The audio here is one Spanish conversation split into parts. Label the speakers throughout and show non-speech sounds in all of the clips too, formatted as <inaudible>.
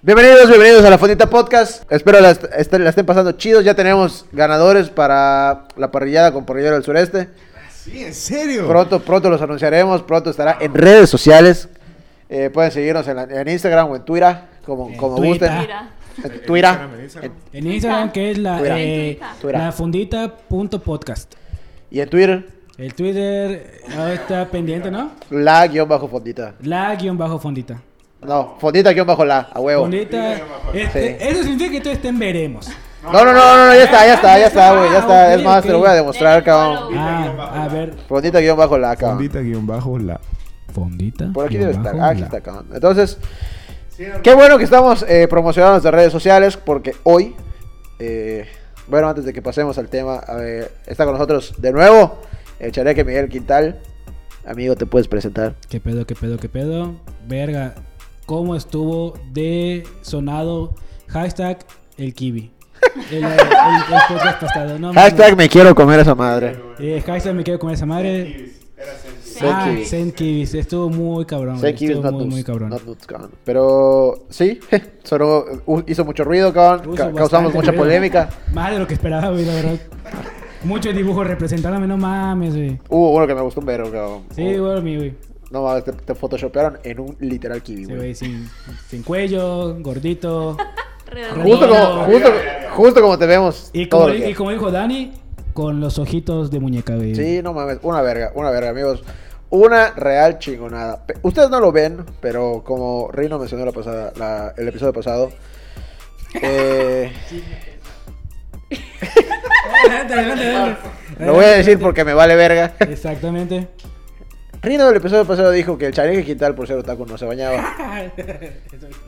Speaker 1: Bienvenidos, bienvenidos a la Fondita Podcast. Espero la, est- la estén pasando chidos. Ya tenemos ganadores para la parrillada con Parrillero del Sureste.
Speaker 2: Sí, en serio.
Speaker 1: Pronto, pronto los anunciaremos. Pronto estará en redes sociales. Eh, pueden seguirnos en, la- en Instagram o en Twitter, como, como
Speaker 3: Twitter.
Speaker 1: gusten.
Speaker 4: Mira.
Speaker 1: En Twitter.
Speaker 2: En Instagram.
Speaker 1: En-
Speaker 3: En Instagram, que es la,
Speaker 1: Tuira.
Speaker 3: eh,
Speaker 1: Tuira.
Speaker 3: la fundita.podcast.
Speaker 1: y en Twitter,
Speaker 3: El Twitter ahora está pendiente, ¿no?
Speaker 1: la-fondita.
Speaker 3: La-fondita.
Speaker 1: No, fondita-la, a huevo.
Speaker 3: Fondita. este,
Speaker 1: Sí.
Speaker 3: Eso significa que tú estés en veremos.
Speaker 1: No, no, no, no, no, ya está, ya está, ya está, güey. Ya está.
Speaker 3: Ah,
Speaker 1: Es
Speaker 3: ok,
Speaker 1: más, te lo voy a
Speaker 3: ok.
Speaker 1: demostrar, cabrón.
Speaker 4: Follow.
Speaker 3: Ah, a ver.
Speaker 1: Fondita-la, cabrón.
Speaker 2: Fondita guión bajo la.
Speaker 3: Fondita.
Speaker 1: Por aquí
Speaker 3: guión
Speaker 1: debe estar.
Speaker 3: bajo,
Speaker 1: Ah, aquí
Speaker 3: la.
Speaker 1: está, cabrón. Entonces, qué bueno que estamos eh, promocionando nuestras redes sociales porque hoy, eh, bueno, antes de que pasemos al tema, a ver, está con nosotros de nuevo el chareque Miguel Quintal. Amigo, te puedes presentar.
Speaker 3: ¿Qué pedo, qué pedo, qué pedo? Verga, ¿cómo estuvo de sonado hashtag el kiwi? El, el, el podcast pasado, ¿no?
Speaker 1: Hashtag me quiero comer esa madre.
Speaker 3: Eh, hashtag me quedo con esa madre. Ah,
Speaker 1: Kiwis.
Speaker 3: Zen Kiwis. Estuvo muy cabrón.
Speaker 1: Sé
Speaker 3: güey.
Speaker 1: que
Speaker 3: Estuvo
Speaker 1: not
Speaker 3: muy,
Speaker 1: nuts,
Speaker 3: muy cabrón.
Speaker 1: not nuts, cabrón. Pero sí, <laughs> sonó- u- hizo mucho ruido, cabrón.
Speaker 3: Hizo
Speaker 1: Ca-
Speaker 3: bastante
Speaker 1: causamos mucha
Speaker 3: ruido.
Speaker 1: polémica.
Speaker 3: Más de lo que esperaba, güey, la verdad. Muchos dibujos representándome, no mames, güey.
Speaker 1: Hubo uno que me gustó un vero, cabrón.
Speaker 3: Sí,
Speaker 1: Uh,
Speaker 3: güey, mi, güey.
Speaker 1: No mames, te, te photoshopearon en un literal kiwi,
Speaker 3: Sí,
Speaker 1: güey.
Speaker 3: güey, sin, sin cuello, gordito.
Speaker 4: Redondo.
Speaker 1: Justo como,
Speaker 3: No.
Speaker 1: justo, justo como te vemos.
Speaker 3: Y
Speaker 1: todo
Speaker 3: como,
Speaker 1: lo que-
Speaker 3: y como dijo Dani, con los ojitos de muñeca, güey.
Speaker 1: Sí, no mames. Una verga, una verga, amigos. Una real chingonada. Pe- Ustedes no lo ven, pero como Reino mencionó la pasada, la- el episodio pasado. eh,
Speaker 3: <laughs> Adelante, adelante, adelante.
Speaker 1: lo voy a decir porque me vale verga.
Speaker 3: Exactamente.
Speaker 1: Reino del episodio pasado dijo que el chareque Quintal por ser otaku no se bañaba.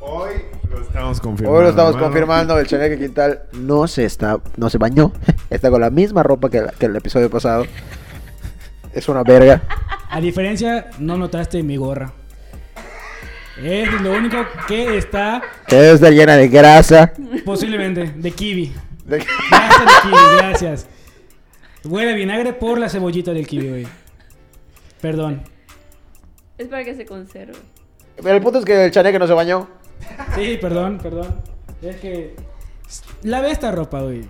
Speaker 2: Hoy lo estamos confirmando.
Speaker 1: Hoy lo estamos
Speaker 2: hermano.
Speaker 1: confirmando, el chareque Quintal no se está, no se bañó. <laughs> Está con la misma ropa que, la- que el episodio pasado. Es una verga.
Speaker 3: A diferencia, no notaste mi gorra. Es lo único que está
Speaker 1: Debe estar llena de grasa.
Speaker 3: posiblemente de kiwi.
Speaker 1: De-
Speaker 3: Gracias, del kiwi, gracias. Huele a vinagre por la cebollita del kiwi, güey. Perdón.
Speaker 4: Es para que se conserve.
Speaker 1: Pero el punto es que el chaneque no se bañó.
Speaker 3: Sí, perdón, perdón. Es que. Lave esta ropa, güey.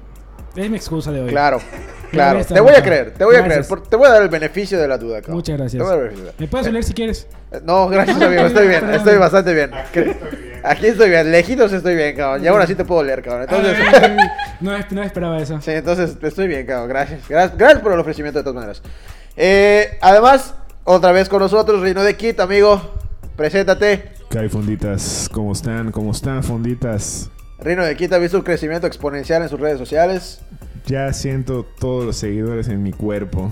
Speaker 3: Es mi excusa de hoy. <laughs>
Speaker 1: Claro,
Speaker 3: voy a
Speaker 1: claro.
Speaker 3: estar
Speaker 1: Te voy a
Speaker 3: notando.
Speaker 1: creer, te voy a creer.
Speaker 3: Gracias.
Speaker 1: por- Te voy a dar el beneficio de la duda, cabrón.
Speaker 3: Muchas gracias.
Speaker 1: Te voy a dar el beneficio.
Speaker 3: ¿Me puedes oler si quieres?
Speaker 1: Eh, No, gracias,
Speaker 3: <laughs>
Speaker 1: amigo. Estoy bien,
Speaker 3: Perdón.
Speaker 1: estoy bastante bien. Cre- Aquí estoy bien, lejitos estoy bien, cabrón. Y aún así te puedo leer, cabrón. Entonces,
Speaker 3: Ah, <laughs> güey, no, no esperaba eso.
Speaker 1: sí, entonces estoy bien, cabrón. Gracias. Gracias, gracias por el ofrecimiento de todas maneras. Eh, además, otra vez con nosotros, Reino de Kit, amigo. Preséntate.
Speaker 2: ¿Qué hay, fonditas? ¿Cómo están? ¿Cómo están, fonditas?
Speaker 1: Reino de Kit ha visto un crecimiento exponencial en sus redes sociales.
Speaker 2: Ya siento todos los seguidores en mi cuerpo.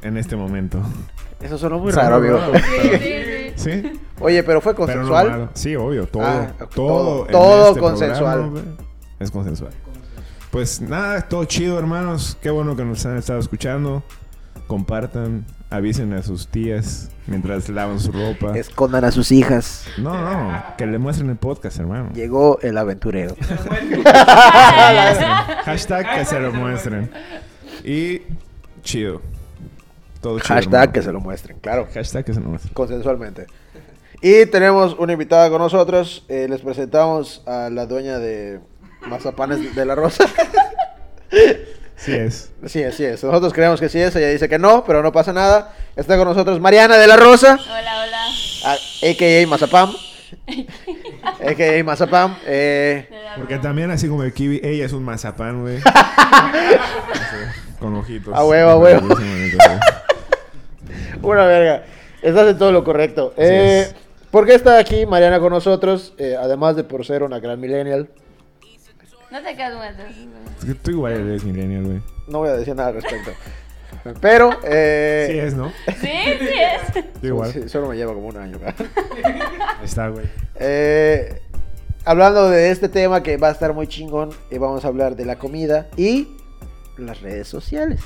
Speaker 2: En este momento.
Speaker 1: Eso sonó muy
Speaker 2: Sonó
Speaker 1: raro, amigo.
Speaker 2: raro.
Speaker 4: Sí, sí, sí.
Speaker 2: ¿Sí?
Speaker 1: <laughs> Oye, pero fue
Speaker 2: Pero
Speaker 1: consensual.
Speaker 2: normal. Sí, obvio, todo.
Speaker 1: Ah, todo,
Speaker 2: todo en
Speaker 1: todo
Speaker 2: este
Speaker 1: consensual.
Speaker 2: programa, güey, es consensual. Pues nada, todo chido, hermanos. Qué bueno que nos han estado escuchando. Compartan, avisen a sus tías mientras lavan su ropa.
Speaker 1: Escondan a sus hijas.
Speaker 2: No, no, que le muestren el podcast, hermano.
Speaker 1: <laughs> Llegó el aventurero.
Speaker 2: Hashtag que se lo muestren. Y chido. Todo chido.
Speaker 1: Hashtag
Speaker 2: hermano.
Speaker 1: que se lo muestren, claro.
Speaker 2: Hashtag que se lo muestren.
Speaker 1: Consensualmente. Y tenemos una invitada con nosotros. eh, les presentamos a la dueña de Mazapanes de la Rosa. <laughs>
Speaker 2: Sí es.
Speaker 1: sí, así es. Nosotros creemos que sí es. Ella dice que no, pero no pasa nada. Está con nosotros Mariana de la Rosa,
Speaker 4: Hola, hola.
Speaker 1: a- a.k.a. Mazapam. a.k.a. Mazapam. eh,
Speaker 2: Porque también así como el kiwi, ella es un
Speaker 1: <laughs>
Speaker 2: mazapán, güey. Sí, Con ojitos.
Speaker 1: A huevo, a huevo.
Speaker 2: Con ojitos, güey.
Speaker 1: Una verga. Estás en todo lo correcto. Eh,
Speaker 2: es.
Speaker 1: ¿Por qué está aquí Mariana con nosotros? Eh, además de por ser una gran millennial.
Speaker 4: No te quedas muerto.
Speaker 2: Es que Tú igual eres millennial, güey.
Speaker 1: No voy a decir nada al respecto. Pero, eh,
Speaker 2: Sí es, ¿no?
Speaker 4: Sí, sí
Speaker 1: <laughs>
Speaker 4: es.
Speaker 2: Tú igual.
Speaker 1: sí, solo me lleva como un año. cabrón.
Speaker 2: Ahí Está, güey.
Speaker 1: Eh, hablando de este tema que va a estar muy chingón, eh, vamos a hablar de la comida y las redes sociales.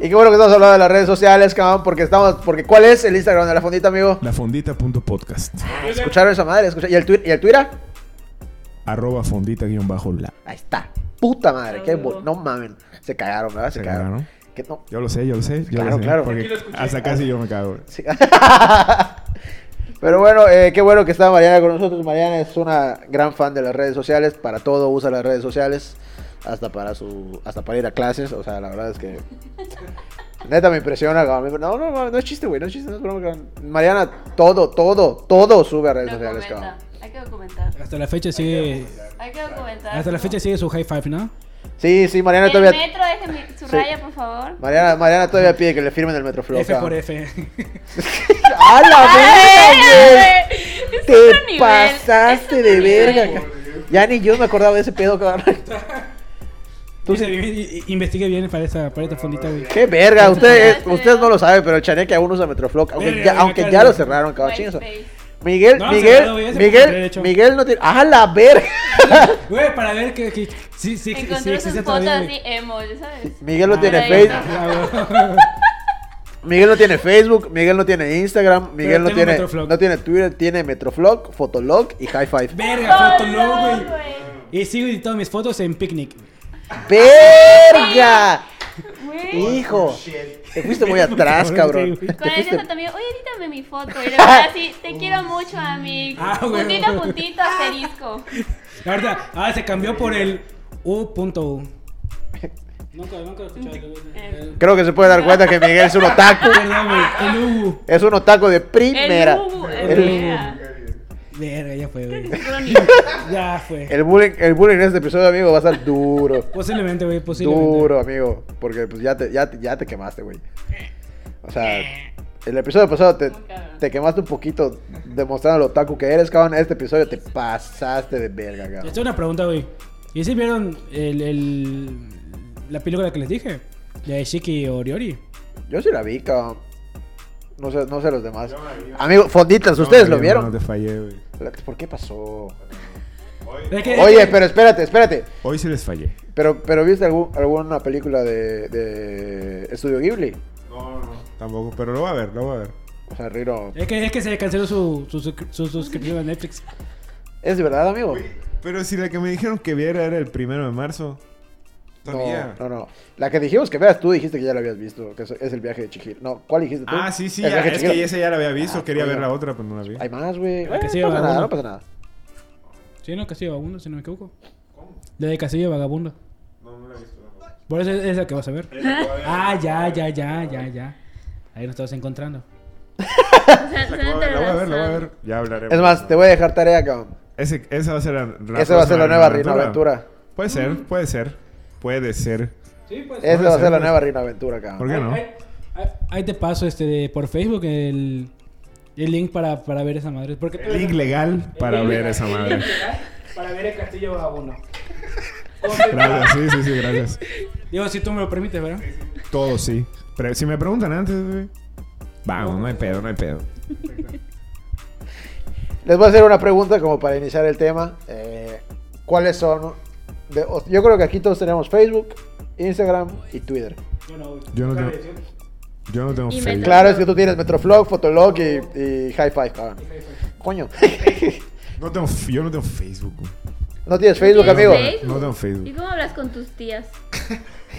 Speaker 1: Y qué bueno que estamos hablando de las redes sociales, cabrón, porque estamos, porque ¿cuál es el Instagram de la fondita, amigo?
Speaker 2: Lafondita.podcast.
Speaker 1: ¿Escucharon esa madre? ¿Escucharon? ¿Y el Twitter? ¿Y el Twitter?
Speaker 2: Arroba fondita guión bajo la.
Speaker 1: Ahí está. Puta madre, qué
Speaker 4: Ah,
Speaker 1: bu-
Speaker 4: huevo.
Speaker 1: No mamen. Se cagaron, ¿verdad? Se,
Speaker 2: Se
Speaker 1: cagaron.
Speaker 2: cagaron.
Speaker 1: Que no.
Speaker 2: Yo lo sé, yo lo sé. Yo
Speaker 1: Claro,
Speaker 2: lo sé,
Speaker 1: claro.
Speaker 2: Porque hasta casi yo me cago, güey.
Speaker 1: Sí. <laughs> Pero bueno, eh, qué bueno que está Mariana con nosotros. Mariana es una gran fan de las redes sociales. Para todo usa las redes sociales. Hasta para su hasta para ir a clases. O sea, la verdad es que. <laughs> Neta me impresiona. cabrón. No, no, no, no es chiste, güey. No es chiste, no es broma, cabrón. Mariana, todo, todo, todo sube a redes sociales,
Speaker 4: Documenta.
Speaker 1: cabrón.
Speaker 4: Hay que documentar.
Speaker 3: Hasta la fecha sigue.
Speaker 4: Hay que documentar.
Speaker 3: Hasta la fecha sigue su high five, ¿no?
Speaker 1: Sí, sí, Mariana
Speaker 4: El
Speaker 1: todavía.
Speaker 4: metro, deje mi- su
Speaker 1: Sí.
Speaker 4: raya, por favor.
Speaker 1: Mariana, Mariana todavía pide que le firmen el Metroflow.
Speaker 3: F por
Speaker 1: cabrón.
Speaker 3: F.
Speaker 1: ¡A la verga, güey!
Speaker 4: ¡Ay, güey! Es
Speaker 1: Te
Speaker 4: otro nivel,
Speaker 1: pasaste
Speaker 4: es otro
Speaker 1: de
Speaker 4: nivel.
Speaker 1: verga. ca- Ya ni yo me acordaba de ese pedo, cabrón. <laughs>
Speaker 3: Tú se investigue bien para esa, para esta fondita, güey.
Speaker 1: Qué verga, ustedes
Speaker 4: Este-
Speaker 1: ustedes no lo saben, pero el Chaneque aún usa Metroflog, aunque
Speaker 3: Verga,
Speaker 1: ya,
Speaker 3: me
Speaker 1: aunque ya
Speaker 3: cargo.
Speaker 1: lo cerraron, cabrón. chingas.
Speaker 4: MySpace.
Speaker 1: Miguel,
Speaker 3: No,
Speaker 1: Miguel,
Speaker 3: cerrado, güey, ese me
Speaker 1: Miguel,
Speaker 3: encontré, de hecho.
Speaker 1: Miguel no tiene. ¡Ah, la verga!
Speaker 3: <laughs> Güey, para ver que, que sí, sí, sí,
Speaker 4: Encontró sus
Speaker 3: existe
Speaker 4: fotos
Speaker 3: todavía,
Speaker 4: así
Speaker 3: güey.
Speaker 4: emo, ¿sabes?
Speaker 1: Miguel no
Speaker 4: Ah,
Speaker 1: tiene
Speaker 4: ahí
Speaker 1: Facebook,
Speaker 4: está.
Speaker 3: Ah,
Speaker 1: Miguel no tiene Facebook, Miguel no tiene Instagram, Miguel no
Speaker 3: tengo
Speaker 1: tiene,
Speaker 3: Metroflog.
Speaker 1: no tiene Twitter, tiene Metroflog, Fotolog y High
Speaker 3: güey.
Speaker 1: Five.
Speaker 3: <laughs> Verga, foto
Speaker 4: Oh,
Speaker 3: no,
Speaker 4: no,
Speaker 3: güey. Y sigo editando mis fotos en picnic.
Speaker 4: Ah,
Speaker 1: ¡Verga!
Speaker 4: Güey.
Speaker 1: Hijo, te fuiste muy
Speaker 3: <laughs>
Speaker 1: atrás,
Speaker 3: Cabrón,
Speaker 1: cabrón. Te
Speaker 3: sí, güey.
Speaker 4: Con
Speaker 1: fuiste-
Speaker 4: eso también, oye, edítame mi foto. Y le ponía así,
Speaker 1: <laughs>
Speaker 4: te quiero mucho, amigo.
Speaker 3: Ah, güey.
Speaker 4: Puntito, puntito, asterisco.
Speaker 3: La verdad, ahora se cambió por el U.U.
Speaker 1: <laughs>
Speaker 3: Nunca, nunca lo escuchaba.
Speaker 4: Eh.
Speaker 1: Creo que se puede dar cuenta que Miguel es un otaku.
Speaker 3: Perdón, güey. El U.
Speaker 1: Es un otaco de primera.
Speaker 4: El bubu, el
Speaker 1: El-
Speaker 4: mira.
Speaker 3: Verga, ya fue, güey.
Speaker 4: <laughs> Crónico.
Speaker 3: Ya fue.
Speaker 1: El bullying, el bullying en este episodio, amigo, va a ser duro.
Speaker 3: Posiblemente, güey, posiblemente.
Speaker 1: duro, amigo. Porque pues ya te, ya, te- ya te quemaste, güey. O sea, el episodio pasado te,
Speaker 4: Muy cabrón.
Speaker 1: te quemaste un poquito demostrando lo otaku que eres, cabrón. Este episodio te pasaste de verga,
Speaker 3: Esta
Speaker 1: cabrón.
Speaker 3: es una pregunta, güey. ¿Y si vieron el, el, la película que les dije? La de Shiki Oriori.
Speaker 1: Yo sí la vi, cabrón. No sé, no sé los demás. Amigo, fonditas, ¿ustedes
Speaker 2: No,
Speaker 1: lo
Speaker 2: yo
Speaker 1: vieron?
Speaker 2: No, te fallé, güey.
Speaker 1: ¿Por qué pasó?
Speaker 3: Es que-
Speaker 1: Oye, pero espérate, espérate.
Speaker 2: Hoy sí les fallé.
Speaker 1: Pero, pero ¿viste algún- alguna película de, de Estudio Ghibli?
Speaker 2: No, no. Tampoco, pero lo va a ver, lo va a ver.
Speaker 1: O sea, Riro.
Speaker 3: Es que, es que se le canceló su, su, su, su suscripción a Netflix.
Speaker 1: ¿Es de verdad, amigo?
Speaker 2: Pero si la que me dijeron que viera era el primero de marzo.
Speaker 1: No,
Speaker 2: Todavía.
Speaker 1: no, no. La que dijimos que veas tú dijiste que ya la habías visto, que es es el viaje de Chihiro. No, ¿cuál dijiste tú?
Speaker 2: Ah, sí, sí,
Speaker 1: El
Speaker 2: ya,
Speaker 1: viaje de
Speaker 2: es
Speaker 1: Chihiro.
Speaker 2: que esa ya la había visto.
Speaker 1: Ah,
Speaker 2: Quería
Speaker 1: coño.
Speaker 2: ver la otra, pero no la vi.
Speaker 1: Hay más, güey.
Speaker 3: La que
Speaker 1: Eh,
Speaker 3: sigue
Speaker 1: no pasa nada,
Speaker 3: vagabundo.
Speaker 1: no pasa nada.
Speaker 3: Sí, no, Castillo Vagabundo, si no me equivoco. La de Castillo Vagabundo.
Speaker 2: No, no la he visto.
Speaker 3: Por eso es la que vas a ver. Ah, ya, ya, ya, ya, ya. Ahí nos estamos encontrando.
Speaker 4: O sea, son
Speaker 2: La voy a ver, la voy a ver, la voy a
Speaker 4: entrelazados.
Speaker 2: ver. Ya hablaremos.
Speaker 1: Es más, te voy a dejar tarea, cabrón.
Speaker 2: Ese- esa va a ser la, la
Speaker 1: Esa va a ser la
Speaker 2: próxima
Speaker 1: nueva Rinoaventura.
Speaker 2: Puede ser, puede ser. Puede ser.
Speaker 3: Sí, pues.
Speaker 1: Esa
Speaker 2: Puede
Speaker 1: va a
Speaker 2: ser,
Speaker 1: ser la
Speaker 2: puede
Speaker 1: nueva
Speaker 2: ser.
Speaker 1: Rinoaventura,
Speaker 2: ¿Por
Speaker 1: cabrón.
Speaker 2: qué no?
Speaker 3: Ahí, ahí- ahí te paso este de- por Facebook el, el link para, para ver esa madre. Porque
Speaker 2: El Link legal para
Speaker 3: El link
Speaker 2: ver
Speaker 3: legal-
Speaker 2: esa
Speaker 3: el
Speaker 2: madre.
Speaker 3: link legal Para ver el Castillo <laughs> Vagabundo.
Speaker 2: Gracias, sí, sí, sí, gracias.
Speaker 3: Digo, si tú me lo permites, ¿verdad?
Speaker 2: Todo sí. Pero si me preguntan antes, güey. Vamos, no hay pedo, no hay pedo.
Speaker 1: Les voy a hacer una pregunta como para iniciar el tema. Eh, ¿Cuáles son? de- o- yo creo que aquí todos tenemos Facebook, Instagram y Twitter.
Speaker 3: Yo no, güey.
Speaker 2: Yo no
Speaker 3: Claro,
Speaker 2: tengo- Yo no tengo
Speaker 4: Y
Speaker 2: Facebook.
Speaker 4: me-
Speaker 1: Claro, es que tú tienes Metroflog, Fotolog y, y High Five, cabrón. Coño. <laughs>
Speaker 2: No tengo, f- yo no tengo Facebook. güey.
Speaker 1: ¿No tienes Facebook,
Speaker 4: ¿Tienes
Speaker 1: amigo?
Speaker 4: Facebook?
Speaker 2: No tengo
Speaker 4: ¿Y
Speaker 2: Facebook.
Speaker 4: cómo hablas con tus tías?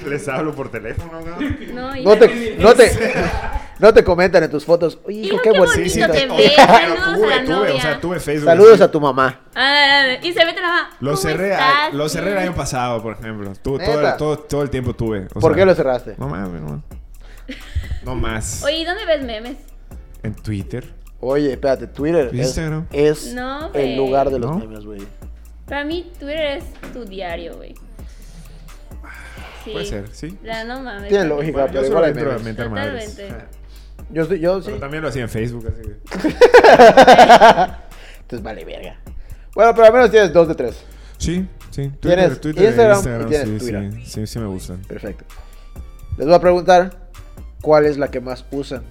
Speaker 2: Les hablo por teléfono, güey.
Speaker 4: No,
Speaker 1: No te, no te, no te comentan en tus fotos. Oye, hijo,
Speaker 4: Hijo,
Speaker 1: qué
Speaker 4: qué
Speaker 1: bonito.
Speaker 4: bonito
Speaker 2: <laughs>
Speaker 4: te
Speaker 2: no,
Speaker 4: ves.
Speaker 2: pero
Speaker 4: Saludos a
Speaker 2: tuve,
Speaker 4: la
Speaker 2: tuve, o
Speaker 4: novia.
Speaker 2: sea, tuve Facebook.
Speaker 1: Saludos a tu mamá.
Speaker 4: Ah, y se mete la mamá.
Speaker 2: Lo
Speaker 4: "¿Cómo
Speaker 2: cerré, a-
Speaker 4: estás?".
Speaker 2: lo cerré el año pasado, por ejemplo. Tu-
Speaker 1: ¿Neta?
Speaker 2: todo, el- todo, todo el tiempo tuve. o
Speaker 1: ¿Por
Speaker 2: sea,
Speaker 1: qué lo cerraste?
Speaker 2: No mames, no mames.
Speaker 1: <laughs>
Speaker 2: No más.
Speaker 4: Oye, ¿y dónde ves memes?
Speaker 2: En Twitter.
Speaker 1: Oye, espérate, Twitter es,
Speaker 2: Instagram.
Speaker 1: es
Speaker 4: No,
Speaker 1: el
Speaker 4: güey.
Speaker 1: lugar de los
Speaker 2: ¿No?
Speaker 1: memes, güey.
Speaker 4: Para mí, Twitter es tu diario, güey. Sí.
Speaker 2: Puede ser, sí.
Speaker 4: La no mames.
Speaker 1: Tiene lógica,
Speaker 2: Bueno, yo
Speaker 1: pero
Speaker 2: solo
Speaker 1: igual hay
Speaker 2: entro a
Speaker 1: memes.
Speaker 2: mentar madres.
Speaker 4: Totalmente.
Speaker 1: Yo, estoy- yo sí. <laughs>
Speaker 2: Pero también lo hacía en Facebook, así que.
Speaker 1: Entonces vale verga. Bueno, pero al menos tienes dos de tres.
Speaker 2: Sí, sí.
Speaker 1: Tienes Instagram y tienes
Speaker 2: sí,
Speaker 1: Twitter.
Speaker 2: Sí, sí, sí me gustan.
Speaker 1: Perfecto. Les voy a preguntar cuál es la que más usan.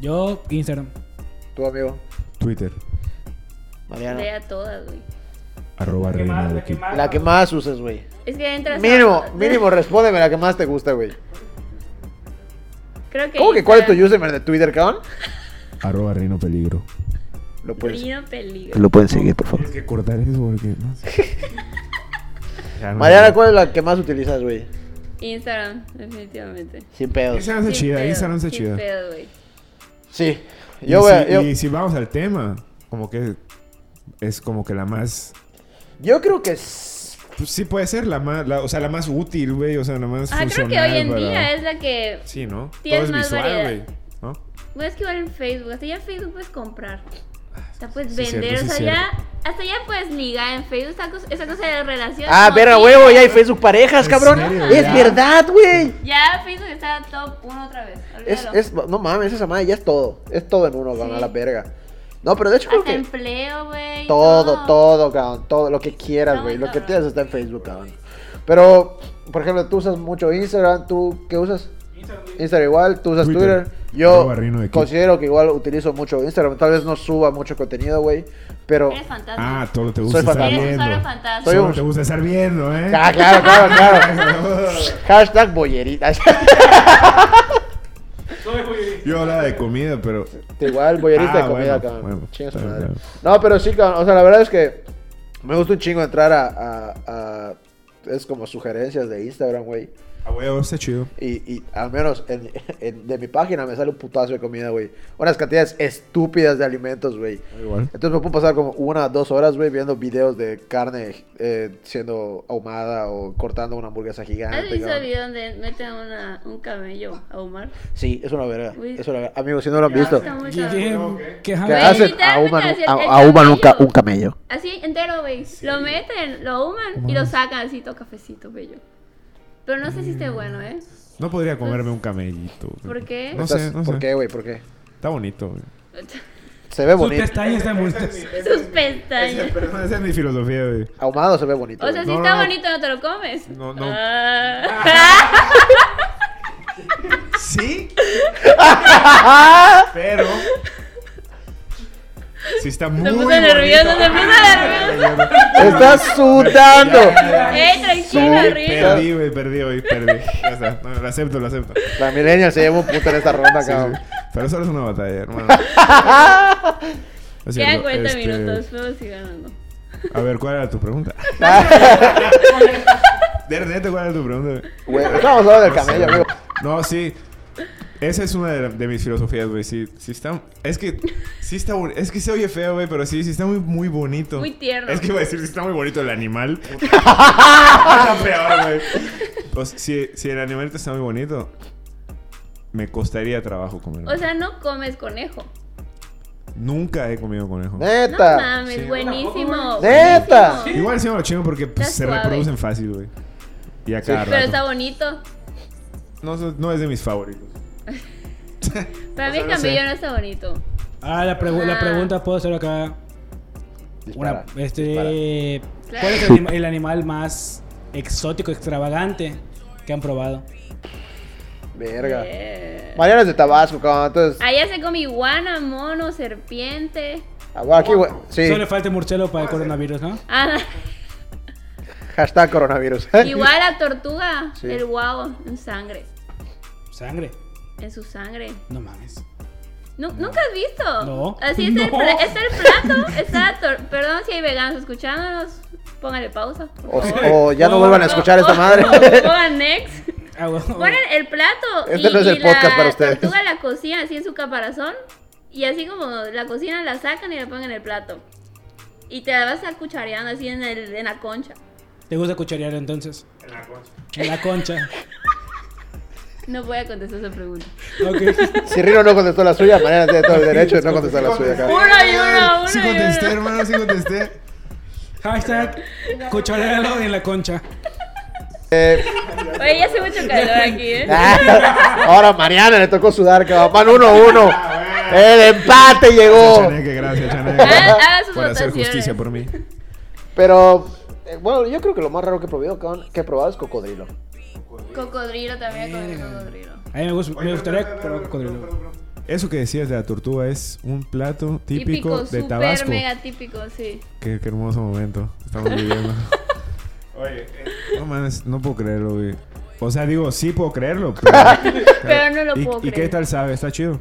Speaker 3: Yo, Instagram.
Speaker 1: Tu amigo,
Speaker 2: Twitter.
Speaker 4: Ve
Speaker 1: Mariana.
Speaker 4: a todas, güey.
Speaker 2: Arroba Reina de aquí.
Speaker 1: La que más usas, güey.
Speaker 4: Es que entras. a-
Speaker 1: Mínimo, mínimo, respóndeme la que más te gusta, güey.
Speaker 4: Creo que.
Speaker 1: ¿Cómo que cuál es tu
Speaker 4: Instagram.
Speaker 1: username de Twitter, cabrón?
Speaker 2: Arroba Reino Peligro.
Speaker 1: Lo puedes,
Speaker 4: Mínimo peligro.
Speaker 1: Pues. lo pueden seguir, por favor.
Speaker 2: Tienes que cortar eso porque no sé.
Speaker 1: <laughs>
Speaker 2: Ya no-
Speaker 1: Mariana, ¿cuál es la que más utilizas, güey?
Speaker 4: Instagram, definitivamente.
Speaker 1: Sin pedos.
Speaker 2: Instagram está
Speaker 4: Sin
Speaker 2: chida,
Speaker 4: pedo,
Speaker 2: Instagram está
Speaker 4: sin
Speaker 2: chida.
Speaker 4: pedo, güey.
Speaker 1: Sí. Yo,
Speaker 2: y,
Speaker 1: voy a-
Speaker 2: si,
Speaker 1: yo,
Speaker 2: y si vamos al tema, como que es como que la más...
Speaker 1: yo creo que es-
Speaker 2: Pues sí puede ser la más... la- o sea, la más útil, güey. O sea, la más
Speaker 4: Ah, creo que
Speaker 2: funcional
Speaker 4: hoy en
Speaker 2: para-
Speaker 4: día es la que.
Speaker 2: Sí, ¿no?
Speaker 4: tienes
Speaker 2: Todo es
Speaker 4: más
Speaker 2: visual,
Speaker 4: variedad.
Speaker 2: güey. ¿No?
Speaker 4: Bueno, es que igual en Facebook. Hasta ya en Facebook puedes comprar. Hasta puedes
Speaker 2: sí, cierto,
Speaker 4: vender.
Speaker 2: sí,
Speaker 4: o sea,
Speaker 2: cierto.
Speaker 4: ya. Hasta ya puedes ligar en Facebook. Esa cosa, esa cosa de relación.
Speaker 1: Ah, pero a huevo, ya hay Facebook parejas,
Speaker 2: ¿En
Speaker 1: cabrón.
Speaker 2: serio?
Speaker 1: Es
Speaker 2: Ya.
Speaker 1: verdad, güey.
Speaker 4: Ya Facebook está top 1 otra vez.
Speaker 1: Es,
Speaker 4: Olvídalo.
Speaker 1: es, no mames, esa madre ya es todo. Es todo en uno, cabrón, a la verga. No, pero de hecho creo
Speaker 4: Hasta
Speaker 1: que
Speaker 4: empleo, güey.
Speaker 1: todo, todo, cabrón. Todo lo que quieras,
Speaker 4: Está
Speaker 1: güey.
Speaker 4: muy
Speaker 1: Lo que
Speaker 4: cabrón.
Speaker 1: tienes está en Facebook, cabrón. Pero, por ejemplo, tú usas mucho Instagram. ¿Tú qué usas? Instagram igual, tú usas Twitter.
Speaker 2: Twitter.
Speaker 1: Yo
Speaker 2: Arroba Rino de Kid.
Speaker 1: considero que igual utilizo mucho Instagram. Tal vez no suba mucho contenido, güey. Pero.
Speaker 4: Eres fantasma.
Speaker 2: Ah, todo te
Speaker 1: Soy
Speaker 2: gusta estar
Speaker 1: fantasma.
Speaker 4: Eres un
Speaker 2: viendo.
Speaker 4: solo fantasma.
Speaker 1: Soy
Speaker 2: Solo
Speaker 1: un-
Speaker 2: te gusta estar viendo, ¿eh?
Speaker 1: Ah, claro, claro, claro. Hashtag bollerita.
Speaker 2: <laughs>
Speaker 1: <laughs>
Speaker 2: Yo hablaba de comida, pero...
Speaker 1: igual, bollerista
Speaker 2: Ah,
Speaker 1: de comida,
Speaker 2: bueno,
Speaker 1: cabrón.
Speaker 2: bueno,
Speaker 1: Chinga su
Speaker 2: claro,
Speaker 1: madre.
Speaker 2: claro.
Speaker 1: No, pero sí, cabrón. O sea, la verdad es que me gusta un chingo entrar a. a- a- es como sugerencias de Instagram, güey.
Speaker 2: A huevo, ah, está chido.
Speaker 1: Y, y al menos en- <laughs> en- de mi página me sale un putazo de comida, güey. Unas cantidades estúpidas de alimentos, güey.
Speaker 2: Igual.
Speaker 1: Entonces me puedo pasar como una o dos horas, güey, viendo videos de carne eh, siendo ahumada o cortando una hamburguesa
Speaker 4: ¿Has
Speaker 1: gigante.
Speaker 4: visto el
Speaker 1: cabrón.
Speaker 4: video donde meten una, un camello a Omar?
Speaker 1: Sí, es una verga.
Speaker 4: Uy.
Speaker 1: Es una verga. Amigos, si no lo han visto,
Speaker 4: Está muy
Speaker 3: Y- y-
Speaker 4: cabrón.
Speaker 3: que-
Speaker 1: que
Speaker 4: Güey,
Speaker 1: hacen
Speaker 4: literalmente
Speaker 1: ahuman, un-
Speaker 4: hacen el
Speaker 1: a- ahuman un, ca-
Speaker 4: camello.
Speaker 1: un camello.
Speaker 4: Así entero, güey. Lo meten, lo ahuman y lo sacan así, todo cafecito, bello. Pero no sé si esté bueno, ¿eh?
Speaker 2: No podría comerme un camellito. güey.
Speaker 4: ¿Por qué?
Speaker 2: No sé,
Speaker 1: Estás-
Speaker 2: no sé.
Speaker 1: ¿Por qué, güey? ¿Por qué?
Speaker 2: Está bonito, güey.
Speaker 1: Se ve
Speaker 3: Sus
Speaker 1: bonito.
Speaker 3: pestañas están bonitas.
Speaker 4: Sus pestañas.
Speaker 2: Pero esa es mi filosofía, güey.
Speaker 1: Ahumado se ve bonito.
Speaker 4: O sea, si
Speaker 2: No,
Speaker 4: está
Speaker 2: no.
Speaker 4: bonito, no te lo comes.
Speaker 2: No, no.
Speaker 4: Ah. <laughs>
Speaker 1: <laughs>
Speaker 2: Sí. Pero. Sí está muy
Speaker 4: se puso
Speaker 2: bonito.
Speaker 4: nervioso, se puso nervioso.
Speaker 1: güey.
Speaker 4: <laughs>
Speaker 1: Estás sudando.
Speaker 4: ¡Ey, tranquilo,
Speaker 1: Sí,
Speaker 4: rico!
Speaker 2: Perdí, güey, perdí, güey, perdí. Ya está. No, lo acepto, lo acepto. Sí,
Speaker 1: La millennial se lleva un puto en esta ronda,
Speaker 2: sí.
Speaker 4: <laughs>
Speaker 1: cabrón.
Speaker 2: Pero solo es una batalla, hermano.
Speaker 1: <laughs>
Speaker 2: Lo
Speaker 4: Quedan
Speaker 2: siento,
Speaker 4: 40
Speaker 2: este,
Speaker 4: minutos, vamos
Speaker 2: <laughs>
Speaker 4: y ganando.
Speaker 2: A ver, ¿cuál era tu pregunta? De repente, ¿cuál era tu pregunta?
Speaker 1: Güey, estamos hablando del camello, amigo.
Speaker 2: No, sí. Esa es una de, de mis filosofías, güey. Sí, sí está... Es que... Sí está... bu- Es que se oye feo, güey, pero sí, sí está muy, muy bonito.
Speaker 4: Muy tierno.
Speaker 2: Es que iba a decir, sí está muy bonito
Speaker 1: <laughs>
Speaker 2: el animal. está peor, güey. Pues, si, si el animalito está muy bonito, me costaría trabajo comerlo.
Speaker 4: O sea, no comes conejo.
Speaker 2: Nunca he comido conejo.
Speaker 1: Eh.
Speaker 4: No
Speaker 1: Neta.
Speaker 4: mames,
Speaker 2: Sí.
Speaker 4: buenísimo.
Speaker 1: Neta.
Speaker 4: buenísimo.
Speaker 2: Igual sí me lo chingo porque pues,
Speaker 4: Está
Speaker 2: se
Speaker 4: suave.
Speaker 2: reproducen fácil, güey. Y a
Speaker 1: Sí.
Speaker 2: cada
Speaker 4: Pero
Speaker 2: rato.
Speaker 4: está bonito.
Speaker 2: No, no es de mis favoritos.
Speaker 4: Para
Speaker 2: O
Speaker 4: mí
Speaker 2: sea,
Speaker 4: el
Speaker 2: no sé.
Speaker 4: camello no está bonito.
Speaker 3: Ah, la, pregu- la
Speaker 4: Ah.
Speaker 3: pregunta puedo hacer acá.
Speaker 1: Dispara,
Speaker 3: Una,
Speaker 1: dispara.
Speaker 3: este,
Speaker 4: Claro.
Speaker 3: ¿Cuál es el, anima- el animal más exótico, extravagante que han probado?
Speaker 1: Verga.
Speaker 4: Eh.
Speaker 1: Mariana es de Tabasco, cabrón. Entonces,
Speaker 4: Allá se come iguana, mono, serpiente.
Speaker 1: ah, bueno, aquí, güey. Sí.
Speaker 3: Solo le falta murciélago para el coronavirus, ¿no?
Speaker 4: Ah,
Speaker 1: Hashtag coronavirus.
Speaker 4: igual la tortuga,
Speaker 1: Eh, Sí.
Speaker 4: el guau, en sangre.
Speaker 3: Sangre.
Speaker 4: En su sangre.
Speaker 3: No mames.
Speaker 4: Nu- ¿Nunca has visto?
Speaker 3: No.
Speaker 4: Así está,
Speaker 3: <laughs>
Speaker 4: El,
Speaker 3: No.
Speaker 4: pla- está el plato. Está la tor- Perdón si hay veganos escuchándonos. Póngale pausa. por
Speaker 1: <laughs> O,
Speaker 4: favor.
Speaker 1: o ya no
Speaker 3: No,
Speaker 1: vuelvan a
Speaker 3: no,
Speaker 1: escuchar esta
Speaker 4: <laughs>
Speaker 1: madre.
Speaker 4: O-
Speaker 1: <laughs>
Speaker 4: Pongan next.
Speaker 3: Ah, bueno.
Speaker 4: Ponen el plato.
Speaker 1: Este no es el podcast para ustedes.
Speaker 4: La tortuga la cocina así en su caparazón. Y así como la cocina la sacan y la ponen en el plato. Y te la vas a estar cuchareando así en, el, en la concha.
Speaker 3: ¿Te gusta cucharear entonces? En la concha. <laughs> En la concha.
Speaker 4: No voy a contestar esa
Speaker 1: <laughs>
Speaker 4: pregunta.
Speaker 3: Ok.
Speaker 1: Si Rino no contestó la suya, Mariana tiene todo el derecho de no contestar la suya,
Speaker 4: Uno
Speaker 1: cabrón.
Speaker 4: y uno, uno
Speaker 2: Sí
Speaker 4: y
Speaker 2: contesté,
Speaker 4: uno.
Speaker 2: hermano, sí contesté.
Speaker 3: Hashtag cucharealo en la concha.
Speaker 1: Eh,
Speaker 4: Oye, ya hace mucho calor aquí, ¿eh?
Speaker 1: ah, ahora Mariana le tocó sudar, cabrón. Van 1-1. El empate llegó.
Speaker 2: Chaneque, gracias, Chaneque.
Speaker 4: Hagan hagan Eh, sus
Speaker 2: Por hacer
Speaker 4: votaciones.
Speaker 2: justicia por mí.
Speaker 1: Pero, eh, bueno, yo creo que lo más raro que he probado, cabrón, que he probado es cocodrilo.
Speaker 4: Cocodrilo también, comí cocodrilo.
Speaker 3: A mí me, gusta, me gustaría probar cocodrilo.
Speaker 2: Eso que decías de la tortuga es un plato típico,
Speaker 4: Típico,
Speaker 2: de
Speaker 4: súper
Speaker 2: Tabasco.
Speaker 4: mega típico, sí.
Speaker 2: Qué, qué hermoso momento estamos
Speaker 4: <laughs>
Speaker 2: viviendo. Oye, eh, no mames, no puedo creerlo, güey. O sea, digo, sí puedo
Speaker 4: <laughs>
Speaker 2: creerlo, pero.
Speaker 4: Pero no lo
Speaker 2: ¿Y,
Speaker 4: puedo
Speaker 2: ¿Y qué
Speaker 4: creer.
Speaker 2: tal sabe? ¿Está chido?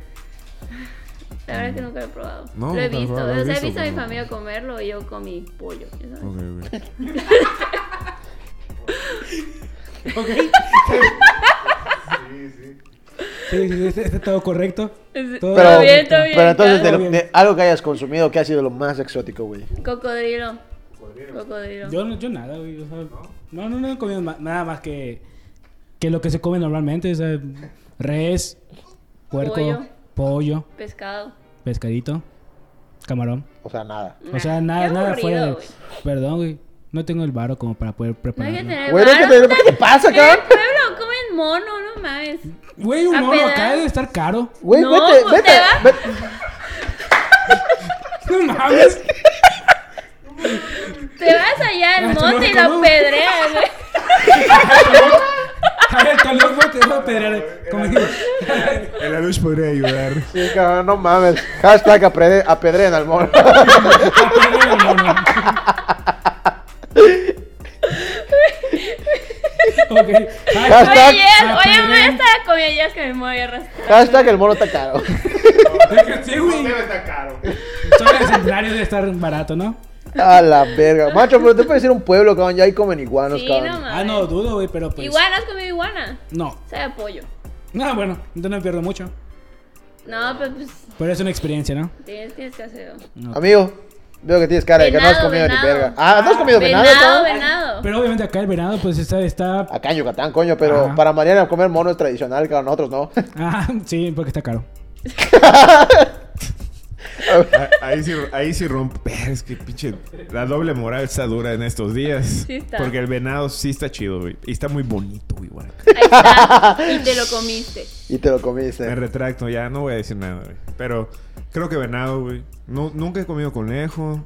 Speaker 4: La verdad es que nunca lo he probado.
Speaker 2: Mm. No,
Speaker 4: lo
Speaker 2: nunca lo he
Speaker 4: he visto.
Speaker 2: probado, lo he
Speaker 4: o sea, he
Speaker 2: visto,
Speaker 4: visto a mi
Speaker 2: pero-
Speaker 4: familia comerlo y yo comí pollo. ya sabes.
Speaker 2: Ok, güey.
Speaker 4: <laughs>
Speaker 3: Ok. Sí, sí, sí, está- está todo correcto. Todo
Speaker 1: Pero,
Speaker 4: <laughs> Todo bien, todo bien,
Speaker 1: pero entonces, de,
Speaker 3: claro.
Speaker 1: lo- de algo que hayas consumido, ¿qué ha sido lo más exótico, güey?
Speaker 4: Cocodrilo. Cocodrilo.
Speaker 3: Yo, no- yo nada, güey. o sea, no, no, no he comido ma- nada más que, que lo que se come normalmente. o sea, res, puerco,
Speaker 4: Pollo.
Speaker 3: pollo,
Speaker 4: Pescado.
Speaker 3: pescadito, camarón.
Speaker 1: O sea, nada.
Speaker 4: Nah,
Speaker 3: O sea, nada,
Speaker 4: qué
Speaker 3: nada
Speaker 4: aburrido,
Speaker 3: fuera de...
Speaker 4: güey.
Speaker 3: Perdón, güey. No tengo el varo como para poder
Speaker 4: No hay que
Speaker 3: prepararlo.
Speaker 4: tener.
Speaker 1: Güey, no hay que
Speaker 4: varo,
Speaker 1: tener- ¿qué te pasa,
Speaker 4: En
Speaker 1: cabrón?
Speaker 4: el pueblo comen mono, no mames.
Speaker 3: Güey, un
Speaker 4: A
Speaker 3: mono
Speaker 4: pedazos.
Speaker 3: acá debe estar caro. <laughs>
Speaker 1: Güey,
Speaker 4: No,
Speaker 1: vete,
Speaker 4: pues,
Speaker 1: vete,
Speaker 4: te va.
Speaker 1: vete.
Speaker 3: No mames.
Speaker 1: <laughs>
Speaker 4: Te vas allá al
Speaker 3: Ay,
Speaker 4: monte y
Speaker 3: chamaco,
Speaker 4: lo
Speaker 3: no.
Speaker 4: pedreas, güey.
Speaker 3: A ver, tal vez vos te vas a pedrear. Como dije,
Speaker 2: El Alush podría ayudar.
Speaker 1: Sí, cabrón, no mames. Hashtag apre- apedreen al mono.
Speaker 3: a pedrear el mono. Ok. Ay,
Speaker 4: Oye,
Speaker 1: Hashtag-
Speaker 4: yes,
Speaker 3: Ah,
Speaker 4: oye,
Speaker 3: pero-
Speaker 4: me estaba comiendo yes que mi mamá había arrastrado.
Speaker 1: <laughs> Hashtag el mono está caro.
Speaker 3: Sí, güey.
Speaker 2: estar caro.
Speaker 3: Solo el centenario debe estar barato, ¿no?
Speaker 1: A la verga. Macho, pero te puedes ir a un pueblo, cabrón. Ya ahí comen iguanos,
Speaker 4: Sí, no
Speaker 1: cabrón.
Speaker 4: mames.
Speaker 3: Ah, no, dudo, güey, pero pues.
Speaker 4: Iguana, ¿has comido iguana?
Speaker 3: No.
Speaker 4: Sabe a pollo.
Speaker 3: No, bueno, entonces no pierdo mucho.
Speaker 4: No, pero pues
Speaker 3: Pero es una experiencia, ¿no?
Speaker 4: tienes, tienes que hacerlo.
Speaker 1: Amigo, veo que tienes cara de que no has
Speaker 4: Venado,
Speaker 1: comido ni
Speaker 4: venado.
Speaker 1: verga. Ah, ¿no has comido venado,
Speaker 4: Venado,
Speaker 1: cabrón?
Speaker 4: venado.
Speaker 3: Pero obviamente acá el verano, pues está. está...
Speaker 1: Acá en Yucatán, coño, pero
Speaker 3: Ajá.
Speaker 1: para Mariana comer mono es tradicional, cabrón. Nosotros no.
Speaker 3: Ah, sí, porque está caro.
Speaker 2: Ah, Ahí sí, ahí sí rompe. Es que pinche. La doble moral está dura en estos días.
Speaker 4: Sí está.
Speaker 2: Porque el venado sí está chido, güey. Y está muy bonito, güey. guaca.
Speaker 4: Ahí está. Y te lo comiste.
Speaker 1: Y te lo
Speaker 2: Me
Speaker 1: comiste.
Speaker 2: retracto, ya no voy a decir nada, güey. Pero creo que venado, güey. Nu- nunca he comido conejo.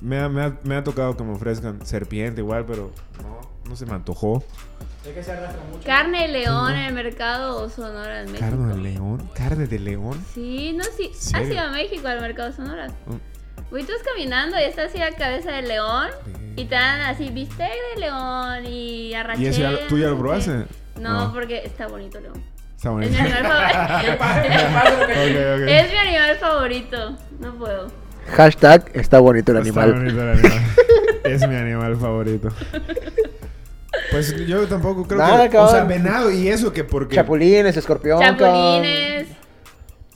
Speaker 2: Me ha, me ha- me ha tocado que me ofrezcan serpiente igual, pero no, no se me antojó.
Speaker 4: Carne de león en el mercado Sonora en México.
Speaker 2: ¿Carne de león? ¿Carne de león?
Speaker 4: Sí, no, sí. ¿Has
Speaker 2: ¿Serio?
Speaker 4: ido a México al mercado Sonora?
Speaker 2: Mm.
Speaker 4: Güey, tú vas caminando y está así la cabeza de león y te dan así bistec de león
Speaker 2: Eh,
Speaker 4: y
Speaker 2: ¿Y
Speaker 4: arrachera.
Speaker 2: ese ya lo- tú ya lo
Speaker 4: no sé qué.
Speaker 2: probaste?
Speaker 4: No,
Speaker 2: No.
Speaker 4: porque está bonito león.
Speaker 2: Está
Speaker 4: <laughs> Es
Speaker 2: bonito.
Speaker 4: mi animal favorito.
Speaker 2: <laughs> Ok, ok.
Speaker 4: es mi animal favorito. No puedo.
Speaker 1: Hashtag está bonito el
Speaker 2: Está
Speaker 1: animal.
Speaker 2: bonito el animal. es mi animal favorito. Pues yo tampoco creo
Speaker 1: Nada,
Speaker 2: que... O sea,
Speaker 1: cabrón.
Speaker 2: venado y eso que porque...
Speaker 1: Chapulines, escorpión, cabrón.
Speaker 4: Chapulines,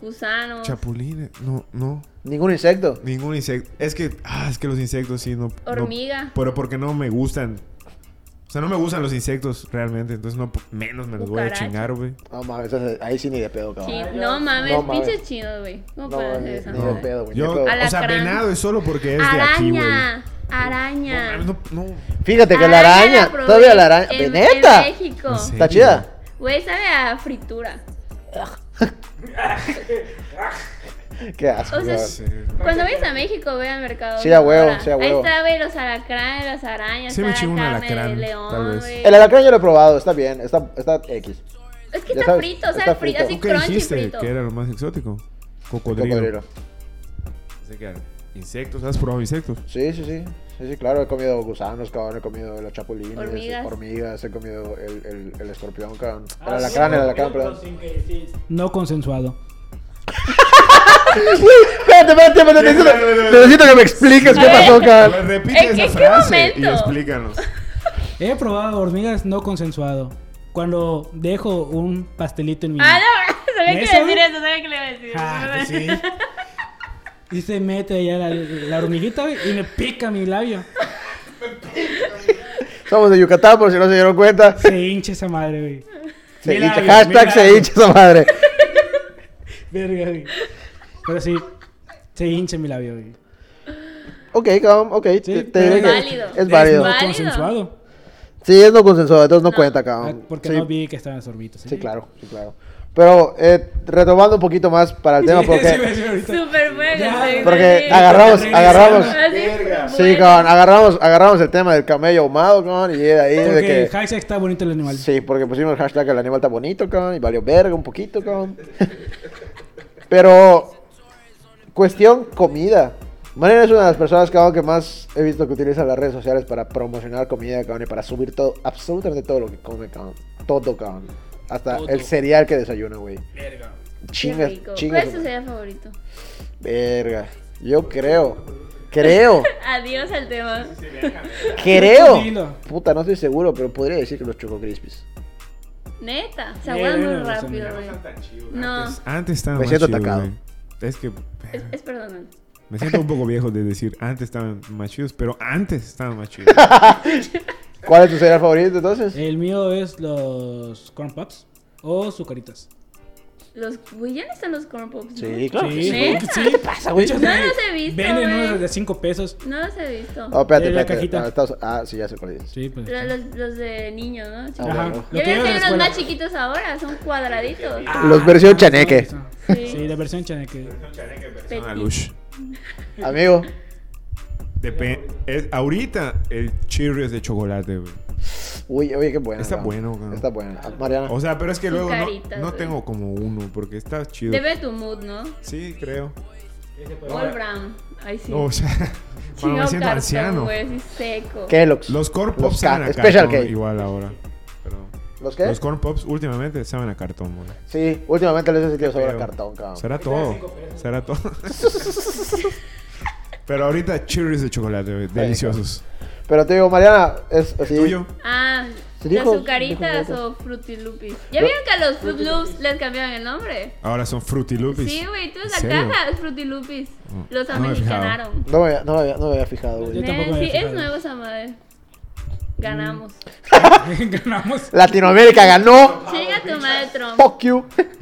Speaker 4: gusanos,
Speaker 2: Chapulines. No, no.
Speaker 1: Ningún insecto.
Speaker 2: Ningún insecto. Es que, ah, es que los insectos sí no. no-
Speaker 4: Hormiga.
Speaker 2: pero porque no me gustan. O sea, no me gustan los insectos realmente. Entonces, no, menos me los voy a
Speaker 4: Cucaracha.
Speaker 2: chingar, güey.
Speaker 1: No mames, eso- ahí sí ni de pedo, cabrón.
Speaker 4: chi- No mames,
Speaker 1: No mames.
Speaker 4: pinches chinos, güey. ¿Cómo
Speaker 1: No,
Speaker 4: pueden
Speaker 1: ni-
Speaker 4: hacer esa
Speaker 1: ni de
Speaker 4: madre?
Speaker 1: pedo, güey,
Speaker 2: Yo,
Speaker 1: ni de pedo.
Speaker 2: o sea,
Speaker 4: Alacrán.
Speaker 2: venado es solo porque es de aquí,
Speaker 4: Araña,
Speaker 2: güey.
Speaker 4: araña.
Speaker 2: No, no, no.
Speaker 1: Fíjate que la araña,
Speaker 4: probé
Speaker 1: todavía la araña.
Speaker 4: En,
Speaker 1: ¡Veneta!
Speaker 4: en México.
Speaker 2: No sé.
Speaker 1: Está chida.
Speaker 4: Güey, sabe a fritura.
Speaker 1: Qué asco.
Speaker 4: O sea,
Speaker 1: cabrón.
Speaker 2: Sí.
Speaker 4: Cuando vayas a México, ve al mercado.
Speaker 1: Sí, a huevo,
Speaker 4: Sonora.
Speaker 1: sí, a huevo.
Speaker 4: Ahí está, güey, los alacranes, las arañas.
Speaker 2: Sí me
Speaker 4: está
Speaker 2: chingo un
Speaker 4: la carne
Speaker 2: alacrán, tal
Speaker 4: de león,
Speaker 2: vez.
Speaker 4: güey.
Speaker 1: El alacrán yo lo he probado, está bien, está, está X.
Speaker 4: Es que
Speaker 1: ya
Speaker 4: está
Speaker 1: sabes,
Speaker 4: frito, o sea,
Speaker 1: está
Speaker 4: frito,
Speaker 1: frito.
Speaker 4: así
Speaker 2: ¿Tú qué
Speaker 4: crunchy
Speaker 2: dijiste
Speaker 4: frito.
Speaker 2: que era lo más exótico? Cocodrilo.
Speaker 1: Cocodrilo.
Speaker 2: Pensé que eran Insectos, ¿has probado insectos?
Speaker 1: Sí, sí, sí. Sí, sí, claro, he comido gusanos, cabrón, he comido los chapulines,
Speaker 4: Hormigas.
Speaker 1: hormigas, he comido el, el, el escorpión, cabrón. El
Speaker 3: Ah,
Speaker 1: alacrán, el alacrán, perdón.
Speaker 3: No consensuado.
Speaker 1: Espérate, espérate, espérate, necesito, necesito que me expliques qué pasó, cabrón.
Speaker 2: Repite
Speaker 4: ¿En
Speaker 2: esa
Speaker 4: qué- en qué
Speaker 2: frase y
Speaker 4: momento?
Speaker 2: explícanos.
Speaker 3: He probado hormigas no consensuado. Cuando dejo un pastelito en mi.
Speaker 4: Ah, no, <laughs> sabía que
Speaker 3: ¿Eso?
Speaker 4: iba a decir eso, sabía que le iba a decir.
Speaker 3: Ah, pues
Speaker 4: <laughs>
Speaker 3: sí. Y se mete allá la, la hormiguita güey, y me pica mi labio.
Speaker 1: Somos de Yucatán, por si no se dieron cuenta.
Speaker 3: Se hincha esa madre, güey.
Speaker 1: Se
Speaker 3: Mi
Speaker 1: hincha,
Speaker 3: labio,
Speaker 1: hashtag
Speaker 3: mi
Speaker 1: se
Speaker 3: labio.
Speaker 1: hincha esa madre.
Speaker 3: Verga, güey. Pero sí, se hincha mi labio, güey.
Speaker 1: Ok, cabrón, ok. te- te
Speaker 3: pero
Speaker 1: diré
Speaker 3: es
Speaker 1: que
Speaker 4: válido.
Speaker 1: Es válido.
Speaker 3: no
Speaker 4: válido.
Speaker 3: consensuado.
Speaker 1: Sí, es no consensuado, entonces no,
Speaker 4: No.
Speaker 1: cuenta,
Speaker 3: Ah,
Speaker 1: cabrón.
Speaker 3: Porque
Speaker 1: Sí,
Speaker 3: no vi que estaban sorbitos.
Speaker 1: Sí, claro, sí, claro. Pero eh, retomando un poquito más para el tema,
Speaker 3: <laughs> Sí, me
Speaker 1: porque,
Speaker 3: decía ahorita.
Speaker 4: Súper bueno.
Speaker 3: Ya,
Speaker 4: güey,
Speaker 1: porque
Speaker 4: así.
Speaker 1: agarramos, agarramos.
Speaker 4: Así,
Speaker 1: Sí, ah, cabrón, agarramos, agarramos el tema del camello ahumado, cabrón, y de ahí de
Speaker 3: Porque
Speaker 1: que...
Speaker 3: hashtag está bonito el animal.
Speaker 1: Sí, porque pusimos el hashtag el animal está bonito, cabrón, y valió verga un poquito, cabrón. <laughs> Pero, cuestión comida. Mariana es una de las personas, cabrón, que más he visto que utiliza las redes sociales para promocionar comida, cabrón, y para subir todo, absolutamente todo lo que come, cabrón. Todo, cabrón. Hasta
Speaker 3: Todo.
Speaker 1: el cereal que desayuna, güey. Chingas,
Speaker 4: Qué rico. ¿Cuál
Speaker 1: chingas.
Speaker 4: es tu cereal favorito?
Speaker 1: Verga. Yo creo. Creo.
Speaker 3: <laughs>
Speaker 4: Adiós al tema.
Speaker 1: creo.
Speaker 3: Dilo.
Speaker 1: Puta, no estoy seguro, pero podría decir que los Choco Crispies.
Speaker 4: Neta, se aguada
Speaker 3: Mira,
Speaker 4: muy
Speaker 3: mira,
Speaker 4: rápido,
Speaker 3: mira.
Speaker 4: güey. No.
Speaker 2: Antes, antes estaba
Speaker 1: Me
Speaker 2: más
Speaker 1: siento
Speaker 2: chido,
Speaker 1: atacado.
Speaker 2: güey. Es que eh,
Speaker 4: Es, es perdonable.
Speaker 2: me siento un poco viejo de decir antes estaban más chidos, pero antes estaban más
Speaker 1: <laughs>
Speaker 2: chidos.
Speaker 1: ¿Cuál es tu cereal favorito entonces?
Speaker 3: El mío es los corn pops o sucaritas.
Speaker 4: Los, güey, ya no están los corn pops, ¿no?
Speaker 1: Sí, claro. que
Speaker 3: Sí,
Speaker 1: sí.
Speaker 4: ¿Neta?
Speaker 3: sí. ¿Qué pasa, güey?
Speaker 4: No los he visto,
Speaker 3: Venden
Speaker 4: güey.
Speaker 3: unos de 5 pesos.
Speaker 4: No los he visto.
Speaker 1: Oh, espérate,
Speaker 3: Eh, la
Speaker 1: espérate.
Speaker 3: cajita.
Speaker 1: Ah, estás- ah, sí, ya sé cuál es.
Speaker 3: Sí, pues.
Speaker 4: Pero Los, los de niños, ¿no? Chiquitos.
Speaker 3: Ajá.
Speaker 1: Ah, bueno.
Speaker 3: Lo
Speaker 4: Ya
Speaker 3: que
Speaker 4: ves
Speaker 3: yo
Speaker 4: que hay
Speaker 3: en la
Speaker 4: unos más
Speaker 3: escuela.
Speaker 4: chiquitos ahora, son cuadraditos.
Speaker 1: Los versión
Speaker 3: Ah,
Speaker 1: chaneque.
Speaker 3: son-
Speaker 4: Sí.
Speaker 3: Sí, la
Speaker 1: <laughs>
Speaker 3: versión chaneque.
Speaker 4: Petit.
Speaker 2: Alush.
Speaker 1: Amigo,
Speaker 2: Depe- es- ahorita el Cheerios de chocolate, güey.
Speaker 1: uy, oye, qué bueno.
Speaker 2: Está
Speaker 1: ¿no?
Speaker 2: bueno, güey.
Speaker 1: Está bueno. Ah, Mariana.
Speaker 2: O sea, pero es que
Speaker 4: Sus
Speaker 2: luego no-
Speaker 4: caritas,
Speaker 2: no,
Speaker 4: güey.
Speaker 2: tengo como uno, porque está chido.
Speaker 4: Debe de tu mood, ¿no?
Speaker 2: Sí, creo.
Speaker 4: O el Bram. Ay, sí.
Speaker 2: O sea, Oh, <laughs> cuando me
Speaker 4: Chingado
Speaker 2: siento
Speaker 4: cartón,
Speaker 2: anciano.
Speaker 4: güey, así seco.
Speaker 1: Kellogg's.
Speaker 2: Los corn
Speaker 1: Los
Speaker 2: pops saben
Speaker 1: K,
Speaker 2: a
Speaker 1: Special
Speaker 2: cartón
Speaker 1: K.
Speaker 2: igual ahora. Pero
Speaker 1: ¿Los qué?
Speaker 2: Los corn pops últimamente saben a cartón, güey.
Speaker 1: Sí, últimamente les he sentido sabor a
Speaker 2: Pero-
Speaker 1: cartón, cabrón.
Speaker 2: Será todo. Será todo. <laughs> Pero ahorita Cheerios de chocolate, güey. Deliciosos.
Speaker 1: Pero te digo, Mariana, es así.
Speaker 2: Tuyo.
Speaker 4: Ah,
Speaker 1: Sí,
Speaker 4: las
Speaker 1: dijo-
Speaker 4: azucaritas
Speaker 1: dijo
Speaker 4: o frutilupis. ¿Ya vieron que a los Fruit Loops les cambiaron el nombre?
Speaker 2: Ahora son Fruity Loopies.
Speaker 4: Sí, güey, tú en
Speaker 2: ¿En
Speaker 4: la
Speaker 2: serio?
Speaker 4: caja es frutilupis.
Speaker 2: Mm.
Speaker 4: Los
Speaker 2: No me he fijado.
Speaker 4: americanaron.
Speaker 1: No me, había, no, me había, no me había fijado,
Speaker 3: Yo
Speaker 1: güey.
Speaker 3: tampoco me
Speaker 4: Nen,
Speaker 3: había
Speaker 4: Sí, es
Speaker 3: fijado.
Speaker 4: nuevo esa madre. Ganamos.
Speaker 3: Ganamos.
Speaker 1: Latinoamérica ganó.
Speaker 4: Chinga tu madre, Trump.
Speaker 1: Fuck you. <laughs>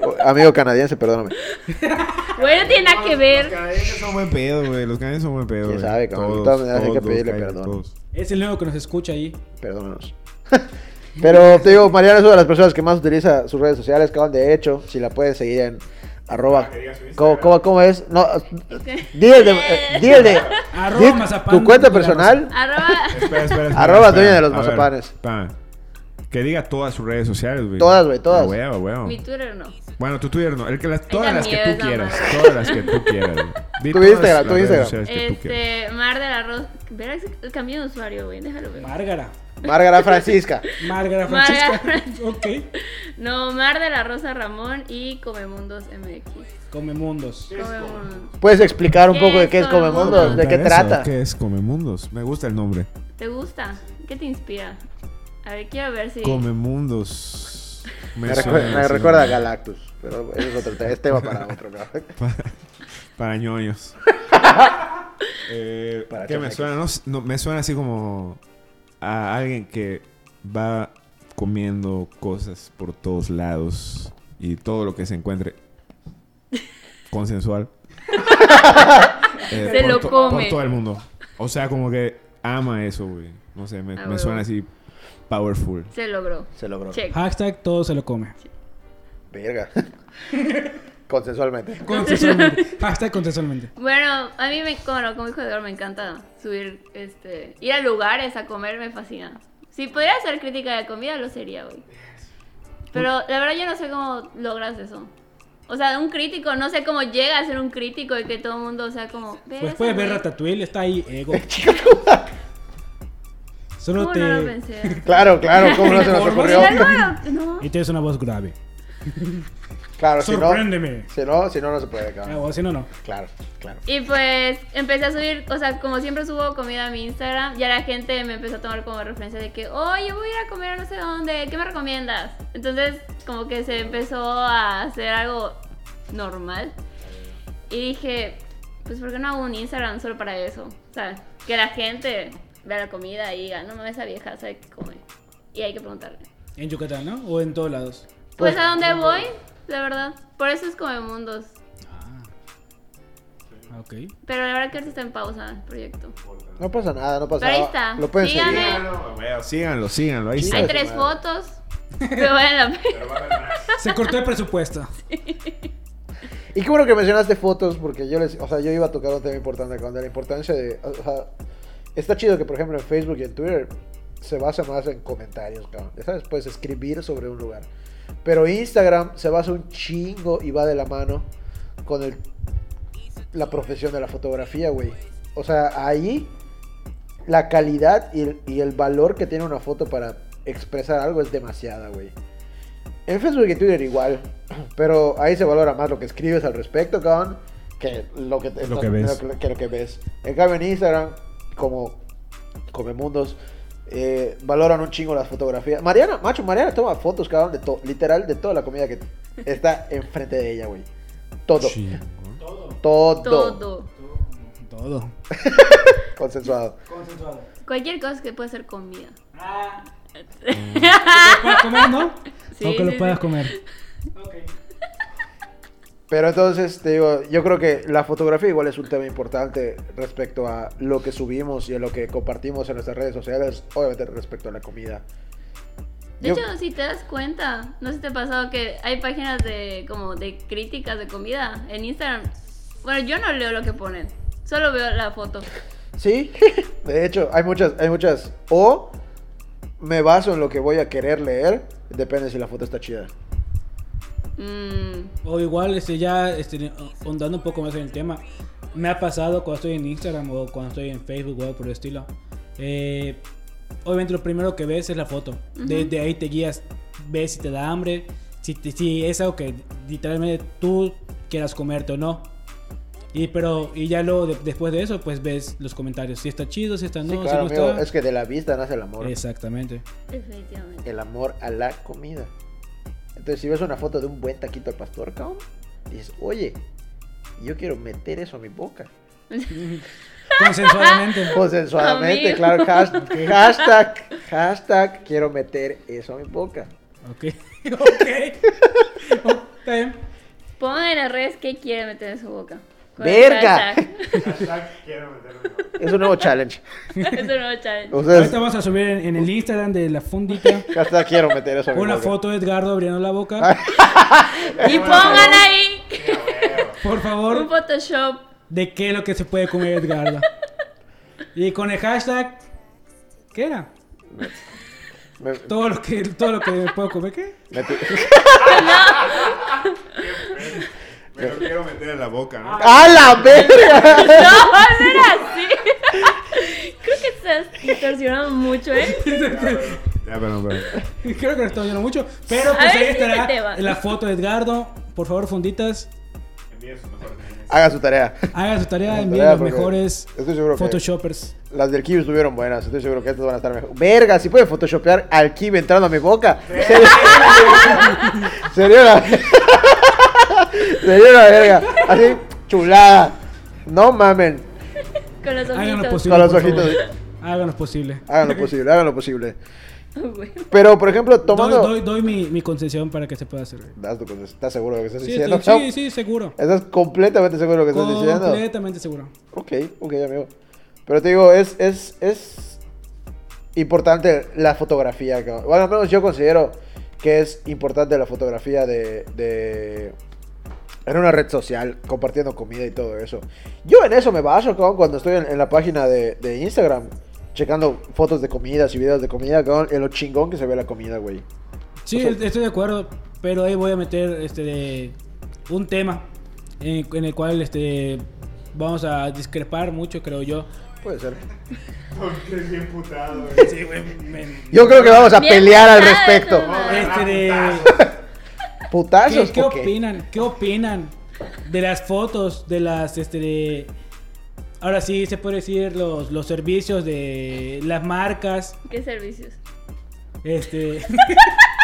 Speaker 1: Oh, Amigo canadiense, perdóname.
Speaker 4: Güey, no tiene nada que ver.
Speaker 2: canadienses son buen pedo, güey. Los canadienses son buen pedo,
Speaker 1: ¿Quién
Speaker 2: güey.
Speaker 1: sabe, cabrón? De todas maneras hay que pedirle perdón.
Speaker 3: Es el nuevo que nos escucha ahí.
Speaker 1: Perdónanos. <laughs> Pero te digo, Mariana es una de las personas que más utiliza sus redes sociales, cabrón. De hecho, si la pueden seguir en
Speaker 3: Ah,
Speaker 1: arroba. ¿Cómo, cómo, cómo es? No, di el de. eh, di el de-
Speaker 3: Arroba
Speaker 1: di
Speaker 3: mazapán
Speaker 1: tu cuenta
Speaker 3: de la
Speaker 1: personal.
Speaker 4: Arroba. <laughs>
Speaker 1: <laughs>
Speaker 2: Espera, espera, espera,
Speaker 1: Arroba
Speaker 2: espera.
Speaker 1: dueña de los
Speaker 2: A ver,
Speaker 1: mazapanes.
Speaker 2: pa. Que diga todas sus redes sociales, güey.
Speaker 1: Todas, güey, todas.
Speaker 2: Ah, Huevo, huevo.
Speaker 4: Mi Twitter no.
Speaker 2: Bueno, tu Twitter no. El que las, todas
Speaker 4: da
Speaker 2: las que
Speaker 4: miedo
Speaker 2: tú
Speaker 4: esa
Speaker 2: quieras.
Speaker 4: madre.
Speaker 2: Todas las que tú
Speaker 1: <laughs>
Speaker 2: quieras. güey. Di
Speaker 1: Tu
Speaker 2: todas
Speaker 1: Instagram,
Speaker 2: las
Speaker 1: tu
Speaker 2: redes
Speaker 1: Instagram.
Speaker 2: sociales que tú quieras.
Speaker 4: Este, Mar del Arroz. Verás, cambié de usuario, güey. Déjalo ver.
Speaker 3: Márgara.
Speaker 1: Márgara Francisca.
Speaker 3: Márgara
Speaker 4: Márgara
Speaker 3: Francisca. ok.
Speaker 4: No, Mar de la Rosa Ramón y Comemundos MX.
Speaker 3: Comemundos.
Speaker 4: Comemundos.
Speaker 1: ¿Puedes explicar un
Speaker 4: ¿Qué
Speaker 1: poco de
Speaker 4: es
Speaker 1: qué es Comemundos?
Speaker 4: Comemundos?
Speaker 1: ¿De qué
Speaker 2: Eso,
Speaker 1: trata?
Speaker 2: ¿Qué es Comemundos? Me gusta el nombre.
Speaker 4: ¿Te gusta? ¿Qué te inspira? A ver, quiero ver si.
Speaker 2: Comemundos.
Speaker 1: Me,
Speaker 2: suena
Speaker 1: recuerda- me
Speaker 2: así.
Speaker 1: recuerda a Galactus, pero ese es otro tema, es tema para otro cabrón.
Speaker 2: Para
Speaker 1: <laughs>
Speaker 2: ñoños. Eh,
Speaker 1: Para
Speaker 2: ¿Qué me
Speaker 1: chaneques.
Speaker 2: suena? No, s- no, me suena así como a alguien que va comiendo cosas por todos lados y todo lo que se
Speaker 4: <laughs>
Speaker 2: encuentre consensual. Eh,
Speaker 4: Se
Speaker 2: por
Speaker 4: lo
Speaker 2: to-
Speaker 4: come.
Speaker 2: Por todo el mundo. O sea, como que ama eso, güey. No sé, me,
Speaker 4: Ah,
Speaker 2: me
Speaker 4: huevo.
Speaker 2: suena así powerful.
Speaker 4: Se logró.
Speaker 1: <laughs> Se logró.
Speaker 4: Check.
Speaker 3: Hashtag todo se lo come.
Speaker 1: Verga. <laughs> Consensualmente.
Speaker 3: Consensualmente. Hashtag consensualmente.
Speaker 4: Bueno, a mí me bueno, como hijo de me encanta subir, este, ir a lugares a comer, me fascina. Si pudiera hacer crítica de comida, lo sería, güey. Pero la verdad yo no sé cómo logras eso. O sea, un crítico, no sé cómo llega a ser un crítico y que todo el mundo sea como... "Ve
Speaker 3: Pues
Speaker 4: ese
Speaker 3: puedes ver
Speaker 4: güey".
Speaker 3: Ratatouille, está ahí,
Speaker 1: <laughs>
Speaker 3: ego. Solo
Speaker 4: ¿Cómo
Speaker 3: te.
Speaker 4: no
Speaker 3: <laughs>
Speaker 4: lo pensé?
Speaker 1: Claro, claro, ¿cómo no se nos ocurrió?
Speaker 4: Mira, no, no.
Speaker 3: y tienes una voz grave.
Speaker 1: Claro, si no,
Speaker 3: Sorpréndeme.
Speaker 1: si no, si no, no se puede,
Speaker 3: Ah,
Speaker 1: cabrón.
Speaker 3: o si no, no.
Speaker 1: Claro, claro.
Speaker 4: Y pues empecé a subir, o sea, como siempre subo comida a mi Instagram, ya la gente me empezó a tomar como referencia de que, oye, voy a ir a comer a no sé dónde, ¿qué me recomiendas? Entonces, como que se empezó a hacer algo normal. Y dije, pues, ¿por qué no hago un Instagram solo para eso? O sea, que la gente vea la comida y diga, no mames, esa vieja sabe qué come. Y hay que preguntarle.
Speaker 3: En Yucatán, ¿no? O en todos lados.
Speaker 4: Pues, ¿a dónde voy? La verdad. Por eso es como mundos.
Speaker 3: Ah, Ok.
Speaker 4: Pero la verdad que ahorita está en pausa el proyecto.
Speaker 1: No pasa nada, no pasa
Speaker 4: Pero ahí
Speaker 1: nada.
Speaker 4: está.
Speaker 1: Lo pueden
Speaker 4: Síganme.
Speaker 1: seguir.
Speaker 2: Síganlo, síganlo. Ahí
Speaker 1: Sí.
Speaker 2: está.
Speaker 4: Hay
Speaker 1: Chinga
Speaker 4: tres
Speaker 1: su madre.
Speaker 4: fotos. <laughs> Pero vale la pena.
Speaker 3: Se cortó el
Speaker 4: <laughs>
Speaker 3: presupuesto.
Speaker 1: Y qué bueno que mencionaste fotos, porque yo les, o sea, yo iba a tocar un tema importante con de la importancia de, o sea, está chido que por ejemplo en Facebook y en Twitter se basa más en comentarios, cabrón. Ya sabes, puedes escribir sobre un lugar. Pero Instagram se basa un chingo y va de la mano con el, la profesión de la fotografía, güey. O sea, ahí la calidad y el, y el valor que tiene una foto para expresar algo es demasiada, güey. En Facebook y Twitter igual, <clears throat> pero ahí se valora más lo que escribes al respecto, cabrón, que lo que, estás-
Speaker 2: que ves.
Speaker 1: lo que- que lo que ves. En cambio en Instagram, como Comemundos, eh, valoran un chingo las fotografías. Mariana, macho, Mariana toma fotos, cabrón, de todo, literal, de toda la comida que está enfrente de ella, güey. Todo,
Speaker 2: Chingón.
Speaker 1: todo,
Speaker 4: Todo.
Speaker 3: Todo.
Speaker 1: consensuado.
Speaker 3: Concentrado.
Speaker 4: Cualquier cosa que pueda ser comida.
Speaker 3: Ah.
Speaker 4: <laughs>
Speaker 3: ¿Puedes comer, no?
Speaker 4: Sí,
Speaker 3: no que
Speaker 4: sí,
Speaker 3: lo
Speaker 4: sí.
Speaker 3: puedas comer. Ok.
Speaker 1: Pero entonces, te digo, yo creo que la fotografía igual es un tema importante respecto a lo que subimos y a lo que compartimos en nuestras redes sociales, obviamente respecto a la comida.
Speaker 4: De
Speaker 1: Yo-
Speaker 4: hecho, si te das cuenta, no sé si te ha pasado que hay páginas de como de críticas de comida en Instagram. Bueno, yo no leo lo que ponen, solo veo la foto.
Speaker 1: Sí, <laughs> de hecho, hay muchas, hay muchas. O me baso en lo que voy a querer leer, depende si la foto está chida.
Speaker 4: Mm,
Speaker 3: O igual, este, ya este, ondando un poco más en el tema, me ha pasado cuando estoy en Instagram o cuando estoy en Facebook o algo por el estilo. eh, obviamente, lo primero que ves es la foto. Desde ahí te guías, ves si te da hambre, si, te- si es algo que literalmente tú quieras comerte o no. Y, pero, y ya luego, de- después de eso, pues ves los comentarios. Si está chido, si está no,
Speaker 1: sí,
Speaker 3: si
Speaker 1: claro,
Speaker 3: no
Speaker 1: amigo,
Speaker 3: está.
Speaker 1: es que de la vista nace el amor.
Speaker 3: Exactamente.
Speaker 4: definitivamente.
Speaker 1: El amor a la comida. Entonces, si ves una foto de un buen taquito al pastor, cabrón, dices, oye, yo quiero meter eso a mi boca.
Speaker 3: Consensuadamente.
Speaker 1: Consensuadamente,
Speaker 4: Amigo.
Speaker 1: Pues claro, has- hashtag, hashtag, quiero meter eso a mi boca.
Speaker 3: ok. <laughs> ok. Está bien.
Speaker 4: Pongan en las redes qué quiere meter en su boca. Con
Speaker 1: <laughs>
Speaker 4: el
Speaker 1: ¡Verga!
Speaker 4: hashtag.
Speaker 1: Es un nuevo challenge.
Speaker 4: es un nuevo challenge.
Speaker 1: Ustedes,
Speaker 3: Ahorita vamos a subir en, en el Instagram de la fundita
Speaker 1: hashtag, quiero meter eso a mi
Speaker 3: una
Speaker 1: boca.
Speaker 3: foto de Edgardo abriendo la boca.
Speaker 1: Ah.
Speaker 4: Y pongan ahí
Speaker 3: Por
Speaker 4: un
Speaker 3: favor,
Speaker 4: Photoshop.
Speaker 3: de qué es lo que se puede comer Edgardo. Y con el hashtag, ¿qué era?
Speaker 1: Me-
Speaker 3: Todo lo que, todo lo que puedo comer, ¿qué?
Speaker 1: me ti-
Speaker 2: Me lo quiero meter en la boca, ¿no?
Speaker 4: Ah.
Speaker 1: ¡A la verga!
Speaker 4: No, <laughs> no era
Speaker 1: <laughs>
Speaker 4: así. Creo que estás distorsionando mucho, ¿eh?
Speaker 2: Ya, pero, pero.
Speaker 3: Creo que lo estoy oyendo mucho. Pero pues
Speaker 4: A ver,
Speaker 3: ahí
Speaker 4: sí te va.
Speaker 3: estará la foto de Edgardo. Por favor, funditas,
Speaker 1: Haga su tarea.
Speaker 3: hagan su tarea,
Speaker 1: Hagan su
Speaker 3: envíen
Speaker 1: tarea
Speaker 3: los
Speaker 1: porque
Speaker 3: mejores
Speaker 1: estoy seguro que-
Speaker 3: photoshoppers.
Speaker 1: Las del Kiwi estuvieron buenas, estoy seguro que estas van a estar mejor. Verga, si puede photoshopear al Kiwi entrando a mi boca. Sería, sería una. sería una verga. Así, chulada. No mamen.
Speaker 4: Con los
Speaker 3: Hagan lo
Speaker 4: ojitos.
Speaker 3: posible.
Speaker 1: Con los
Speaker 3: por favor.
Speaker 1: ojitos.
Speaker 3: Hagan lo posible.
Speaker 1: Hagan lo posible, hagan lo posible.
Speaker 4: <laughs> Güey.
Speaker 1: Pero, por ejemplo, tomando.
Speaker 3: Doy, doy, doy mi, mi concesión para que se pueda hacer. güey.
Speaker 1: Das tu cosa, ¿Estás seguro de lo que estás
Speaker 3: Sí,
Speaker 1: diciendo?
Speaker 3: estoy- sí,
Speaker 1: Chao.
Speaker 3: sí, seguro.
Speaker 1: ¿Estás completamente seguro de lo que estás diciendo?
Speaker 3: Completamente seguro.
Speaker 1: Ok, ok, amigo. Pero te digo, es, es, es importante la fotografía. cabrón. Bueno, al menos yo considero que es importante la fotografía de, de... En una red social, compartiendo comida y todo eso. Yo en eso me baso, cabrón, cuando estoy en, en la página de, de Instagram. Checando fotos de comidas y videos de comida, cabrón. En lo chingón que se ve la comida, güey.
Speaker 3: Sí,
Speaker 1: O sea-
Speaker 3: est- estoy de acuerdo, pero ahí voy a meter este de- un tema en, en el cual este vamos a discrepar mucho, creo yo.
Speaker 1: Puede ser.
Speaker 2: eh.
Speaker 3: Sí, güey, me-
Speaker 1: Yo creo que vamos a
Speaker 4: Bien
Speaker 1: pelear al
Speaker 4: putada de
Speaker 1: respecto.
Speaker 4: tu madre.
Speaker 3: este de
Speaker 1: ¿Putazos
Speaker 3: ¿qué, qué
Speaker 1: o qué?
Speaker 3: opinan? ¿Qué opinan de las fotos de las este de- ahora sí se puede decir los los servicios de las marcas
Speaker 4: ¿Qué servicios?
Speaker 1: <laughs>
Speaker 3: este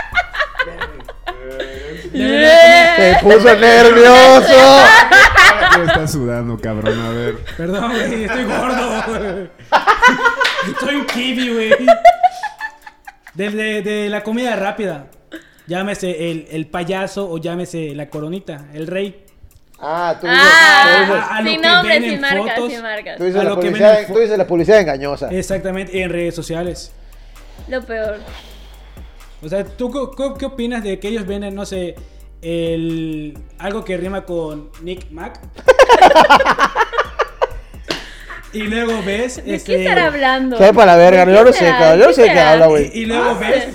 Speaker 3: <laughs>
Speaker 1: Se puso nervioso.
Speaker 2: Tú estás sudando, cabrón, a ver.
Speaker 3: Perdón, güey, estoy gordo, güey. Soy un kiwi, güey. De, de- de la comida rápida. Llámese el, el payaso o llámese la coronita, el rey.
Speaker 1: Ah, tú dices, tú dices-
Speaker 4: Ah,
Speaker 3: a lo
Speaker 4: sin
Speaker 3: que
Speaker 4: nombre,
Speaker 3: ven en
Speaker 4: sin marcas,
Speaker 3: fotos,
Speaker 4: sin marcas.
Speaker 1: tú dices
Speaker 3: a
Speaker 1: la
Speaker 3: lo que
Speaker 1: publicidad,
Speaker 3: ven en
Speaker 1: tú dices la publicidad engañosa.
Speaker 3: Exactamente, en redes sociales.
Speaker 4: Lo peor.
Speaker 3: O sea, ¿tú qué- qué, qué opinas de que ellos venden, no sé, el, algo que rima con Nick Mac? y luego ves...
Speaker 4: ¿De
Speaker 3: este,
Speaker 4: qué estará hablando?
Speaker 1: Sepa la verga,
Speaker 4: ¿De
Speaker 1: yo no sé,
Speaker 4: será?
Speaker 1: cabrón, yo no
Speaker 4: ¿De
Speaker 1: sé qué
Speaker 4: será?
Speaker 1: habla, güey.
Speaker 3: y, y luego ves...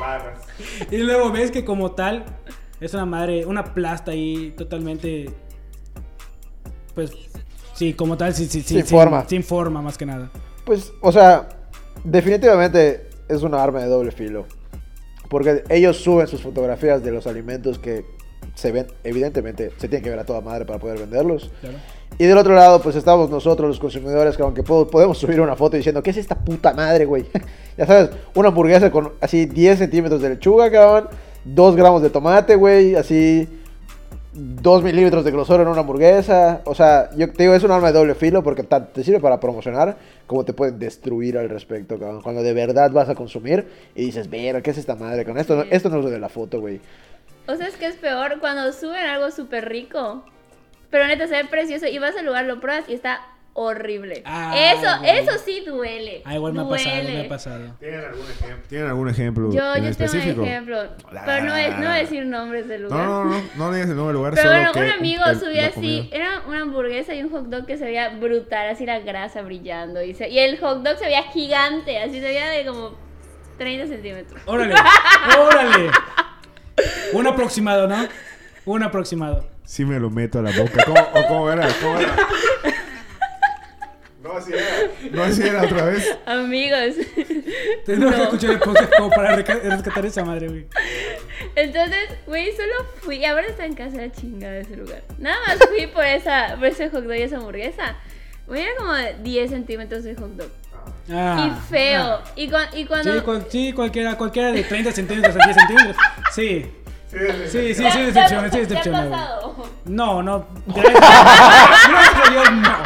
Speaker 2: Barras.
Speaker 3: <laughs> Y luego ves que como tal es una madre, una plasta ahí totalmente pues sí, como tal sí, sí, sí,
Speaker 1: Sin forma.
Speaker 3: Sin forma más que nada.
Speaker 1: Pues, o sea, definitivamente es una arma de doble filo. Porque ellos suben sus fotografías de los alimentos que se ven, evidentemente, se tienen que ver a toda madre para poder venderlos.
Speaker 3: Claro.
Speaker 1: Y del otro lado, pues estamos nosotros, los consumidores, que aunque po- podemos subir una foto diciendo, ¿qué es esta puta madre, güey? <laughs> ya sabes, una hamburguesa con así 10 centímetros de lechuga, cabrón, 2 gramos de tomate, güey, así 2 milímetros de grosor en una hamburguesa. O sea, yo te digo, es un arma de doble filo porque tanto te sirve para promocionar como te pueden destruir al respecto, cabrón. Cuando de verdad vas a consumir y dices, verga, ¿qué es esta madre? Con esto, no-
Speaker 4: Sí.
Speaker 1: esto no es lo de la foto, güey.
Speaker 4: O sea, es que es peor cuando suben algo súper rico. Pero neta, se ve precioso y vas al lugar, lo pruebas y está horrible.
Speaker 3: Ah,
Speaker 4: eso,
Speaker 3: güey.
Speaker 4: eso sí duele.
Speaker 3: Ah, igual me ha
Speaker 4: duele.
Speaker 3: pasado, me ha pasado.
Speaker 2: ¿Tienen algún ejemplo? ¿Tienen algún ejemplo
Speaker 4: Yo,
Speaker 2: en
Speaker 4: yo tengo
Speaker 2: específico?
Speaker 4: un ejemplo. Pero no, es, no voy a decir nombres del lugar.
Speaker 2: No, no, no, no le digas el nombre del lugar.
Speaker 4: Pero
Speaker 2: solo
Speaker 4: bueno,
Speaker 2: que
Speaker 4: un amigo
Speaker 2: el-
Speaker 4: subía
Speaker 2: la
Speaker 4: así,
Speaker 2: comida.
Speaker 4: era una hamburguesa y un hot dog que se veía brutal, así la grasa brillando. Y, se- y el hot dog se veía gigante, así se veía de como 30 centímetros.
Speaker 3: Órale, órale. Un aproximado, ¿no? Un aproximado.
Speaker 2: Sí me lo meto a la boca. ¿Cómo, o cómo era? ¿Cómo era? No así era. No así era otra vez.
Speaker 4: Amigos. <laughs>
Speaker 3: Tenemos que
Speaker 4: No.
Speaker 3: escuchar el podcast como para reca- rescatar esa madre, güey.
Speaker 4: Entonces, güey, solo fui. Ahora está en casa la chingada de ese lugar. Nada más fui por, esa, por ese hot dog y esa hamburguesa. Güey, era como de 10 centímetros de hot dog.
Speaker 3: Ah,
Speaker 4: y feo.
Speaker 3: ah.
Speaker 4: Y, cua- y cuando.
Speaker 3: Sí, cual- sí, cualquiera, cualquiera de 30 centímetros a 10 centímetros. Sí. Sí, sí, sí,
Speaker 4: Ya- ya-
Speaker 3: decepciona, sí,
Speaker 4: ya ha
Speaker 3: decepciona. güey.
Speaker 4: pasado. <laughs> No,
Speaker 3: No, no. Gracias <laughs> gracias a Dios, no.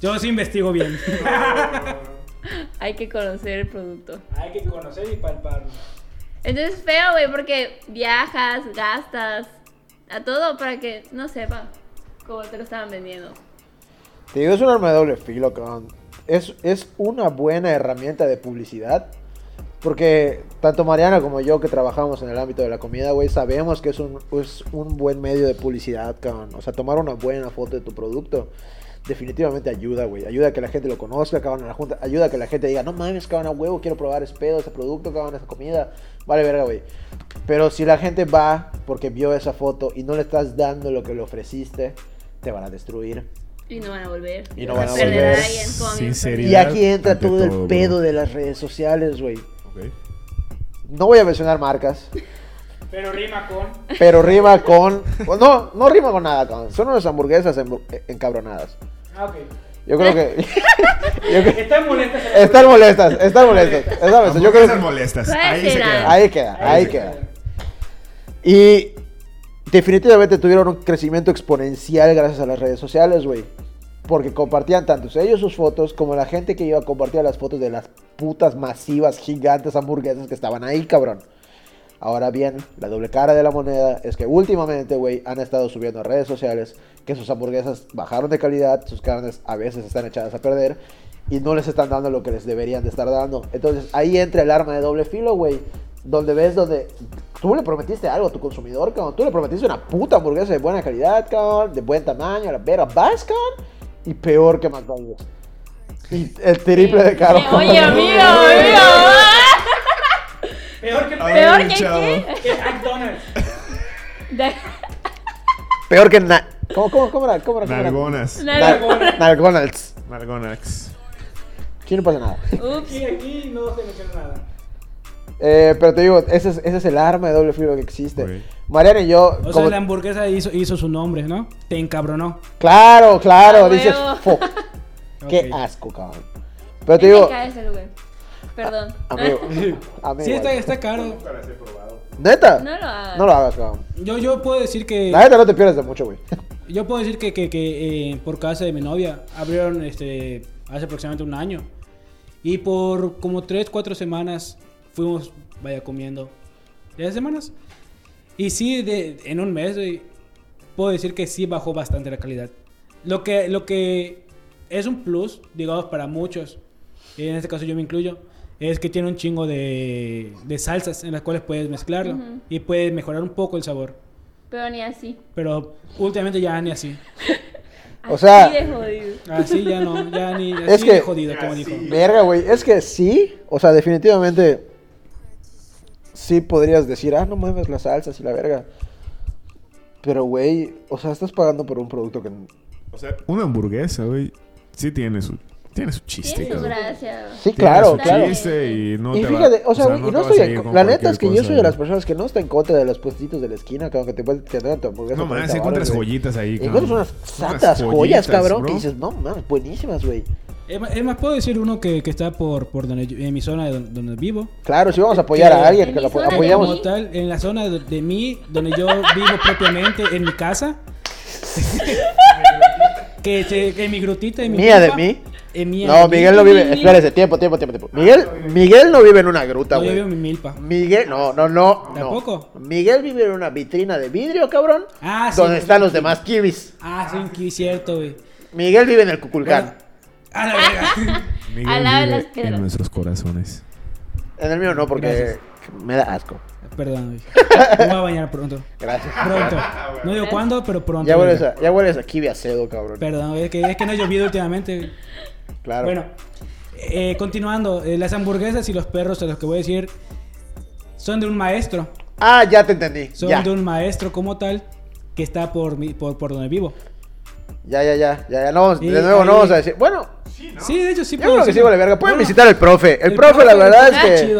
Speaker 3: Yo sí investigo bien.
Speaker 4: Hay que conocer el producto.
Speaker 3: <laughs> Hay que conocer y palpar.
Speaker 4: Entonces feo, güey, porque viajas, gastas, a todo para que no sepa cómo te lo estaban vendiendo.
Speaker 1: Te digo, es un arma de doble filo, cabrón. Es, es una buena herramienta de publicidad. Porque tanto Mariana como yo que trabajamos en el ámbito de la comida, güey, sabemos que es un, es un buen medio de publicidad, cabrón. O sea, tomar una buena foto de tu producto definitivamente ayuda, güey. Ayuda a que la gente lo conozca, cabrón, a la junta. Ayuda a que la gente diga, no mames, cabrón, a huevo, quiero probar ese pedo, ese producto, cabrón, esa comida. Vale, verga, güey. Pero si la gente va porque vio esa foto y no le estás dando lo que le ofreciste, te van a destruir.
Speaker 4: Y no van a volver.
Speaker 1: Y no van a
Speaker 4: Perder
Speaker 1: volver.
Speaker 4: a alguien como mi
Speaker 1: Y
Speaker 2: Sinceridad.
Speaker 1: aquí entra
Speaker 2: ante
Speaker 1: todo el
Speaker 2: todo, bro.
Speaker 1: pedo de las redes sociales, güey.
Speaker 2: Ok.
Speaker 1: No voy a mencionar marcas,
Speaker 3: Pero rima con.
Speaker 1: pero rima con. o No, no rima con nada, cabrón. Son unas hamburguesas enbu- encabronadas.
Speaker 3: Ah, ok.
Speaker 1: Yo creo que. <laughs> yo creo-
Speaker 3: Están molestas.
Speaker 1: están molestas, están molestas. Están molestas. Yo creo
Speaker 2: Hamburguesas
Speaker 1: que-
Speaker 2: molestas.
Speaker 4: ¿Cuál
Speaker 2: Ahí se
Speaker 4: será?
Speaker 2: queda.
Speaker 1: Ahí queda, ahí queda. Y definitivamente tuvieron un crecimiento exponencial gracias a las redes sociales, güey. Porque compartían tanto ellos sus fotos como la gente que iba a compartir las fotos de las putas masivas, gigantes hamburguesas que estaban ahí, cabrón. Ahora bien, la doble cara de la moneda es que últimamente, güey, han estado subiendo a redes sociales que sus hamburguesas bajaron de calidad, sus carnes a veces están echadas a perder y no les están dando lo que les deberían de estar dando. Entonces ahí entra el arma de doble filo, güey, donde ves donde tú le prometiste algo a tu consumidor, cabrón, tú le prometiste una puta hamburguesa de buena calidad, cabrón, de buen tamaño, a la vera, vas, cabrón, y peor que McDonald's. Y el triple de caro.
Speaker 4: Eh, Oye, amigo, amigo.
Speaker 3: Peor que el
Speaker 2: Ay,
Speaker 4: Peor que
Speaker 2: chavo.
Speaker 4: qué.
Speaker 3: que McDonald's.
Speaker 4: Da-
Speaker 1: Peor que na- ¿Cómo, cómo, cómo era? ¿Cómo era? ¿Cómo era?
Speaker 2: Nargonas.
Speaker 4: Nada.
Speaker 1: Nar- Nargonals.
Speaker 2: Nargonax.
Speaker 1: Aquí no pasa nada.
Speaker 4: Ups.
Speaker 3: Y aquí no se menciona nada.
Speaker 1: Eh, pero te digo, ese es, ese es el arma de doble filo que existe.
Speaker 2: Ok.
Speaker 1: Mariana y yo.
Speaker 3: O sea,
Speaker 1: como-
Speaker 3: la hamburguesa hizo, hizo su nombre, ¿no? Te encabronó.
Speaker 1: Claro, claro.
Speaker 4: A
Speaker 1: dices,
Speaker 4: huevo.
Speaker 2: <laughs>
Speaker 1: fuck. Qué
Speaker 3: Ok.
Speaker 1: asco, cabrón. Pero te
Speaker 4: Me
Speaker 1: digo,
Speaker 4: cae ese lugar. Perdón.
Speaker 1: amigo. amigo,
Speaker 3: Sí, está, está caro.
Speaker 2: Para ser probado.
Speaker 1: Neta.
Speaker 4: No lo hagas.
Speaker 1: No lo hagas, cabrón.
Speaker 3: Yo, yo puedo decir que.
Speaker 1: La neta no te pierdes de mucho, güey.
Speaker 3: Yo puedo decir que, que- que, eh, por casa de mi novia abrieron este, hace aproximadamente un año. Y por como 3, 4 semanas fuimos, vaya, comiendo. ¿Tres semanas? Y sí, de, en un mes güey, puedo decir que sí bajó bastante la calidad. Lo que, lo que es un plus, digamos, para muchos, y en este caso yo me incluyo, es que tiene un chingo de, de salsas en las cuales puedes mezclarlo
Speaker 4: Ujú.
Speaker 3: y puedes mejorar un poco el sabor.
Speaker 4: Pero ni así.
Speaker 3: Pero últimamente ya ni así.
Speaker 1: O sea-
Speaker 4: Así de jodido.
Speaker 3: Así Ah, ya no, ya ni así
Speaker 1: Es que-
Speaker 3: de jodido, como dijo.
Speaker 1: <laughs> Verga, güey. Es que sí. O sea, definitivamente. Sí podrías decir, ah, no mueves las salsas y la verga. Pero, güey, o sea, estás pagando por un producto que
Speaker 2: O sea, una hamburguesa, güey, sí tiene su Tiene su chiste.
Speaker 4: Tiene su
Speaker 2: cabrón.
Speaker 4: gracia.
Speaker 1: Sí,
Speaker 2: Tiene
Speaker 1: claro,
Speaker 2: su
Speaker 1: claro.
Speaker 2: chiste y no
Speaker 1: y
Speaker 2: te va-
Speaker 1: fíjate, o sea, güey,
Speaker 2: no
Speaker 1: y
Speaker 2: te
Speaker 1: no
Speaker 2: va a
Speaker 1: estoy
Speaker 2: seguir
Speaker 1: en co-
Speaker 2: con
Speaker 1: La neta es que
Speaker 2: cualquier
Speaker 1: yo soy de
Speaker 2: cosa,
Speaker 1: las personas que no está en contra de los puestitos de la esquina, cabrón, que te, pueden- que te dan tu hamburguesa.
Speaker 2: No
Speaker 1: por
Speaker 2: mames,
Speaker 1: 30
Speaker 2: encuentras
Speaker 1: varos, güey.
Speaker 2: joyitas ahí.
Speaker 1: Y encuentras unas satas joyas, cabrón, que dices, no mames, buenísimas, güey.
Speaker 3: Es más, es más, puedo decir uno que, que está por, por donde yo- en mi zona de don- donde vivo.
Speaker 1: Claro, si vamos a apoyar a
Speaker 3: Que-
Speaker 1: alguien, que lo
Speaker 4: En mi zona de
Speaker 1: apoyamos.
Speaker 3: Como tal, en la zona de, de mí, donde yo vivo propiamente, en mi casa. <laughs> que, se- que en mi grutita, en mi
Speaker 1: ¿Mía de
Speaker 3: milpa,
Speaker 1: mí?
Speaker 3: en mía de
Speaker 1: No,
Speaker 3: mí.
Speaker 1: Miguel no vive. Espérese, tiempo, tiempo, tiempo. tiempo.
Speaker 2: Ah,
Speaker 1: Miguel, Miguel no vive en una gruta,
Speaker 3: No, yo vivo en
Speaker 1: güey.
Speaker 3: mi milpa.
Speaker 1: Miguel, no, no, no. no.
Speaker 3: ¿Tampoco?
Speaker 1: Miguel vive en una vitrina de vidrio, cabrón.
Speaker 3: Ah, sí.
Speaker 1: Donde están los demás kibis.
Speaker 3: Ah, sí, que es cierto, güey.
Speaker 1: Miguel vive en el Cuculcán.
Speaker 3: Bueno, a la verga. <laughs>
Speaker 4: Al lado de las piedras.
Speaker 2: En nuestros corazones.
Speaker 1: En el mío no, porque
Speaker 3: Gracias.
Speaker 1: me da asco.
Speaker 3: Perdón, güey.
Speaker 1: <laughs>
Speaker 3: Me voy a bañar pronto.
Speaker 1: Gracias.
Speaker 3: Pronto. No digo cuándo, pero pronto.
Speaker 1: Ya
Speaker 3: güey.
Speaker 1: hueles a, ya hueles a kibi a cedo, cabrón.
Speaker 3: Perdón, es que, es que no ha llovido últimamente. güey.
Speaker 1: claro.
Speaker 3: Bueno, eh, continuando, eh, las hamburguesas y los perros a los que voy a decir son de un maestro.
Speaker 1: Ah, ya te entendí.
Speaker 3: Son
Speaker 1: Ya.
Speaker 3: de un maestro como tal que está por, mi, por, por donde vivo.
Speaker 1: ya, ya, ya, ya, ya. No, vamos-
Speaker 3: Sí,
Speaker 1: de nuevo no
Speaker 3: ahí.
Speaker 1: vamos a decir. Bueno,
Speaker 3: Sí, de hecho sí.
Speaker 1: yo
Speaker 3: puedo
Speaker 1: creo que sí
Speaker 3: decirlo.
Speaker 1: vale verga. Pueden
Speaker 3: Bueno,
Speaker 1: visitar al profe. El, profe, la verdad es que.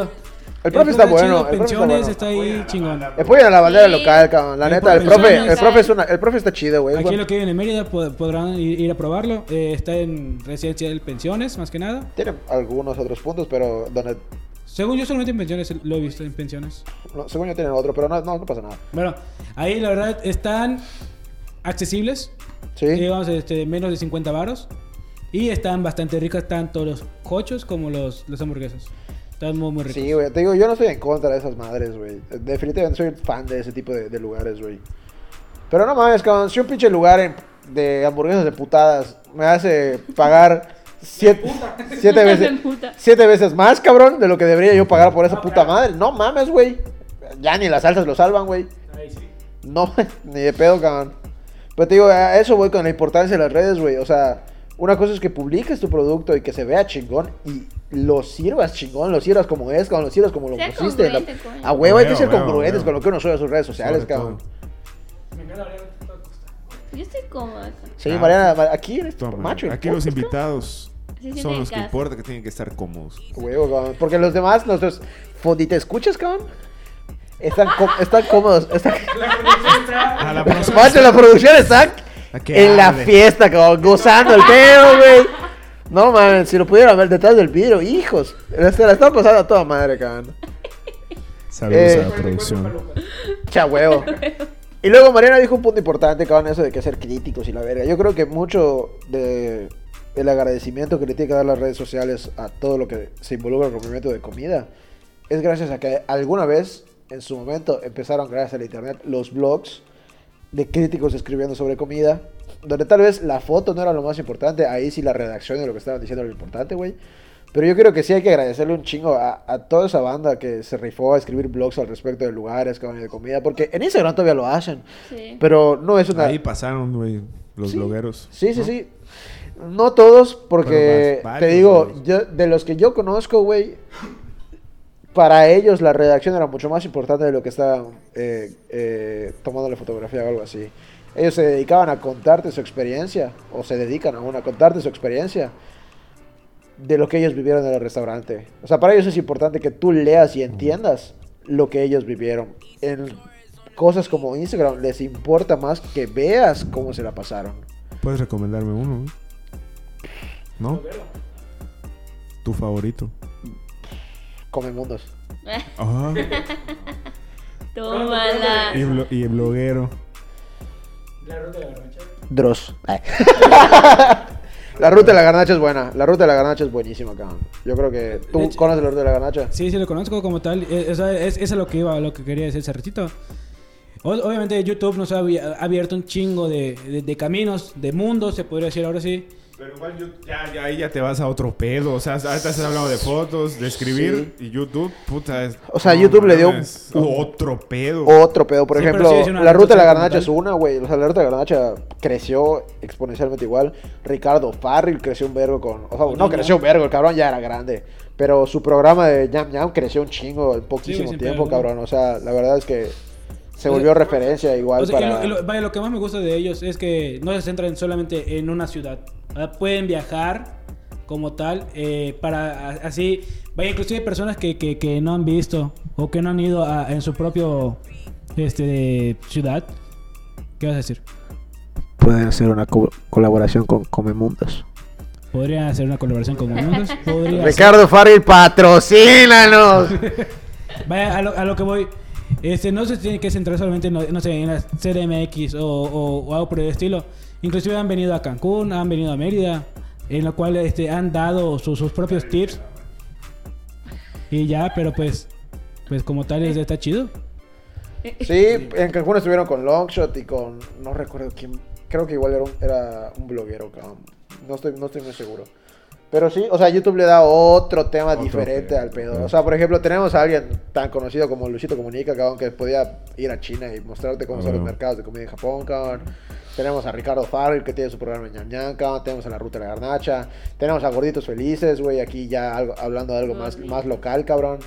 Speaker 1: El profe está bueno. El profe está
Speaker 3: pensiones
Speaker 1: bueno.
Speaker 3: está ahí chingón.
Speaker 1: Apoyen a la bandera
Speaker 4: Sí.
Speaker 1: local, cabrón. La
Speaker 3: El
Speaker 1: neta, el
Speaker 3: profe-
Speaker 1: profe, el
Speaker 4: Personas.
Speaker 1: profe es una, el profe está chido, güey. es
Speaker 3: Aquí
Speaker 1: bueno.
Speaker 3: lo que viven en Mérida pod- podrán ir, ir a probarlo. Eh, está en residencia del pensiones, más que nada.
Speaker 1: Tiene algunos otros puntos, pero donde
Speaker 3: Según yo, solamente en pensiones lo he visto en pensiones.
Speaker 1: no, según yo tienen otro, pero no, no, no pasa nada.
Speaker 3: Bueno, ahí la verdad están accesibles.
Speaker 1: Sí.
Speaker 3: Digamos, este, menos de 50 varos. Y están bastante ricas tanto los cochos como los, los hamburguesas. Están muy, muy ricos.
Speaker 1: Sí, güey. Te digo, yo no estoy en contra de esas madres, güey. Definitivamente soy fan de ese tipo de, de lugares, güey. Pero no mames, cabrón. Si un pinche lugar en- de hamburguesas de putadas me hace pagar siete, <laughs> siete
Speaker 4: De
Speaker 1: veces
Speaker 4: puta.
Speaker 1: siete veces más, cabrón, de lo que debería yo pagar por esa puta madre. No mames, güey. Ya ni las salsas lo salvan, güey. No, <laughs> ni de pedo, cabrón. Pero te digo, a eso voy con la importancia de las redes, güey. O sea, una cosa es que publiques tu producto y que se vea chingón y lo sirvas chingón, lo sirvas como es, cabrón, lo sirvas como lo
Speaker 4: Sea
Speaker 1: pusiste. en la-
Speaker 4: congruente, coño.
Speaker 1: A huevo hay que
Speaker 2: Huevo,
Speaker 1: ser
Speaker 2: huevo,
Speaker 1: congruentes
Speaker 2: huevo.
Speaker 1: con lo que uno sube a sus redes sociales,
Speaker 2: Sobre
Speaker 1: cabrón.
Speaker 2: todo.
Speaker 4: Yo estoy cómoda. acá.
Speaker 1: Sí,
Speaker 2: Ah,
Speaker 1: Mariana, ma- aquí eres
Speaker 2: Toma,
Speaker 1: macho. en
Speaker 2: Aquí los
Speaker 1: podcast,
Speaker 2: invitados
Speaker 4: Sí, sí,
Speaker 2: son
Speaker 4: sí,
Speaker 2: los que
Speaker 4: casa.
Speaker 2: importa que tienen que estar cómodos.
Speaker 1: cabrón. Huevo, cabrón. Porque los demás, nuestros fondita escuchas, cabrón. Están, có- están cómodos. Están...
Speaker 2: A la
Speaker 1: <laughs> Macho, la producción está
Speaker 2: ¿A qué
Speaker 1: en la
Speaker 2: hable?
Speaker 1: fiesta, cabrón, gozando el pedo, güey. No mames, si lo pudieran ver detrás del vidrio, hijos. Se la están pasando a toda madre, cabrón.
Speaker 2: Saludos
Speaker 1: Eh.
Speaker 2: a la producción.
Speaker 1: <laughs> Cha huevo. Y luego Mariana dijo un punto importante, cabrón, eso de que ser críticos y la verga. Yo creo que mucho de el agradecimiento que le tiene que dar las redes sociales a todo lo que se involucra en el movimiento de comida es gracias a que alguna vez, en su momento, empezaron gracias al internet los blogs de críticos escribiendo sobre comida, donde tal vez la foto no era lo más importante, ahí sí la redacción de lo que estaban diciendo era lo importante, güey. Pero yo creo que sí hay que agradecerle un chingo a, a toda esa banda que se rifó a escribir blogs al respecto de lugares, cabrón, y de comida, porque en Instagram todavía lo hacen,
Speaker 4: Sí.
Speaker 1: pero no es una...
Speaker 2: Ahí pasaron, güey, los
Speaker 1: Sí.
Speaker 2: blogueros.
Speaker 1: Sí, sí, sí. No todos, porque
Speaker 2: Pero vas-
Speaker 1: te
Speaker 2: varios,
Speaker 1: digo,
Speaker 2: varios.
Speaker 1: yo- de los que yo conozco, güey, para ellos la redacción era mucho más importante de lo que estaban eh, eh, tomando la fotografía o algo así. Ellos se dedicaban a contarte su experiencia, o se dedican aún a contarte su experiencia de lo que ellos vivieron en el restaurante. O sea, para ellos es importante que tú leas y entiendas lo que ellos vivieron. En cosas como Instagram les importa más que veas cómo se la pasaron.
Speaker 2: ¿Puedes recomendarme uno? güey? ¿No? ¿Tu favorito?
Speaker 1: Come mundos.
Speaker 2: Ajá.
Speaker 4: <laughs> Tómala.
Speaker 2: Y, blo- y bloguero.
Speaker 1: Dross. <laughs> la ruta de la garnacha es buena. La ruta de la garnacha es buenísima, cabrón. Yo creo que. ¿Tú
Speaker 3: De hecho-
Speaker 1: conoces la ruta de la garnacha?
Speaker 3: Sí, sí, lo conozco como tal. Eh, o sea, es, es a lo que iba, a lo que quería decir Cerritito. O- obviamente YouTube nos ha abi- ha abierto un chingo de, de- de caminos, de mundos, se podría decir ahora sí.
Speaker 2: Pero igual yo- ya, ya, ahí ya te vas a otro pedo. O sea, ahorita estás hablando de fotos, de escribir. Y YouTube, puta. es-
Speaker 1: O sea, YouTube le dio
Speaker 2: mames,
Speaker 1: un-
Speaker 2: otro pedo.
Speaker 1: Otro pedo, por
Speaker 3: Sí, pero
Speaker 1: ejemplo,
Speaker 3: sí es una
Speaker 1: la ruta de la
Speaker 3: ruta
Speaker 1: garnacha es
Speaker 3: como
Speaker 1: una, güey. O sea, la ruta de la garnacha creció exponencialmente igual. Ricardo Farril creció un vergo con. O sea,
Speaker 3: Con
Speaker 1: no
Speaker 3: Yam
Speaker 1: creció
Speaker 3: Yam.
Speaker 1: un vergo, el cabrón ya era grande. Pero su programa de Yam Yam creció un chingo en poquísimo
Speaker 3: sin
Speaker 1: tiempo,
Speaker 3: pedo, ¿no?
Speaker 1: cabrón. O sea, la verdad es que se
Speaker 3: O sea,
Speaker 1: volvió referencia igual
Speaker 3: O sea, y
Speaker 1: para.
Speaker 3: lo, y lo- vaya, lo que más me gusta de ellos es que no se centran solamente en una ciudad. ¿verdad? Pueden viajar como tal, eh, para a- así, vaya, inclusive personas que, que, que no han visto o que no han ido a- en su propio este, ciudad. ¿Qué vas a decir?
Speaker 1: Pueden hacer una co- colaboración con Comemundos.
Speaker 3: ¿Podrían hacer una colaboración con Mundos? Podría ser.
Speaker 1: Ricardo Farril, patrocínanos.
Speaker 3: <laughs> Vaya, a lo, a lo que voy. Este, no se tiene que centrar solamente no, no sé, en la CDMX o, o- o algo por el estilo. Inclusive han venido a Cancún, han venido a Mérida, en lo cual este, han dado su- sus propios tips. Y ya, pero pues, pues como tal es- está chido.
Speaker 1: Sí, en Cancún estuvieron con Longshot y con. No recuerdo quién. Creo que igual era un, era un bloguero, cabrón. No estoy, no estoy muy seguro. Pero sí, o sea, YouTube le da otro tema
Speaker 2: Otro
Speaker 1: diferente
Speaker 2: tema,
Speaker 1: al pedo.
Speaker 2: claro.
Speaker 1: O sea, por ejemplo, tenemos a alguien tan conocido como Luisito Comunica, cabrón, que podía ir a China y mostrarte cómo
Speaker 2: Ah,
Speaker 1: son los
Speaker 2: bueno.
Speaker 1: mercados de comida en Japón, cabrón. Tenemos a Ricardo Farrell, que tiene su programa en Ñam Ñam, cabrón. Tenemos a La Ruta de la Garnacha. Tenemos a Gorditos Felices, güey, aquí ya algo- hablando de algo más, más local, cabrón.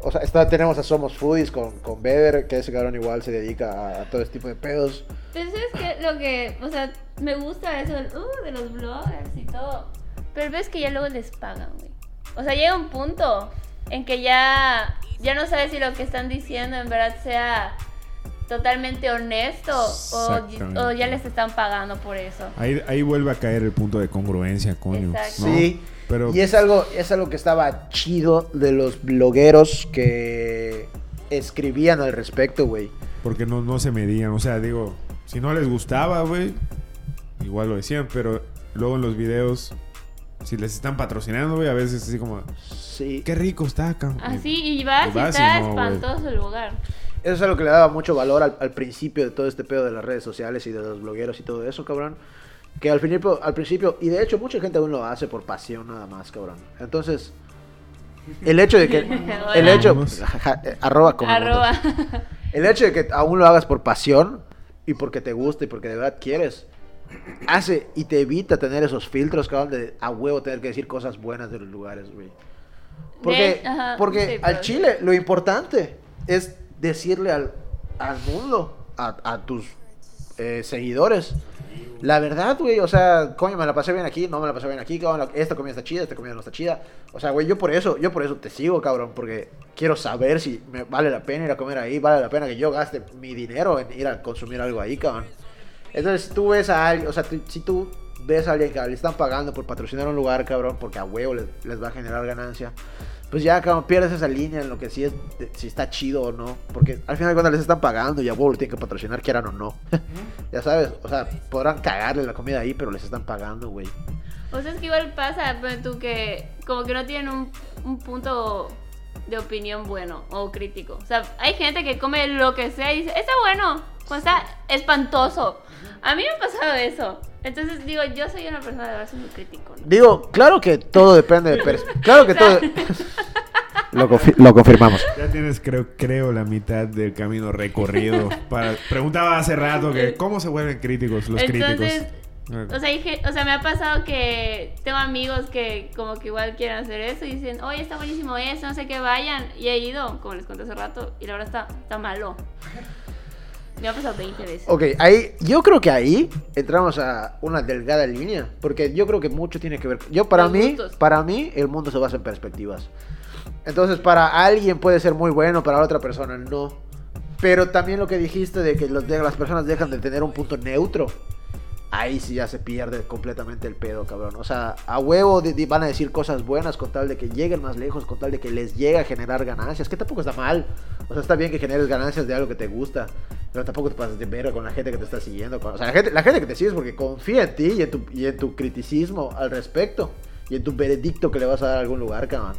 Speaker 1: O sea, está, tenemos a Somos Foodies con, con Beber, que ese cabrón igual se dedica a, a todo este tipo de pedos.
Speaker 4: Pero sabes Pues que lo que, o sea, me gusta eso uh, de los bloggers y todo. Pero ves que ya luego les pagan, güey. O sea, llega un punto en que ya, ya no sabes si lo que están diciendo en verdad sea totalmente honesto o,
Speaker 2: Exactamente.
Speaker 4: o ya les están pagando por eso.
Speaker 2: Ahí, ahí vuelve a caer el punto de congruencia, coño.
Speaker 4: Exacto.
Speaker 2: ¿no?
Speaker 1: Sí.
Speaker 2: Pero
Speaker 1: Y es algo, es algo que estaba chido de los blogueros que escribían al respecto, güey.
Speaker 2: porque no, no se medían. O sea, digo, si no les gustaba, güey, igual lo decían, pero luego en los videos, si les están patrocinando, güey, a veces así como,
Speaker 1: Sí.
Speaker 2: qué rico está, cabrón.
Speaker 4: Así, y vas
Speaker 2: Y
Speaker 4: y,
Speaker 2: vas y
Speaker 4: está
Speaker 2: no, güey.
Speaker 4: espantoso el lugar.
Speaker 1: Eso es algo que le daba mucho valor al, al principio de todo este pedo de las redes sociales y de los blogueros y todo eso, cabrón. Que al principio, al principio, y de hecho mucha gente aún lo hace por pasión nada más, cabrón. Entonces, el hecho de que... El
Speaker 4: Hola.
Speaker 1: hecho...
Speaker 2: Vamos.
Speaker 1: <laughs> arroba como
Speaker 4: Arroba.
Speaker 1: El hecho de que aún lo hagas por pasión y porque te gusta y porque de verdad quieres, hace y te evita tener esos filtros, cabrón, de a huevo tener que decir cosas buenas de los lugares, güey. Porque,
Speaker 4: De- ajá,
Speaker 1: porque
Speaker 4: sí,
Speaker 1: al
Speaker 4: pero-
Speaker 1: Chile lo importante es decirle al, al mundo, a, a tus eh, seguidores. La verdad, güey, o sea, coño, me la pasé bien aquí, no me la pasé bien aquí, cabrón, la- esta comida está chida, esta comida no está chida. O sea, güey, yo por eso, yo por eso te sigo, cabrón, porque quiero saber si me vale la pena ir a comer ahí, vale la pena que yo gaste mi dinero en ir a consumir algo ahí, cabrón. Entonces, si tú ves a alguien, o sea, tú- si tú ves a alguien que le están pagando por patrocinar un lugar, cabrón, porque a huevo les, les va a generar ganancia, pues ya, cabrón, pierdes esa línea en lo que sí es, de- si está chido o no, porque al final de cuentas les están pagando y a huevo lo tienen que patrocinar, quieran o no. ya sabes, o sea, podrán cagarle la comida ahí, pero les están pagando, güey.
Speaker 4: O sea, es que igual pasa, pero tú que como que no tienen un, un punto de opinión bueno o crítico. O sea, hay gente que come lo que sea y dice, está bueno, o está espantoso. A mí me ha pasado eso. Entonces digo, yo soy una persona de verdad soy muy crítico. ¿no?
Speaker 1: Digo, claro que todo depende de... pers-
Speaker 4: <laughs>
Speaker 1: Claro que todo... lo, confi- lo
Speaker 4: <laughs>
Speaker 1: confirmamos.
Speaker 2: Ya tienes, creo, creo, la mitad del camino
Speaker 4: <laughs>
Speaker 2: recorrido. Para... Preguntaba hace rato que cómo se vuelven críticos los
Speaker 4: Entonces,
Speaker 2: críticos.
Speaker 4: O sea, hay gen- o sea, me ha pasado que tengo amigos que como que igual quieren hacer eso y dicen, oye, está buenísimo eso, no sé qué vayan. Y he ido, como les conté hace rato, y la verdad está,
Speaker 1: <laughs>
Speaker 4: está malo. Me ha pasado 20 veces.
Speaker 1: Ok, ahí, yo creo que ahí entramos a una delgada línea, porque yo creo que mucho tiene que ver. Yo para
Speaker 4: Los
Speaker 1: mí,
Speaker 4: gustos.
Speaker 1: para mí, el mundo se basa en perspectivas. Entonces, para alguien puede ser muy bueno, para otra persona no. Pero también lo que dijiste de que los de- las personas dejan de tener un punto neutro. Ahí sí ya se pierde completamente el pedo, cabrón. O sea, a huevo de- de- van a decir cosas buenas con tal de que lleguen más lejos, con tal de que les llegue a generar ganancias, que tampoco está mal. O sea, está bien que generes ganancias de algo que te gusta, pero tampoco te pases de verga con la gente que te está siguiendo. con- o sea, la gente, la gente que te sigue es porque confía en ti y en, tu, y en tu criticismo al respecto y en tu veredicto que le vas a dar a algún lugar, cabrón.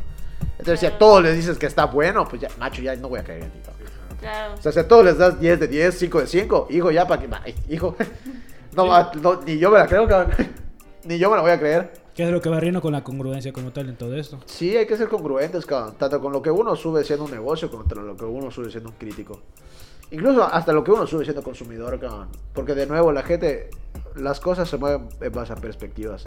Speaker 1: Entonces, si a todos les dices que está bueno, pues ya, macho, ya no voy a caer en ti, cabrón.
Speaker 4: Claro.
Speaker 1: O sea, si a todos les das 10 de 10, 5 de 5, hijo, ya para que. ay, Hijo, <laughs> no, va- no, ni yo me la creo, cabrón. <laughs> Ni yo me la voy a creer.
Speaker 3: Que es lo que va riendo con la congruencia como tal en todo esto.
Speaker 1: Sí, hay que ser congruentes, cabrón. Tanto con lo que uno sube siendo un negocio, contra lo que uno sube siendo un crítico. Incluso hasta lo que uno sube siendo consumidor, cabrón. Porque de nuevo, la gente. Las cosas se mueven en base a perspectivas.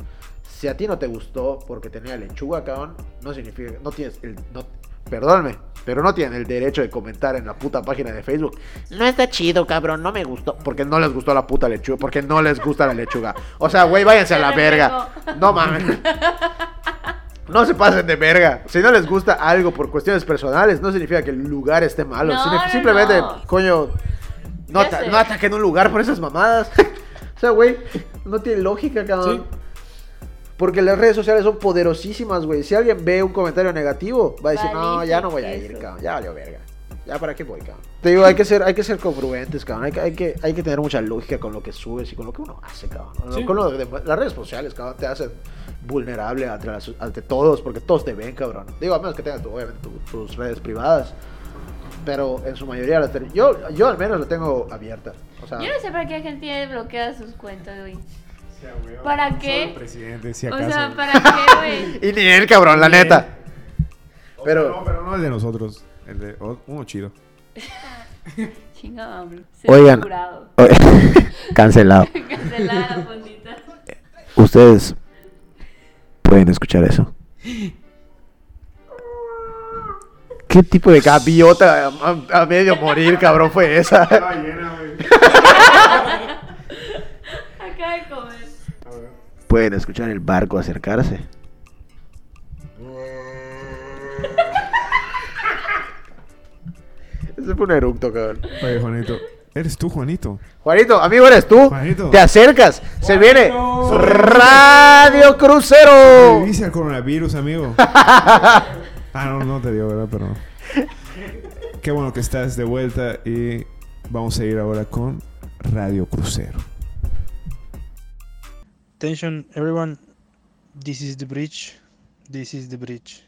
Speaker 1: Si a ti no te gustó porque tenía lechuga, cabrón, no significa. No tienes. el- no, perdónme, pero no tienen el derecho de comentar en la puta página de Facebook. No está chido, cabrón, no me gustó. Porque no les gustó la puta lechuga, porque no les gusta la lechuga. O sea, güey, váyanse a la
Speaker 4: Se
Speaker 1: verga.
Speaker 4: repegó.
Speaker 1: No mames. No se pasen de verga. Si no les gusta algo por cuestiones personales, no significa que el lugar esté malo.
Speaker 4: No,
Speaker 1: Sine-
Speaker 4: no,
Speaker 1: simplemente,
Speaker 4: no.
Speaker 1: coño, no,
Speaker 4: Ya
Speaker 1: ata-
Speaker 4: sé.
Speaker 1: no ataquen un lugar por esas mamadas. <laughs> o sea, güey, no tiene lógica, cabrón.
Speaker 3: Sí.
Speaker 1: Porque las redes sociales son poderosísimas, güey. Si alguien ve un comentario negativo, va a decir, no,
Speaker 4: Valiste
Speaker 1: ya no voy a ir,
Speaker 4: queso".
Speaker 1: cabrón. Ya valió verga. Ya para qué voy, cabrón. Te digo, hay que ser, hay que ser congruentes, cabrón. Hay que, hay, que, hay que tener mucha lógica con lo que subes y con lo que uno hace, cabrón. Lo-
Speaker 3: Sí.
Speaker 1: Con lo de- las redes sociales, cabrón, te hacen vulnerable ante, las- ante todos, porque todos te ven, cabrón. Digo, a menos que tengas, tu- obviamente, tu- tus redes privadas. Pero en su mayoría las ten- yo, yo al menos la tengo abierta. O sea,
Speaker 4: Yo no sé para qué la gente tiene bloqueadas sus cuentas, güey. ¿Para
Speaker 2: Solo
Speaker 4: qué?
Speaker 2: el presidente, si
Speaker 4: O
Speaker 2: acaso.
Speaker 4: sea, ¿para
Speaker 1: <laughs>
Speaker 4: qué, güey?
Speaker 1: y ni él, cabrón, la
Speaker 2: Ni él.
Speaker 1: neta.
Speaker 2: Pero...
Speaker 1: Pero-
Speaker 2: No, pero no el de nosotros. El de o- uno chido.
Speaker 4: Chinga, hombre.
Speaker 1: Oigan.
Speaker 4: Curado.
Speaker 1: <laughs> Cancelado.
Speaker 4: <laughs> Cancelada, <laughs> fondita.
Speaker 1: Ustedes pueden escuchar eso. ¿Qué tipo de gaviota a- a, a medio morir, cabrón, fue esa?
Speaker 4: Acaba de comer.
Speaker 1: Pueden escuchar el barco acercarse. <laughs> Ese fue un eructo, cabrón.
Speaker 2: Oye, Juanito. ¿Eres tú, Juanito?
Speaker 1: Juanito, amigo, eres tú.
Speaker 2: Juanito.
Speaker 1: Te acercas. Se viene
Speaker 3: Juanito.
Speaker 1: Radio Crucero.
Speaker 2: Dice al coronavirus, amigo. ah, no, no te dio, ¿verdad? Pero. Qué bueno que estás de vuelta y vamos a ir ahora con Radio Crucero.
Speaker 5: Attention, everyone. This is the bridge. This is the bridge.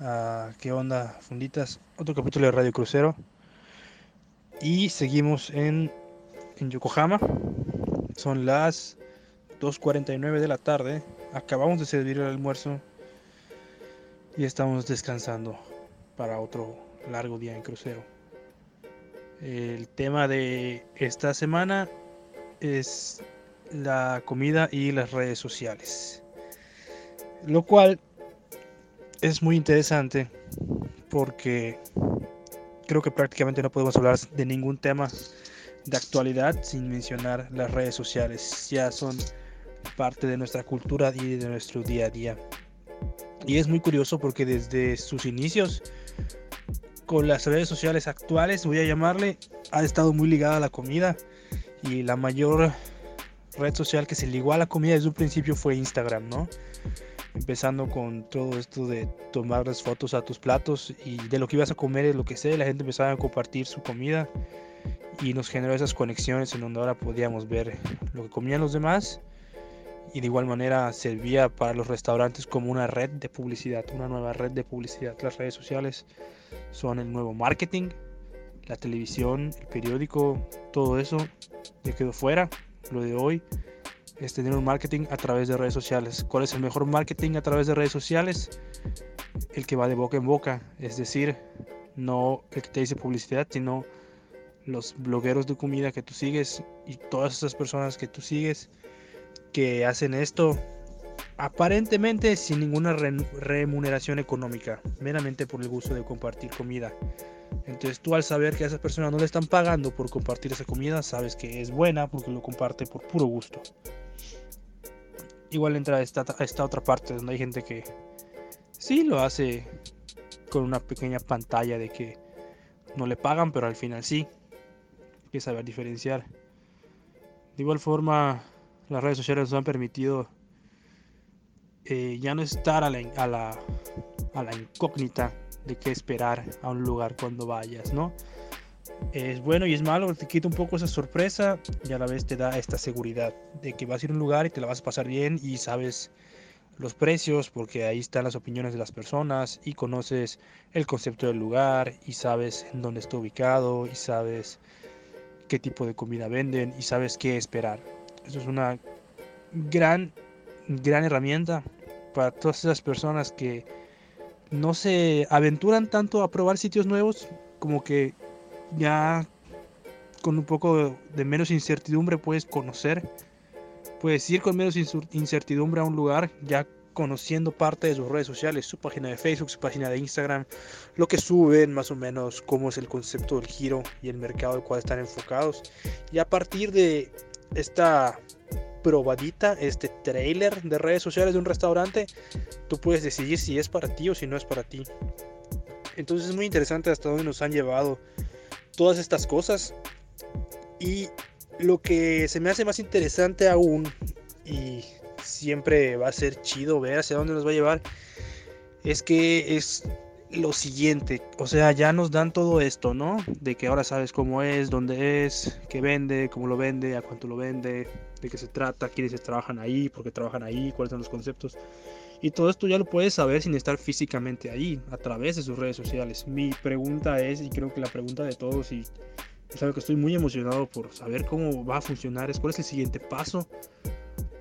Speaker 5: Ah, ¿Qué onda, funditas? Otro capítulo de Radio Crucero. Y seguimos en, en Yokohama. Son las 2.49 de la tarde. Acabamos de servir el almuerzo. Y estamos descansando para otro largo día en crucero. El tema de esta semana es la comida y las redes sociales. Lo cual es muy interesante porque creo que prácticamente no podemos hablar de ningún tema de actualidad sin mencionar las redes sociales. Ya son parte de nuestra cultura y de nuestro día a día. Y es muy curioso porque desde sus inicios con las redes sociales actuales, voy a llamarle, ha estado muy ligada a la comida y la mayor red social que se ligó a la comida desde un principio fue Instagram, ¿no? Empezando con todo esto de tomar las fotos a tus platos y de lo que ibas a comer, de lo que sea, la gente empezaba a compartir su comida y nos generó esas conexiones en donde ahora podíamos ver lo que comían los demás y de igual manera servía para los restaurantes como una red de publicidad, una nueva red de publicidad. Las redes sociales son el nuevo marketing, la televisión, el periódico, todo eso ya quedó fuera lo de hoy es tener un marketing a través de redes sociales. ¿Cuál es el mejor marketing a través de redes sociales? El que va de boca en boca, es decir, no el que te dice publicidad, sino los blogueros de comida que tú sigues y todas esas personas que tú sigues que hacen esto aparentemente sin ninguna re- remuneración económica, meramente por el gusto de compartir comida. Entonces tú al saber que a esas personas no le están pagando por compartir esa comida, sabes que es buena porque lo comparte por puro gusto. Igual entra esta, esta otra parte donde hay gente que sí lo hace con una pequeña pantalla de que no le pagan, pero al final sí. Hay que saber diferenciar. De igual forma, las redes sociales nos han permitido eh, ya no estar a la, in- a la- a la incógnita de qué esperar a un lugar cuando vayas, ¿no? Es bueno y es malo, te quita un poco esa sorpresa y a la vez te da esta seguridad de que vas a ir a un lugar y te la vas a pasar bien y sabes los precios porque ahí están las opiniones de las personas y conoces el concepto del lugar y sabes en dónde está ubicado y sabes qué tipo de comida venden y sabes qué esperar. Eso es una gran, gran herramienta para todas esas personas que no se aventuran tanto a probar sitios nuevos, como que ya con un poco de menos incertidumbre puedes conocer, puedes ir con menos insur- incertidumbre a un lugar, ya conociendo parte de sus redes sociales, su página de Facebook, su página de Instagram, lo que suben, más o menos cómo es el concepto del giro y el mercado al cual están enfocados. Y a partir de esta probadita, este trailer de redes sociales de un restaurante, tú puedes decidir si es para ti o si no es para ti. Entonces es muy interesante hasta dónde nos han llevado todas estas cosas. Y lo que se me hace más interesante aún, y siempre va a ser chido ver hacia dónde nos va a llevar, es que es lo siguiente. O sea, ya nos dan todo esto, ¿no? De que ahora sabes cómo es, dónde es, qué vende, cómo lo vende, a cuánto lo vende, de qué se trata, quiénes trabajan ahí, por qué trabajan ahí, cuáles son los conceptos. Y todo esto ya lo puedes saber sin estar físicamente ahí, a través de sus redes sociales. Mi pregunta es, y creo que la pregunta de todos, y es algo que estoy muy emocionado por saber cómo va a funcionar, es cuál es el siguiente paso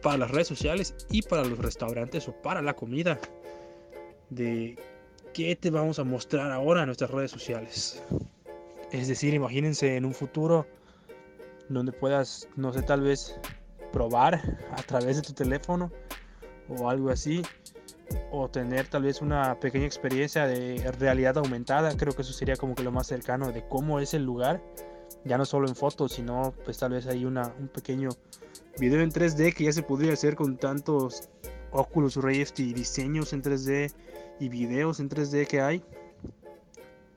Speaker 5: para las redes sociales y para los restaurantes o para la comida. De qué te vamos a mostrar ahora en nuestras redes sociales. Es decir, imagínense en un futuro donde puedas, no sé, tal vez probar a través de tu teléfono o algo así. O tener tal vez una pequeña experiencia de realidad aumentada. Creo que eso sería como que lo más cercano de cómo es el lugar. Ya no solo en fotos, sino pues tal vez hay una, un pequeño video en 3D que ya se podría hacer con tantos Oculus Rift y diseños en 3D y videos en 3D que hay.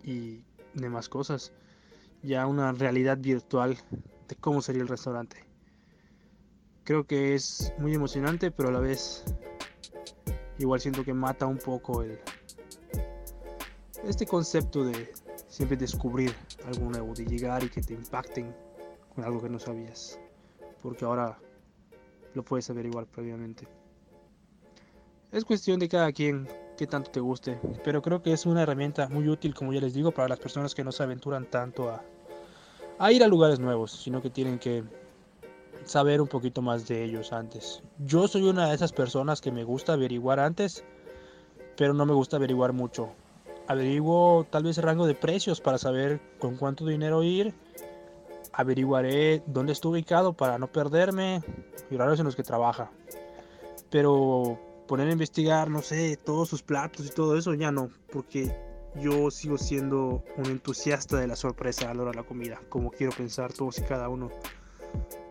Speaker 5: Y demás cosas. Ya una realidad virtual de cómo sería el restaurante creo que es muy emocionante, pero a la vez igual siento que mata un poco el este concepto de siempre descubrir algo nuevo, de llegar y que te impacten con algo que no sabías, porque ahora lo puedes saber igual previamente. Es cuestión de cada quien que tanto te guste, pero creo que es una herramienta muy útil, como ya les digo, para las personas que no se aventuran tanto a, a ir a lugares nuevos, sino que tienen que saber un poquito más de ellos antes. Yo soy una de esas personas que me gusta averiguar antes, pero no me gusta averiguar mucho. Averiguo tal vez el rango de precios para saber con cuánto dinero ir. Averiguaré dónde estoy ubicado para no perderme y horarios en los que trabaja. Pero poner a investigar, no sé, todos sus platos y todo eso ya no, porque yo sigo siendo un entusiasta de la sorpresa a la hora de la comida, como quiero pensar todos y cada uno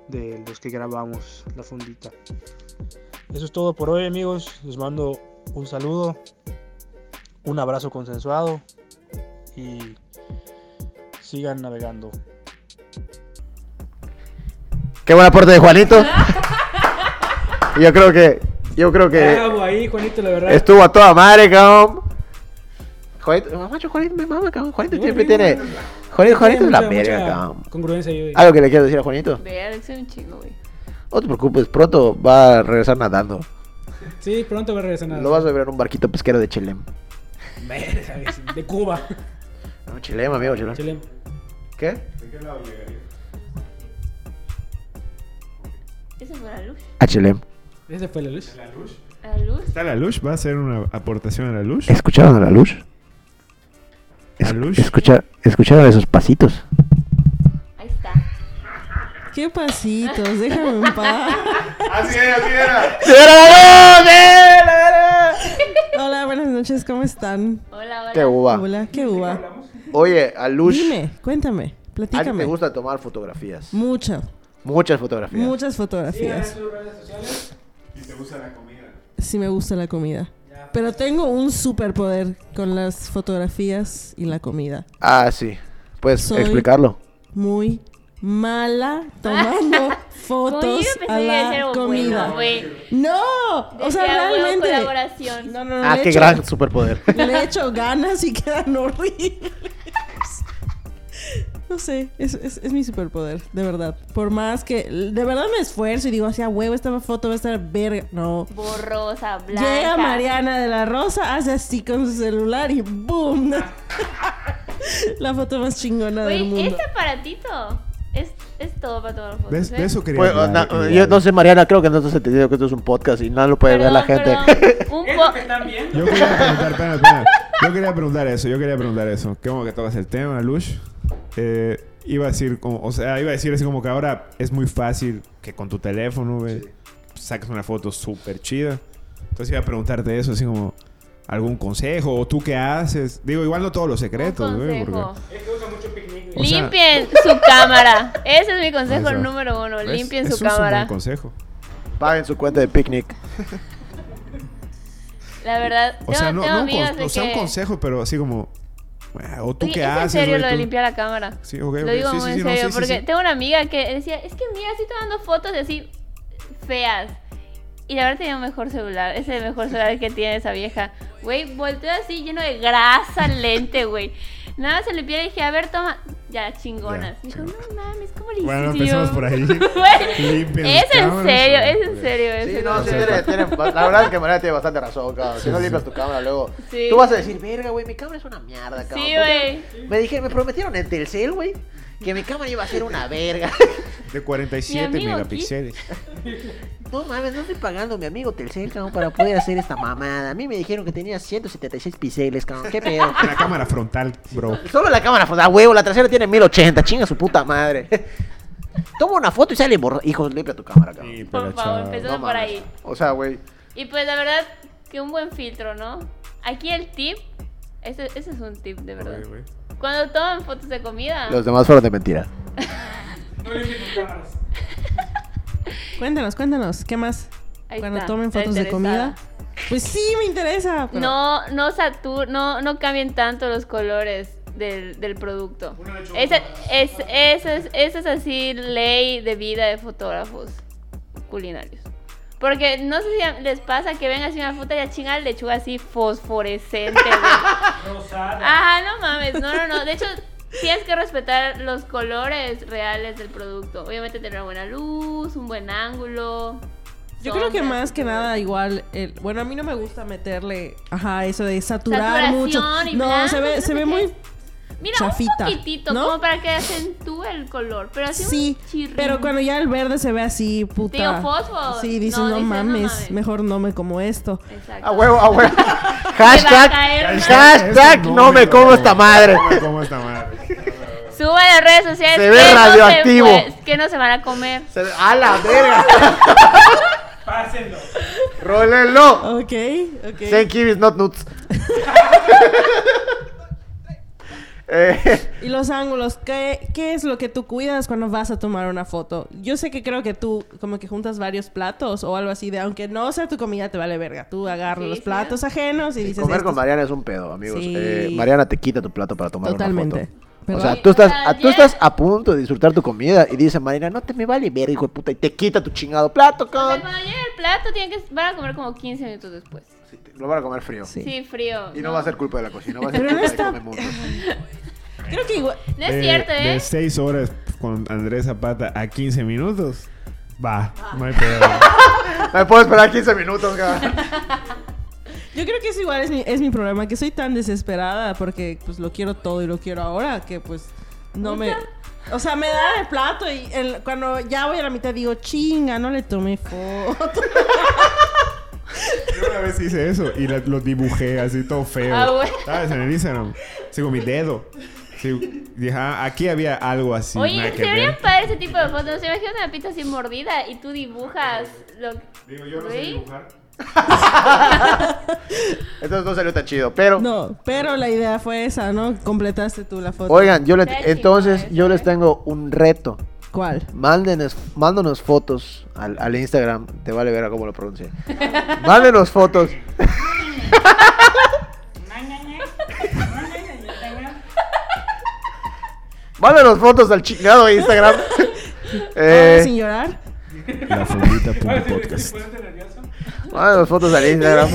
Speaker 5: de los que grabamos la fundita. Eso es todo por hoy amigos. Les mando un saludo, un abrazo consensuado y sigan navegando.
Speaker 1: Qué buen aporte de Juanito. yo creo que. Yo creo que.
Speaker 3: Bravo ahí, Juanito, la verdad.
Speaker 1: Estuvo a toda madre, cabrón. Juanito, eh, macho, Juanito, me mama, cabrón. Juanito siempre tiene. Juanito, Juanito es la
Speaker 3: Mucha-
Speaker 1: verga,
Speaker 3: mucha
Speaker 1: cabrón.
Speaker 3: Congruencia ahí, güey.
Speaker 1: ¿Algo que le quieras decir a Juanito?
Speaker 4: Ve, Alex es un chingo, güey.
Speaker 1: No te preocupes, pronto va a regresar nadando.
Speaker 3: Sí, pronto va a regresar nada.
Speaker 1: Lo vas a ver en un barquito pesquero de Chilem.
Speaker 3: Verga, güey,
Speaker 1: <laughs>
Speaker 3: De Cuba.
Speaker 1: No, Chilem, amigo, Chilem.
Speaker 3: Chile.
Speaker 1: ¿Qué?
Speaker 2: ¿De qué lado llegaría?
Speaker 4: Esa fue la luz.
Speaker 1: A Chilem.
Speaker 3: Ese fue la luz.
Speaker 2: ¿La luz?
Speaker 4: La luz.
Speaker 2: ¿Está la luz? ¿Va a ser una aportación a la luz?
Speaker 1: ¿Escucharon a la luz?
Speaker 2: ¿La luz?
Speaker 1: escucha- ¿Escucharon esos pasitos?
Speaker 4: Ahí está.
Speaker 6: Qué pasitos, déjame en paz.
Speaker 2: Así era, así era.
Speaker 6: Hola, buenas noches, ¿cómo están?
Speaker 4: Hola, hola.
Speaker 1: ¡Qué uva!
Speaker 6: Hola, qué uva.
Speaker 1: Oye, a Luz,
Speaker 6: Dime, cuéntame,
Speaker 1: a ti
Speaker 6: platícame.
Speaker 1: te gusta tomar fotografías.
Speaker 6: Muchas,
Speaker 1: Muchas fotografías.
Speaker 6: muchas fotografías.
Speaker 2: Y te gusta la comida.
Speaker 6: Sí me gusta la comida. Pero tengo un superpoder con las fotografías y la comida.
Speaker 1: Ah, sí. ¿Puedes
Speaker 6: Soy-
Speaker 1: explicarlo?
Speaker 6: Muy mala
Speaker 4: <laughs>
Speaker 6: tomando
Speaker 4: Oye,
Speaker 6: fotos
Speaker 4: yo pensé
Speaker 6: a
Speaker 4: que iba a decir
Speaker 6: la
Speaker 4: algo
Speaker 6: comida.
Speaker 4: bueno, güey.
Speaker 6: no, o
Speaker 4: Decía,
Speaker 6: sea,
Speaker 4: "Huevo,
Speaker 6: realmente.
Speaker 4: colaboración.
Speaker 6: No, no, no.
Speaker 1: Ah,
Speaker 6: le
Speaker 1: qué
Speaker 6: echo-
Speaker 1: gran superpoder.
Speaker 6: Le echo ganas y quedan horribles. No sé, es, es- es mi superpoder, de verdad. Por más que, de verdad me esfuerzo y digo, así a huevo, esta foto va a estar verga. No.
Speaker 4: Borrosa, blanca.
Speaker 6: Llega Mariana de la Rosa, hace así con su celular y ¡boom! la foto más chingona del
Speaker 4: Güey,
Speaker 6: mundo.
Speaker 4: este aparatito es, es todo para tomar fotos.
Speaker 2: ¿Ves?
Speaker 4: ¿eh?
Speaker 2: De eso quería
Speaker 1: Pues,
Speaker 2: hablar,
Speaker 1: na-
Speaker 2: quería
Speaker 1: yo
Speaker 2: hablar.
Speaker 1: no sé, Mariana, creo que no te has entendido que esto es un podcast y no lo puede ver la gente.
Speaker 4: Perdón, perdón. Un
Speaker 3: ¿Es lo que
Speaker 4: po-
Speaker 3: están viendo?
Speaker 2: Yo quería preguntar, espera, espera. Yo quería preguntar eso, yo quería preguntar eso. Qué bueno que tocas el tema, Lush. Eh, iba a decir como, o sea, iba a decir así como que ahora es muy fácil que con tu teléfono, güey, sacas una foto súper chida. Entonces iba a preguntarte eso, así como algún consejo o tú qué haces. Digo, igual no todos los secretos,
Speaker 4: Un
Speaker 2: güey,
Speaker 4: consejo.
Speaker 2: porque-
Speaker 3: Es que usa mucho picnic.
Speaker 2: O sea-
Speaker 4: Limpien su cámara. Ese es mi consejo
Speaker 2: Ahí está.
Speaker 4: número uno.
Speaker 2: ¿Ves?
Speaker 4: Limpien
Speaker 2: Eso
Speaker 4: su cámara.
Speaker 2: Es un buen consejo.
Speaker 1: <laughs> Paguen su cuenta de picnic.
Speaker 4: La verdad,
Speaker 2: O
Speaker 4: tengo,
Speaker 2: sea, no,
Speaker 4: tengo
Speaker 2: no, un
Speaker 4: amigas
Speaker 2: con-
Speaker 4: de
Speaker 2: o sea, un
Speaker 4: que-
Speaker 2: consejo, pero así como "Ah, o tú
Speaker 4: Oye,
Speaker 2: qué
Speaker 4: es
Speaker 2: haces,
Speaker 4: en serio
Speaker 2: güey,
Speaker 4: lo de
Speaker 2: tú-".
Speaker 4: limpiar la cámara.
Speaker 2: Sí, ok,
Speaker 4: Lo
Speaker 2: ok,
Speaker 4: digo
Speaker 2: sí,
Speaker 4: muy
Speaker 2: sí,
Speaker 4: en
Speaker 2: sí, no,
Speaker 4: serio,
Speaker 2: sí, sí,
Speaker 4: porque
Speaker 2: sí.
Speaker 4: tengo una amiga que decía, es que mira, sí estoy dando fotos de así feas. Y la verdad tenía un mejor celular, ese es el mejor celular que tiene esa vieja. Güey, volteó así lleno de grasa al lente, güey. Nada más se le pide y dije, a ver, toma. Ya, chingonas.
Speaker 2: Ya,
Speaker 4: Me dijo, no mames, ¿cómo le
Speaker 2: Bueno,
Speaker 4: hicieron?
Speaker 2: empezamos por ahí.
Speaker 4: <laughs> Güey,
Speaker 2: Limpien
Speaker 4: es
Speaker 2: las
Speaker 4: en
Speaker 2: cámaras, pues.
Speaker 4: serio,
Speaker 2: güey.
Speaker 4: es en serio.
Speaker 1: Sí,
Speaker 4: ese
Speaker 1: no, sí,
Speaker 4: consejo.
Speaker 1: tiene, tiene- la verdad es que María tiene bastante razón, cabrón. Si no limpias tu cámara luego,
Speaker 4: Sí.
Speaker 1: tú vas a decir, verga, güey, mi cámara es una mierda, cabrón.
Speaker 4: Sí,
Speaker 1: ¿Por qué
Speaker 4: güey.
Speaker 1: Me dije, me prometieron en Telcel, güey, que mi cámara iba a ser una verga.
Speaker 2: De 47
Speaker 4: Mi amigo aquí.
Speaker 2: megapíxeles.
Speaker 1: No mames, no estoy pagando a mi amigo Telcel, cabrón, para poder hacer esta mamada. A mí me dijeron que tenía 176 píxeles, cabrón. ¿Qué pedo?
Speaker 4: Ah.
Speaker 2: La cámara frontal,
Speaker 4: <laughs>
Speaker 2: bro.
Speaker 1: Solo la cámara, foto, ah, huevo, la trasera tiene 1080, chinga su puta madre. <laughs> Toma una foto y sale borrado. Hijo, limpia tu cámara, cabrón.
Speaker 2: Sí, pero
Speaker 4: Por favor,
Speaker 2: chao.
Speaker 4: empezando por
Speaker 1: mames.
Speaker 4: ahí.
Speaker 1: O sea, güey.
Speaker 4: Y pues la verdad, que un buen filtro, ¿no? Aquí el tip, ese, ese es un tip de verdad.
Speaker 2: Güey, güey.
Speaker 4: Cuando toman fotos de comida,
Speaker 1: demás fueron de mentira.
Speaker 3: No limpien tus cámaras.
Speaker 6: Cuéntanos, cuéntanos, ¿qué más?
Speaker 4: Ahí
Speaker 6: Cuando
Speaker 4: está,
Speaker 6: tomen
Speaker 4: está
Speaker 6: fotos de
Speaker 4: interesada.
Speaker 6: comida. Pues sí, me interesa. pero-
Speaker 4: no, no satur, no, no cambien tanto los colores del, del producto.
Speaker 3: Una lechuga.
Speaker 4: Esa es, esa es, esa es así ley de vida de fotógrafos culinarios. Porque no sé si a- les pasa que ven así una fruta y a chingar lechuga así fosforescente. güey.
Speaker 3: Rosada.
Speaker 4: Ajá, no mames, no, no, no. De hecho, tienes que respetar los colores reales del producto. Obviamente tener una buena luz, un buen ángulo.
Speaker 6: Yo creo que
Speaker 4: sombras,
Speaker 6: más que
Speaker 4: etcétera.
Speaker 6: nada igual, el- bueno, a mí no me gusta meterle, ajá, eso de saturar
Speaker 4: Saturación
Speaker 6: mucho.
Speaker 4: y
Speaker 6: No,
Speaker 4: blanco,
Speaker 6: se ve,
Speaker 4: no
Speaker 6: se
Speaker 4: sé
Speaker 6: ve
Speaker 4: qué.
Speaker 6: muy
Speaker 4: Mira,
Speaker 6: chafita,
Speaker 4: un poquitito,
Speaker 6: ¿no?
Speaker 4: como para que acentúe el color. Pero así
Speaker 6: Sí,
Speaker 4: un chirrín.
Speaker 6: pero cuando ya el verde se ve así, puta.
Speaker 4: Digo, fósforo.
Speaker 6: Sí, dices,
Speaker 4: No,
Speaker 6: no,
Speaker 4: dices, no
Speaker 6: mames,
Speaker 4: mames".
Speaker 6: mejor no me como esto.
Speaker 4: Exacto.
Speaker 1: A huevo, a
Speaker 4: <laughs>
Speaker 1: huevo.
Speaker 4: va a
Speaker 1: Hashtag.
Speaker 4: caer más.
Speaker 1: Hashtag
Speaker 2: Eso
Speaker 1: no me como esta madre.
Speaker 2: No me como esta madre.
Speaker 4: Suba a las redes sociales.
Speaker 1: Se ve
Speaker 4: que no
Speaker 1: radioactivo.
Speaker 4: se fue- que no se van a comer.
Speaker 1: Se- A la <laughs> verga.
Speaker 3: Pásenlo.
Speaker 1: Rólenlo.
Speaker 6: Ok, ok.
Speaker 1: Say kibis, not <laughs> nuts. Eh,
Speaker 6: Y los ángulos, ¿qué, ¿qué es lo que tú cuidas cuando vas a tomar una foto? Yo sé que creo que tú como que juntas varios platos o algo así de, aunque no sea tu comida, te vale verga. Tú agarras
Speaker 4: Sí,
Speaker 6: los
Speaker 4: sí.
Speaker 6: platos ajenos y dices...
Speaker 1: comer
Speaker 6: "Esto
Speaker 1: con
Speaker 6: es
Speaker 1: Mariana es un pedo, amigos.
Speaker 6: Sí.
Speaker 1: Eh, Mariana te quita tu plato para tomar una
Speaker 6: Totalmente.
Speaker 1: foto.
Speaker 6: Pero-
Speaker 1: O sea,
Speaker 4: Sí,
Speaker 1: tú estás,
Speaker 4: o sea,
Speaker 1: a, tú
Speaker 4: ya-
Speaker 1: estás a punto de disfrutar tu comida y dice Mariana, no te me vale ver, hijo de puta, y te quita tu chingado plato,
Speaker 4: O sea,
Speaker 1: cabrón.
Speaker 4: cuando llegue el plato, tienen que, van a comer como 15 minutos después.
Speaker 1: Sí, te- Lo van a comer frío.
Speaker 6: Sí.
Speaker 4: Sí, frío.
Speaker 1: Y no va a ser culpa de la cocina, va a ser
Speaker 6: Pero no
Speaker 1: culpa de
Speaker 6: está-
Speaker 1: comer mucho.
Speaker 6: Creo que igual...
Speaker 4: <laughs> No es cierto, ¿eh?
Speaker 2: De 6 horas con Andrés Zapata a 15 minutos. Va,
Speaker 4: Ah.
Speaker 2: no hay pedo.
Speaker 4: <laughs>
Speaker 1: Me puedo esperar 15 minutos, cabrón.
Speaker 6: <laughs> Yo creo que eso igual es mi, es mi problema, que soy tan desesperada porque pues lo quiero todo y lo quiero ahora, que pues no me... O sea, me da el plato y el- cuando ya voy a la mitad digo, chinga, no le
Speaker 1: <laughs>
Speaker 6: tomé foto.
Speaker 2: Yo una vez hice eso y la- lo dibujé así todo feo.
Speaker 4: Ah, güey.
Speaker 2: ¿Sabes? En el Instagram. Así con mi dedo. Sí, dije, ah, aquí había algo así. nada
Speaker 4: Oye,
Speaker 2: que
Speaker 4: se vería
Speaker 2: ver.
Speaker 4: padre ese tipo de fotos. Se imagina una pizza así mordida y tú dibujas lo
Speaker 2: Digo, yo no sé
Speaker 4: Güey.
Speaker 2: dibujar.
Speaker 1: Entonces no salió tan chido, pero...
Speaker 6: No, pero la idea fue esa, ¿no? Completaste tú la foto.
Speaker 1: Oigan, yo les,
Speaker 4: Está chido
Speaker 1: entonces
Speaker 4: eso,
Speaker 1: yo
Speaker 4: ¿eh?
Speaker 1: les tengo un reto.
Speaker 6: ¿Cuál?
Speaker 1: Mándenos, mándanos fotos al, al Instagram. Te vale ver a cómo lo
Speaker 6: <laughs>
Speaker 1: pronuncié. Mándenos fotos. Mándenos fotos al chingado
Speaker 6: <laughs>
Speaker 1: Instagram.
Speaker 6: Ah, sin
Speaker 1: Eh,
Speaker 6: llorar.
Speaker 2: La fundita.podcast.
Speaker 3: ponerte nervioso.
Speaker 1: mándenos fotos al
Speaker 6: <laughs>
Speaker 1: Instagram.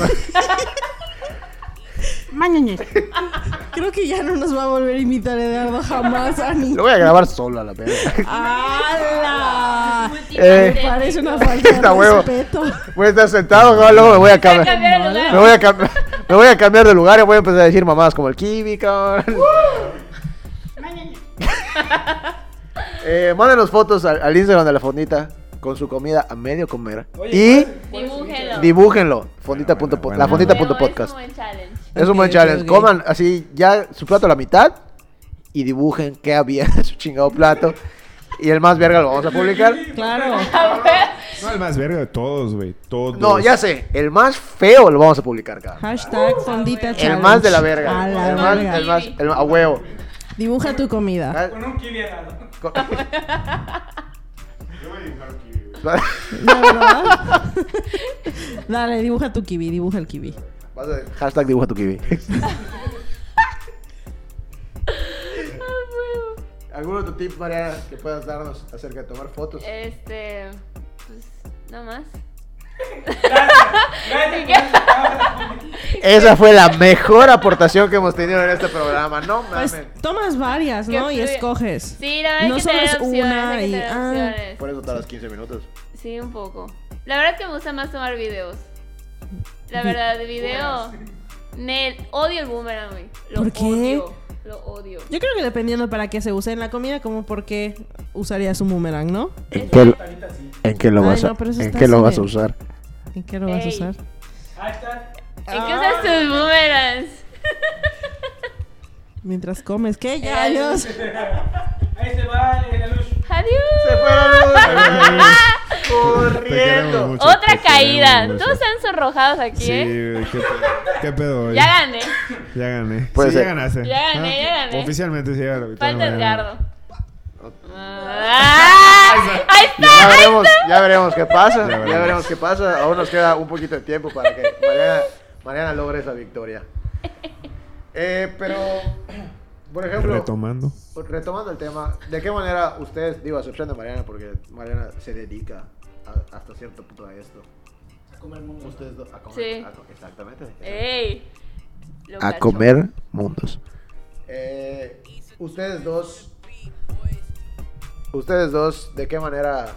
Speaker 6: Creo que ya no nos va a volver a invitar Eduardo jamás, Ani.
Speaker 1: <laughs> Lo voy a grabar solo a la verga.
Speaker 6: ¡Hala!
Speaker 1: Eh,
Speaker 6: Parece
Speaker 1: <laughs>
Speaker 6: una falta
Speaker 1: Esta
Speaker 6: de
Speaker 1: huevo.
Speaker 6: respeto.
Speaker 1: Voy a estar sentado, cabrón, luego me voy a
Speaker 4: Va a
Speaker 1: cambiar.
Speaker 4: cambiar el lugar.
Speaker 1: Me voy a cambiar. <laughs> Me voy a cambiar de lugar y voy a empezar a decir mamadas como el kiwi, cabrón.
Speaker 3: Uh.
Speaker 1: <laughs> eh, mándenos fotos al, al Instagram de la fondita con su comida a medio comer.
Speaker 3: Oye,
Speaker 1: y
Speaker 3: ¿cuál es- cuál es su
Speaker 4: Dibújelo.
Speaker 1: dibújenlo. Fondita punto po-
Speaker 2: bueno,
Speaker 1: la
Speaker 2: bueno.
Speaker 1: fondita
Speaker 4: Pero
Speaker 1: punto
Speaker 4: Es
Speaker 1: podcast.
Speaker 4: como el challenge.
Speaker 1: Es un buen
Speaker 6: Ok,
Speaker 1: challenge.
Speaker 6: ok, ok.
Speaker 1: Coman así ya su plato a la mitad y dibujen qué había en su chingado plato. Y el más verga lo vamos a
Speaker 3: <laughs>
Speaker 1: publicar.
Speaker 6: Claro.
Speaker 1: <laughs>
Speaker 2: No, el más verga de todos, güey. Todos.
Speaker 1: No, ya sé. El más feo lo vamos a publicar, cabrón.
Speaker 6: Hashtag fondita
Speaker 1: El
Speaker 6: challenge.
Speaker 1: más de la verga.
Speaker 6: A la
Speaker 1: El más,
Speaker 6: verga.
Speaker 1: el más, el más- a huevo.
Speaker 6: Dibuja tu
Speaker 1: Ah.
Speaker 6: comida.
Speaker 3: Con un kiwi al lado.
Speaker 1: Con- <laughs>
Speaker 6: La verdad. <laughs> Dale, dibuja tu kiwi, dibuja el kiwi.
Speaker 1: Vas a- Hashtag dibuja tu kiwi.
Speaker 4: Ah,
Speaker 1: ¿Algún otro tip, Mariana, que puedas darnos acerca de tomar fotos?
Speaker 6: Eh.
Speaker 4: Este. Pues nada más.
Speaker 1: Esa fue la mejor aportación que hemos tenido en este programa, no mames.
Speaker 6: Pues tomas varias,
Speaker 4: Qué
Speaker 6: ¿no? Y
Speaker 4: fluido.
Speaker 6: escoges.
Speaker 4: <laughs> Sí, la verdad
Speaker 6: No
Speaker 4: es que
Speaker 6: solo
Speaker 4: tener
Speaker 6: es
Speaker 4: opciones,
Speaker 6: una
Speaker 4: hay que
Speaker 6: y-
Speaker 4: tener
Speaker 6: ah.
Speaker 4: opciones.
Speaker 1: Por eso tardas 15 minutos.
Speaker 4: Sí, un poco. La verdad es que me gusta más tomar videos. La verdad, de video. Nel, odio el boomerang, güey. Lo
Speaker 6: ¿Por qué?
Speaker 4: odio. Lo odio.
Speaker 6: Yo creo que dependiendo para qué se use en la comida, como por qué usarías un boomerang, ¿no?
Speaker 1: ¿En qué, en qué lo
Speaker 6: Ay,
Speaker 1: vas a,
Speaker 6: no, pero eso
Speaker 1: en
Speaker 6: está
Speaker 1: qué lo
Speaker 6: así
Speaker 1: vas a
Speaker 6: de-
Speaker 1: usar?
Speaker 6: ¿En qué lo vas a
Speaker 4: Ey.
Speaker 6: usar?
Speaker 3: Hashtag.
Speaker 4: ¿En qué usas tus boomerangs?
Speaker 6: Ah, Mientras comes. ¿Qué?
Speaker 4: Eh,
Speaker 6: Ya, adiós.
Speaker 3: Ahí se va eh, la luz.
Speaker 4: Adiós.
Speaker 1: Se fue
Speaker 3: <laughs>
Speaker 1: la luz.
Speaker 2: Corriendo.
Speaker 1: Corriendo.
Speaker 4: Otra caída. Todos están sonrojados aquí, <laughs>
Speaker 2: Sí,
Speaker 4: ¿eh?
Speaker 2: güey, qué pedo. Qué pedo, güey.
Speaker 4: Ya gané.
Speaker 2: Ya gané.
Speaker 1: Puede
Speaker 2: sí,
Speaker 1: ser.
Speaker 2: ya ganaste. Ah,
Speaker 4: Ya gané, ya gané.
Speaker 2: Oficialmente sí, ya lo
Speaker 4: Falta Edgardo. Ah, ahí
Speaker 1: Ya
Speaker 4: está.
Speaker 1: veremos, ya veremos qué pasa.
Speaker 2: Ya
Speaker 1: Ya,
Speaker 2: veremos.
Speaker 1: veremos qué pasa. Aún nos queda un poquito de tiempo para que Mariana, Mariana logre esa victoria.
Speaker 4: <laughs>
Speaker 1: Eh, pero, por ejemplo,
Speaker 2: Retomando.
Speaker 1: retomando el tema, ¿de qué manera ustedes, digo, a excepción de Mariana, porque Mariana se dedica a- hasta cierto punto a esto?
Speaker 3: A comer mundo.
Speaker 1: Ustedes dos- a comer.
Speaker 4: Sí. Eh,
Speaker 1: a co- exactamente.
Speaker 4: Ey. Lo
Speaker 1: a
Speaker 4: cacho.
Speaker 1: comer mundos. Eh, ustedes dos. Ustedes dos, ¿de qué manera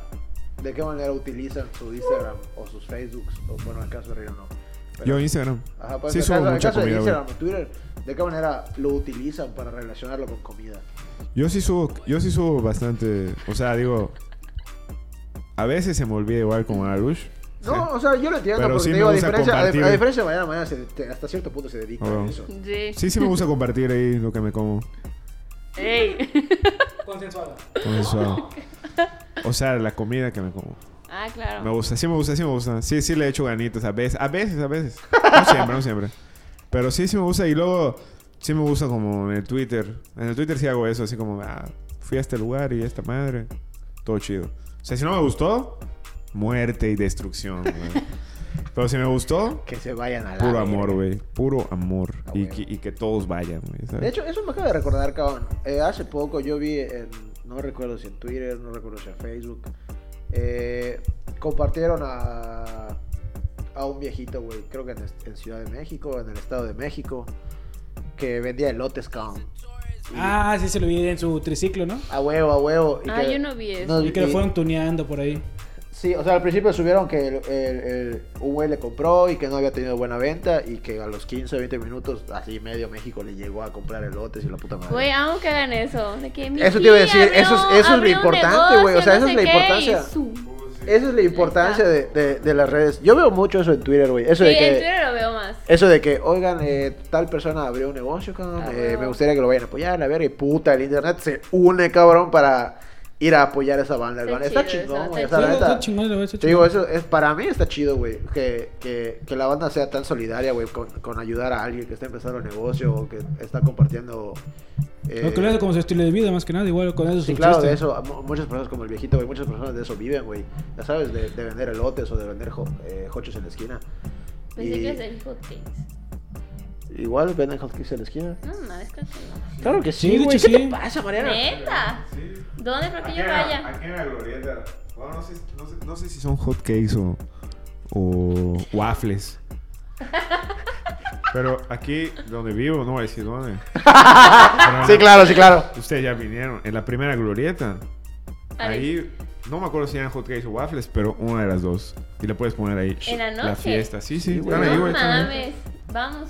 Speaker 1: de qué manera utilizan su Instagram o sus Facebooks? O bueno, en caso de Río no. Pero-
Speaker 2: Yo Instagram.
Speaker 1: Ajá, pues,
Speaker 2: sí
Speaker 1: en
Speaker 2: subo
Speaker 1: caso, en
Speaker 2: mucha
Speaker 1: caso de
Speaker 2: comida, güey.
Speaker 1: Instagram o Twitter, ¿de qué manera lo utilizan para relacionarlo con comida?
Speaker 2: Yo sí subo, yo sí subo bastante. O sea, digo. A veces se me olvida igual como a la luz.
Speaker 1: No, o sea, yo lo entiendo,
Speaker 2: Pero
Speaker 1: porque
Speaker 2: sí
Speaker 1: te
Speaker 2: me
Speaker 1: digo, a
Speaker 2: gusta
Speaker 1: diferencia, a, dif-
Speaker 2: compartir.
Speaker 1: a diferencia de mañana, mañana se- te- hasta cierto punto se dedica
Speaker 2: Ah,
Speaker 1: a
Speaker 2: bueno.
Speaker 1: eso.
Speaker 4: Sí.
Speaker 2: Sí, sí me gusta compartir ahí lo que me como.
Speaker 4: Ey. <laughs>
Speaker 3: Consensuado.
Speaker 2: con eso. O sea, la comida que me como.
Speaker 4: Ah, claro.
Speaker 2: Me gusta, sí me gusta, sí me gusta. Sí, sí le echo ganitas a veces, a veces, a veces. No siempre, no siempre. Pero sí, sí me gusta. Y luego, sí me gusta como en el Twitter. En el Twitter sí hago eso, así como, ah, fui a este lugar y esta madre. Todo chido. O sea, si no me gustó, muerte y destrucción, güey. Pero si me gustó,
Speaker 1: Que se vayan a la
Speaker 2: puro
Speaker 1: verga.
Speaker 2: amor, güey. Puro amor.
Speaker 1: Ah,
Speaker 2: Y,
Speaker 1: güey.
Speaker 2: que, y que todos vayan, güey.
Speaker 1: De
Speaker 2: ¿sabes?
Speaker 1: hecho, eso me acaba de recordar, cabrón. Eh, hace poco yo vi en. No recuerdo si en Twitter, no recuerdo si en Facebook. eh, compartieron a. A un viejito, güey. Creo que en, est- en Ciudad de México, en el Estado de México. Que vendía elotes, cabrón. Y-
Speaker 3: Ah, sí, se lo vi en su triciclo, ¿no?
Speaker 1: A huevo, a huevo.
Speaker 4: Ah, yo no vi eso.
Speaker 3: Y que lo fueron tuneando por ahí.
Speaker 1: Sí, o sea, al principio subieron que el, el- el- un güey le compró y que no había tenido buena venta. Y que a los 15, 20 minutos, así medio México le llegó a comprar elotes y la puta madre.
Speaker 4: Güey, amo que hagan eso. De que mi
Speaker 1: Eso te iba a
Speaker 4: tía
Speaker 1: decir, eso es- eso
Speaker 4: abrió-
Speaker 1: es lo
Speaker 4: abrió un
Speaker 1: importante, güey, o sea,
Speaker 4: negocio,
Speaker 1: esa es la
Speaker 4: no sé qué, y
Speaker 1: importancia.
Speaker 4: su-
Speaker 1: Esa es la importancia de, de- de las redes. Yo veo mucho eso en Twitter, güey. Eso
Speaker 4: Sí,
Speaker 1: de
Speaker 4: en
Speaker 1: que,
Speaker 4: Twitter lo veo más.
Speaker 1: eso de que, oigan, eh, tal persona abrió un negocio, cabrón.
Speaker 4: Ah,
Speaker 1: eh,
Speaker 4: huevo.
Speaker 1: me gustaría que lo vayan a apoyar. La verga, y puta, el internet se une, cabrón, para ir a apoyar a esa banda. El
Speaker 4: Está
Speaker 1: banda- Está
Speaker 4: chido eso,
Speaker 1: chingón, güey.
Speaker 4: está
Speaker 1: o sea, la
Speaker 3: Sí,
Speaker 1: neta,
Speaker 3: está chingón, la verdad, está
Speaker 1: te digo,
Speaker 3: chingón.
Speaker 1: eso es para mí está chido, güey. Que, que, que la banda sea tan solidaria, güey, con, con ayudar a alguien que está empezando un negocio o que está compartiendo. eh,
Speaker 3: Lo que lo hace como su estilo de vida, más que nada. Igual con eso
Speaker 1: Sí, claro, de eso, mu- muchas personas como el viejito, güey, muchas personas de eso viven, güey. Ya sabes, de, de vender elotes o de vender jo- eh, jochos en la esquina.
Speaker 4: Pensé
Speaker 1: Y-
Speaker 4: Pues que es el hotcakes.
Speaker 1: Igual venden hotcakes en la esquina.
Speaker 4: No, no, es que no.
Speaker 1: Claro que
Speaker 3: Sí,
Speaker 1: sí,
Speaker 3: de
Speaker 1: güey.
Speaker 3: hecho,
Speaker 1: ¿Qué te
Speaker 3: sí.
Speaker 1: pasa, Mariana?
Speaker 4: ¿Neta? ¿Dónde? ¿Por qué yo vaya?
Speaker 2: en la glorieta. no, sé, si son hot cakes o, o waffles. Pero aquí donde vivo, no voy a decir dónde. Pero
Speaker 1: <laughs> Sí, claro, sí, claro.
Speaker 2: Ustedes ya vinieron. En la primera glorieta.
Speaker 4: Ahí.
Speaker 2: Ahí, no me acuerdo si eran hot cakes o waffles, pero una de las dos. Y le puedes poner ahí.
Speaker 4: ¿En la noche?
Speaker 2: fiesta. Sí, sí.
Speaker 1: güey.
Speaker 2: están ahí,
Speaker 4: No
Speaker 2: güey, están ahí.
Speaker 4: mames. Vamos.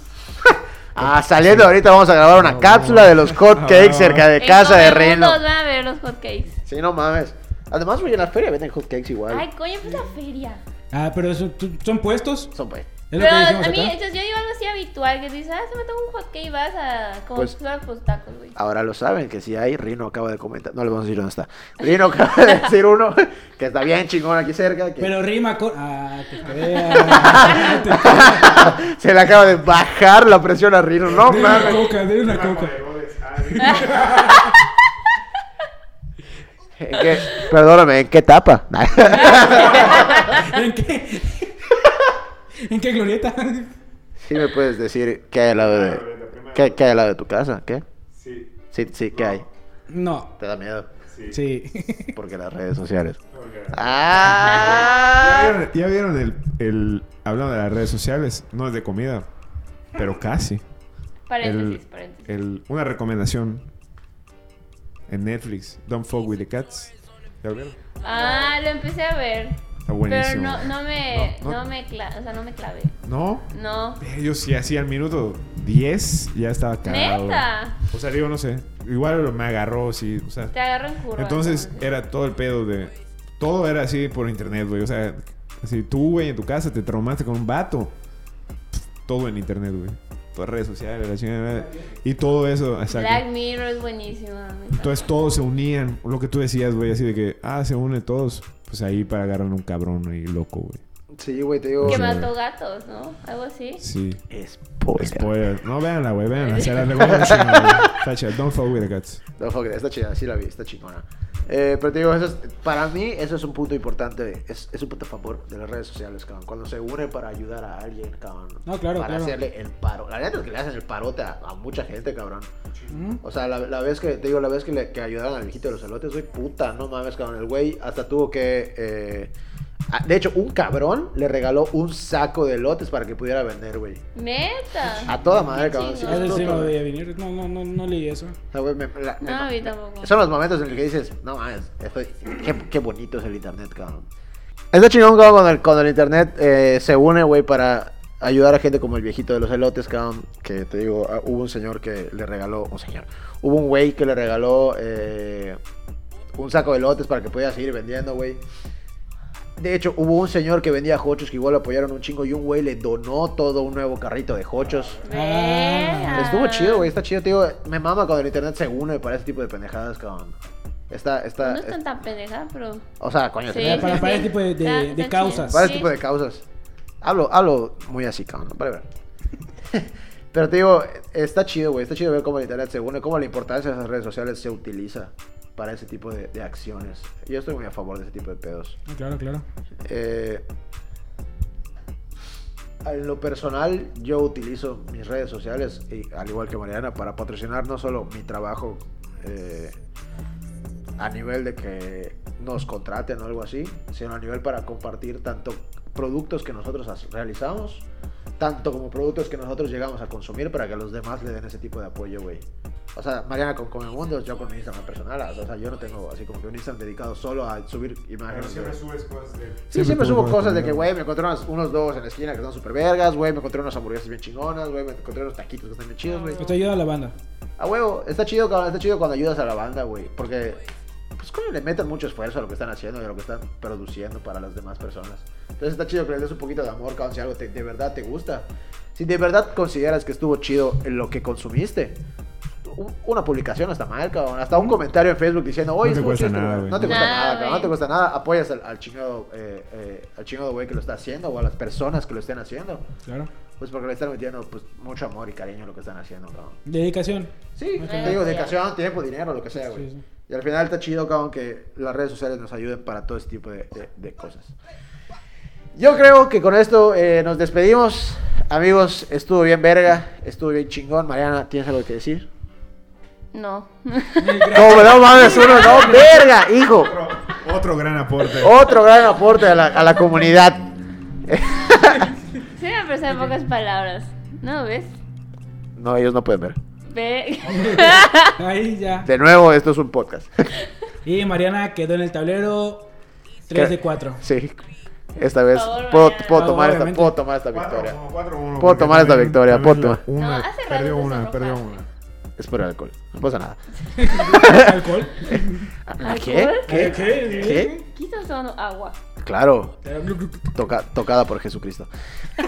Speaker 1: Ah, saliendo ahorita vamos a grabar una cápsula de los hotcakes cerca de
Speaker 4: En
Speaker 1: casa de Reno.
Speaker 4: Comemundos van a ver los hotcakes.
Speaker 1: Sí, no mames. Además, güey, en la feria venden hotcakes igual.
Speaker 4: Ay, coño, pues la feria.
Speaker 3: Ah, pero eso- tú- son puestos.
Speaker 1: Son, pues,
Speaker 3: Es
Speaker 4: Pero
Speaker 3: lo que
Speaker 4: a
Speaker 3: dijimos
Speaker 4: mí,
Speaker 3: acá.
Speaker 4: entonces yo digo algo así habitual, que dices, ah, se me toma un hot cake y vas a como
Speaker 1: Pues-
Speaker 4: si fueran pues tacos, güey.
Speaker 1: Ahora lo saben que si hay, Rino acaba de comentar. No le vamos a decir dónde está. Rino acaba de decir uno <laughs> que está bien chingón aquí cerca. Que
Speaker 3: Pero rima con. Ah,
Speaker 4: <laughs>
Speaker 3: te creas. Te creas.
Speaker 1: Se le acaba de bajar la presión a Rino. <laughs> No
Speaker 3: Dele una
Speaker 1: mames.
Speaker 3: coca, dele una coca.
Speaker 1: ¿En qué- <laughs> Perdóname, ¿en qué etapa?
Speaker 3: ¿En qué? <laughs> ¿En qué glorieta?
Speaker 1: <laughs>
Speaker 3: <laughs>
Speaker 1: sí me puedes decir qué hay al lado de, qué, qué hay al lado de tu casa. ¿Qué?
Speaker 2: Sí,
Speaker 1: Sí, sí, ¿qué hay?
Speaker 3: No.
Speaker 1: Te da miedo.
Speaker 3: Sí. <laughs>
Speaker 1: Porque las redes sociales.
Speaker 2: ok. ¿Ya
Speaker 1: <laughs> ¡Ah!
Speaker 2: vieron, ya vieron el, el- Hablando de las redes sociales, no es de comida, pero casi.
Speaker 4: Mm. Paréntesis,
Speaker 2: El-
Speaker 4: paréntesis.
Speaker 2: el- una recomendación en Netflix: Don't Fuck with the Cats. ¿Ya lo vieron?
Speaker 4: Ah, lo empecé a ver.
Speaker 2: Está buenísimo.
Speaker 4: Pero no, no me,
Speaker 2: No,
Speaker 4: no,
Speaker 2: no.
Speaker 4: me, cla- o sea, no me clavé.
Speaker 2: ¿No?
Speaker 4: No.
Speaker 2: Ellos sí hacía al minuto 10 ya estaba cagado.
Speaker 4: Neta.
Speaker 2: O sea, digo, no sé. Igual me agarró, sí. O sea,
Speaker 4: Te agarro en curva.
Speaker 2: Entonces era todo el pedo de. Todo era así por internet, güey. O sea, si tú, güey, en tu casa te traumaste con un vato, pff, todo en internet, güey. Todas redes sociales, la chingada, Y todo eso, exacto.
Speaker 4: Black Mirror es buenísima. me encanta.
Speaker 2: Entonces todos se unían. Lo que tú decías, güey, así de que, ah, se unen todos. Pues ahí para agarrar a un cabrón ahí loco, güey.
Speaker 1: Sí, güey, te digo.
Speaker 4: Que
Speaker 2: Sí.
Speaker 4: mató gatos, ¿no? Algo así.
Speaker 2: Sí.
Speaker 1: Spoiler.
Speaker 2: Spoiler. No, véanla, güey, véanla. Se la recomiendo un chingo, güey. Está chida. Don't fuck with the cats.
Speaker 1: No, fuck it, está chida, sí la vi, está chingona. Eh, pero te digo, eso es- para mí eso es un punto importante, es, es un punto a favor de las redes sociales, cabrón. Cuando se unen para ayudar a alguien, cabrón.
Speaker 3: No, claro,
Speaker 1: Para
Speaker 3: claro.
Speaker 1: hacerle el paro. La neta es que le hacen el parote a, a mucha gente, cabrón.
Speaker 3: Mm.
Speaker 1: O sea, la, la vez que, te digo, la vez que, le, que ayudaron al viejito de los elotes, güey, puta, no mames, cabrón. El güey hasta tuvo que... eh, ah, de hecho, un cabrón le regaló un saco de elotes para que pudiera vender, güey.
Speaker 4: Neta.
Speaker 1: A toda madre, cabrón.
Speaker 4: chingón.
Speaker 1: Sí,
Speaker 3: Ah, eso sí
Speaker 1: estuvo
Speaker 3: me
Speaker 1: cabrón.
Speaker 3: voy a venir. No, no, no, no leí eso.
Speaker 1: O sea, güey, me- la- me-
Speaker 4: No, a mí
Speaker 1: me-
Speaker 4: tampoco.
Speaker 1: Son los momentos en los que dices, no mames, esto- qué, qué bonito es el internet, cabrón. Está chingón, cabrón, cuando el, cuando el internet eh, se une, güey, para ayudar a gente como el viejito de los elotes, cabrón. Que te digo, ah, hubo un señor que le regaló, un señor, hubo un güey que le regaló eh, un saco de elotes para que pudiera seguir vendiendo, güey. De hecho, hubo un señor que vendía hochos que igual lo apoyaron un chingo y un güey le donó todo un nuevo carrito de hochos.
Speaker 4: Verga.
Speaker 1: Ah, Estuvo chido, güey. Está chido, te digo. Me mama cuando el internet se une para ese tipo de pendejadas, cabrón. Está, está.
Speaker 4: No es
Speaker 1: es-
Speaker 4: tanta pendeja, pero.
Speaker 1: o sea, coño,
Speaker 4: Sí,
Speaker 1: tener-
Speaker 4: sí,
Speaker 3: Para- para
Speaker 4: sí.
Speaker 3: ese tipo de- de-
Speaker 4: Está-
Speaker 3: de
Speaker 4: está
Speaker 3: causas.
Speaker 4: chido.
Speaker 1: Eh, para ese
Speaker 4: Sí.
Speaker 1: tipo de causas. Hablo, hablo muy así, cabrón. Para ver. <laughs> Pero te digo, está chido, güey. Está chido ver cómo el internet se une, cómo la importancia de esas redes sociales se utiliza para ese tipo de, de acciones. Yo estoy muy a favor de ese tipo de pedos.
Speaker 3: Ah, Claro, claro.
Speaker 1: Eh, en lo personal, yo utilizo mis redes sociales, y, al igual que Mariana, para patrocinar no solo mi trabajo eh, a nivel de que nos contraten o algo así, sino a nivel para compartir tanto productos que nosotros as- realizamos, tanto como productos que nosotros llegamos a consumir para que los demás le den ese tipo de apoyo, güey. O sea, Mariana con Comemundos, yo con mi Instagram personal, o sea, yo no tengo así como que un Instagram dedicado solo a subir imágenes. güey.
Speaker 2: subes cosas de.
Speaker 1: Sí, siempre, subo cosas de que, güey, me encontré unos, unos dogos en la esquina que están super vergas, güey, me encontré unas hamburguesas bien chingonas, güey, me encontré unos taquitos que están bien chidos, güey.
Speaker 3: Esto ayuda a la banda.
Speaker 1: A huevo, está chido, cabrón, está chido cuando ayudas a la banda, güey, porque, pues, coño, le meten mucho esfuerzo a lo que están haciendo y a lo que están produciendo para las demás personas. Entonces está chido que les des un poquito de amor, cabrón, si algo te- de verdad te gusta. Si de verdad consideras que estuvo chido en lo que consumiste, un- una publicación hasta mal, cabrón, hasta un comentario en Facebook diciendo, oye,
Speaker 2: No te
Speaker 1: estuvo
Speaker 2: cuesta
Speaker 1: chido este
Speaker 2: nada,
Speaker 1: lugar".
Speaker 2: güey.
Speaker 1: No te cuesta
Speaker 4: Nada,
Speaker 1: nada, cabrón, no
Speaker 4: güey.
Speaker 1: te cuesta nada. Apoyas al, al chingado, eh, eh, al chingado güey que lo está haciendo o a las personas que lo estén haciendo.
Speaker 3: Claro.
Speaker 1: Pues porque le están metiendo pues, mucho amor y cariño a lo que están haciendo, cabrón.
Speaker 3: Dedicación.
Speaker 1: Sí,
Speaker 3: Ok.
Speaker 1: te digo, dedicación, tiempo, dinero, lo que sea, güey.
Speaker 3: Sí, sí.
Speaker 1: Y al final está chido, cabrón, que las redes sociales nos ayuden para todo este tipo de, de- de cosas. Yo creo que con esto eh, nos despedimos. Amigos, estuvo bien verga, estuvo bien chingón. Mariana, ¿tienes algo que decir?
Speaker 4: No. <laughs>
Speaker 1: No, no mames, uno, no, verga, hijo.
Speaker 2: Otro gran aporte.
Speaker 1: Otro gran aporte a la, a la comunidad.
Speaker 4: Soy una persona de pocas palabras. ¿No ves?
Speaker 1: No, ellos no pueden ver.
Speaker 4: Ve.
Speaker 3: Ahí ya.
Speaker 1: De nuevo, esto es un podcast. <laughs>
Speaker 3: Y Mariana quedó en el tablero 3 de 4.
Speaker 1: Sí. Esta vez
Speaker 4: Por favor,
Speaker 1: puedo, puedo
Speaker 4: Mariana.
Speaker 1: tomar esta,
Speaker 3: Obviamente.
Speaker 1: puedo tomar esta
Speaker 2: Cuatro,
Speaker 1: victoria.
Speaker 2: como cuatro, uno,
Speaker 1: Puedo
Speaker 2: porque
Speaker 1: tomar esta
Speaker 2: también-
Speaker 1: victoria,
Speaker 2: también
Speaker 1: puedo
Speaker 2: la- Una,
Speaker 4: No, hace rato
Speaker 2: perdió
Speaker 4: te
Speaker 2: una, perdió
Speaker 4: sonrojaste.
Speaker 2: una.
Speaker 1: Es por el alcohol. No pasa nada.
Speaker 3: ¿Alcohol?
Speaker 4: <laughs>
Speaker 1: ¿Qué? ¿Qué?
Speaker 3: ¿Qué?
Speaker 1: ¿Qué?
Speaker 4: Quizás son agua.
Speaker 1: Claro. Toca- tocada por Jesucristo. <laughs>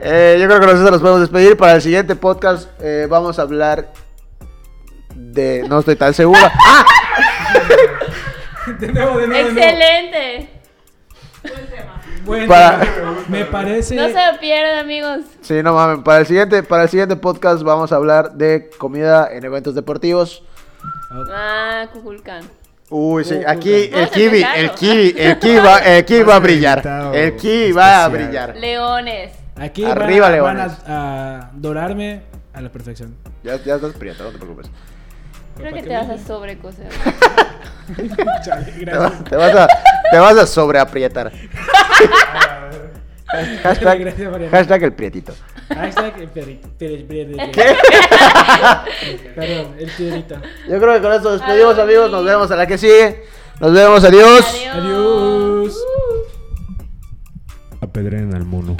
Speaker 1: Eh, yo creo que nosotros nos podemos despedir. Para el siguiente podcast eh, vamos a hablar de... No estoy tan
Speaker 3: <laughs>
Speaker 1: segura. ¡Ah!
Speaker 3: De nuevo, de nuevo. de nuevo.
Speaker 4: ¡Excelente!
Speaker 3: Bueno,
Speaker 1: Para-
Speaker 3: me parece.
Speaker 4: No se lo pierdan, amigos.
Speaker 1: Sí, no mames. Para el, siguiente, para el siguiente podcast vamos a hablar de comida en eventos deportivos.
Speaker 4: Ah, Cuculcán.
Speaker 1: Uy, sí,
Speaker 3: Uh,
Speaker 1: aquí
Speaker 4: uh, uh.
Speaker 1: el kiwi,
Speaker 4: Vamos a
Speaker 1: el
Speaker 4: empezarlo.
Speaker 1: kiwi, el kiwi va, el kiwi va a brillar.
Speaker 2: Invitado
Speaker 1: El kiwi va a
Speaker 2: especial.
Speaker 1: brillar.
Speaker 4: Leones.
Speaker 3: Aquí
Speaker 1: Arriba,
Speaker 3: van, a- van
Speaker 1: Leones.
Speaker 3: a, a dorarme a la perfección.
Speaker 1: Ya, ya estás prieto, no te preocupes.
Speaker 4: Creo que te vas a sobrecoser.
Speaker 3: Chale,
Speaker 1: Te vas,
Speaker 3: gracias.
Speaker 1: te vas a, te vas a sobreaprietar.
Speaker 3: <laughs> Gracias,
Speaker 1: hashtag,
Speaker 3: Mariana.
Speaker 1: hashtag el prietito.
Speaker 3: Hashtag el perrito.
Speaker 1: ¿Qué?
Speaker 3: Perdón, el piedrito.
Speaker 1: Yo creo que con esto despedimos, amigos. Nos vemos a la que sigue. Nos vemos, adiós.
Speaker 4: Adiós.
Speaker 3: Adiós.
Speaker 2: Apedreen al mono.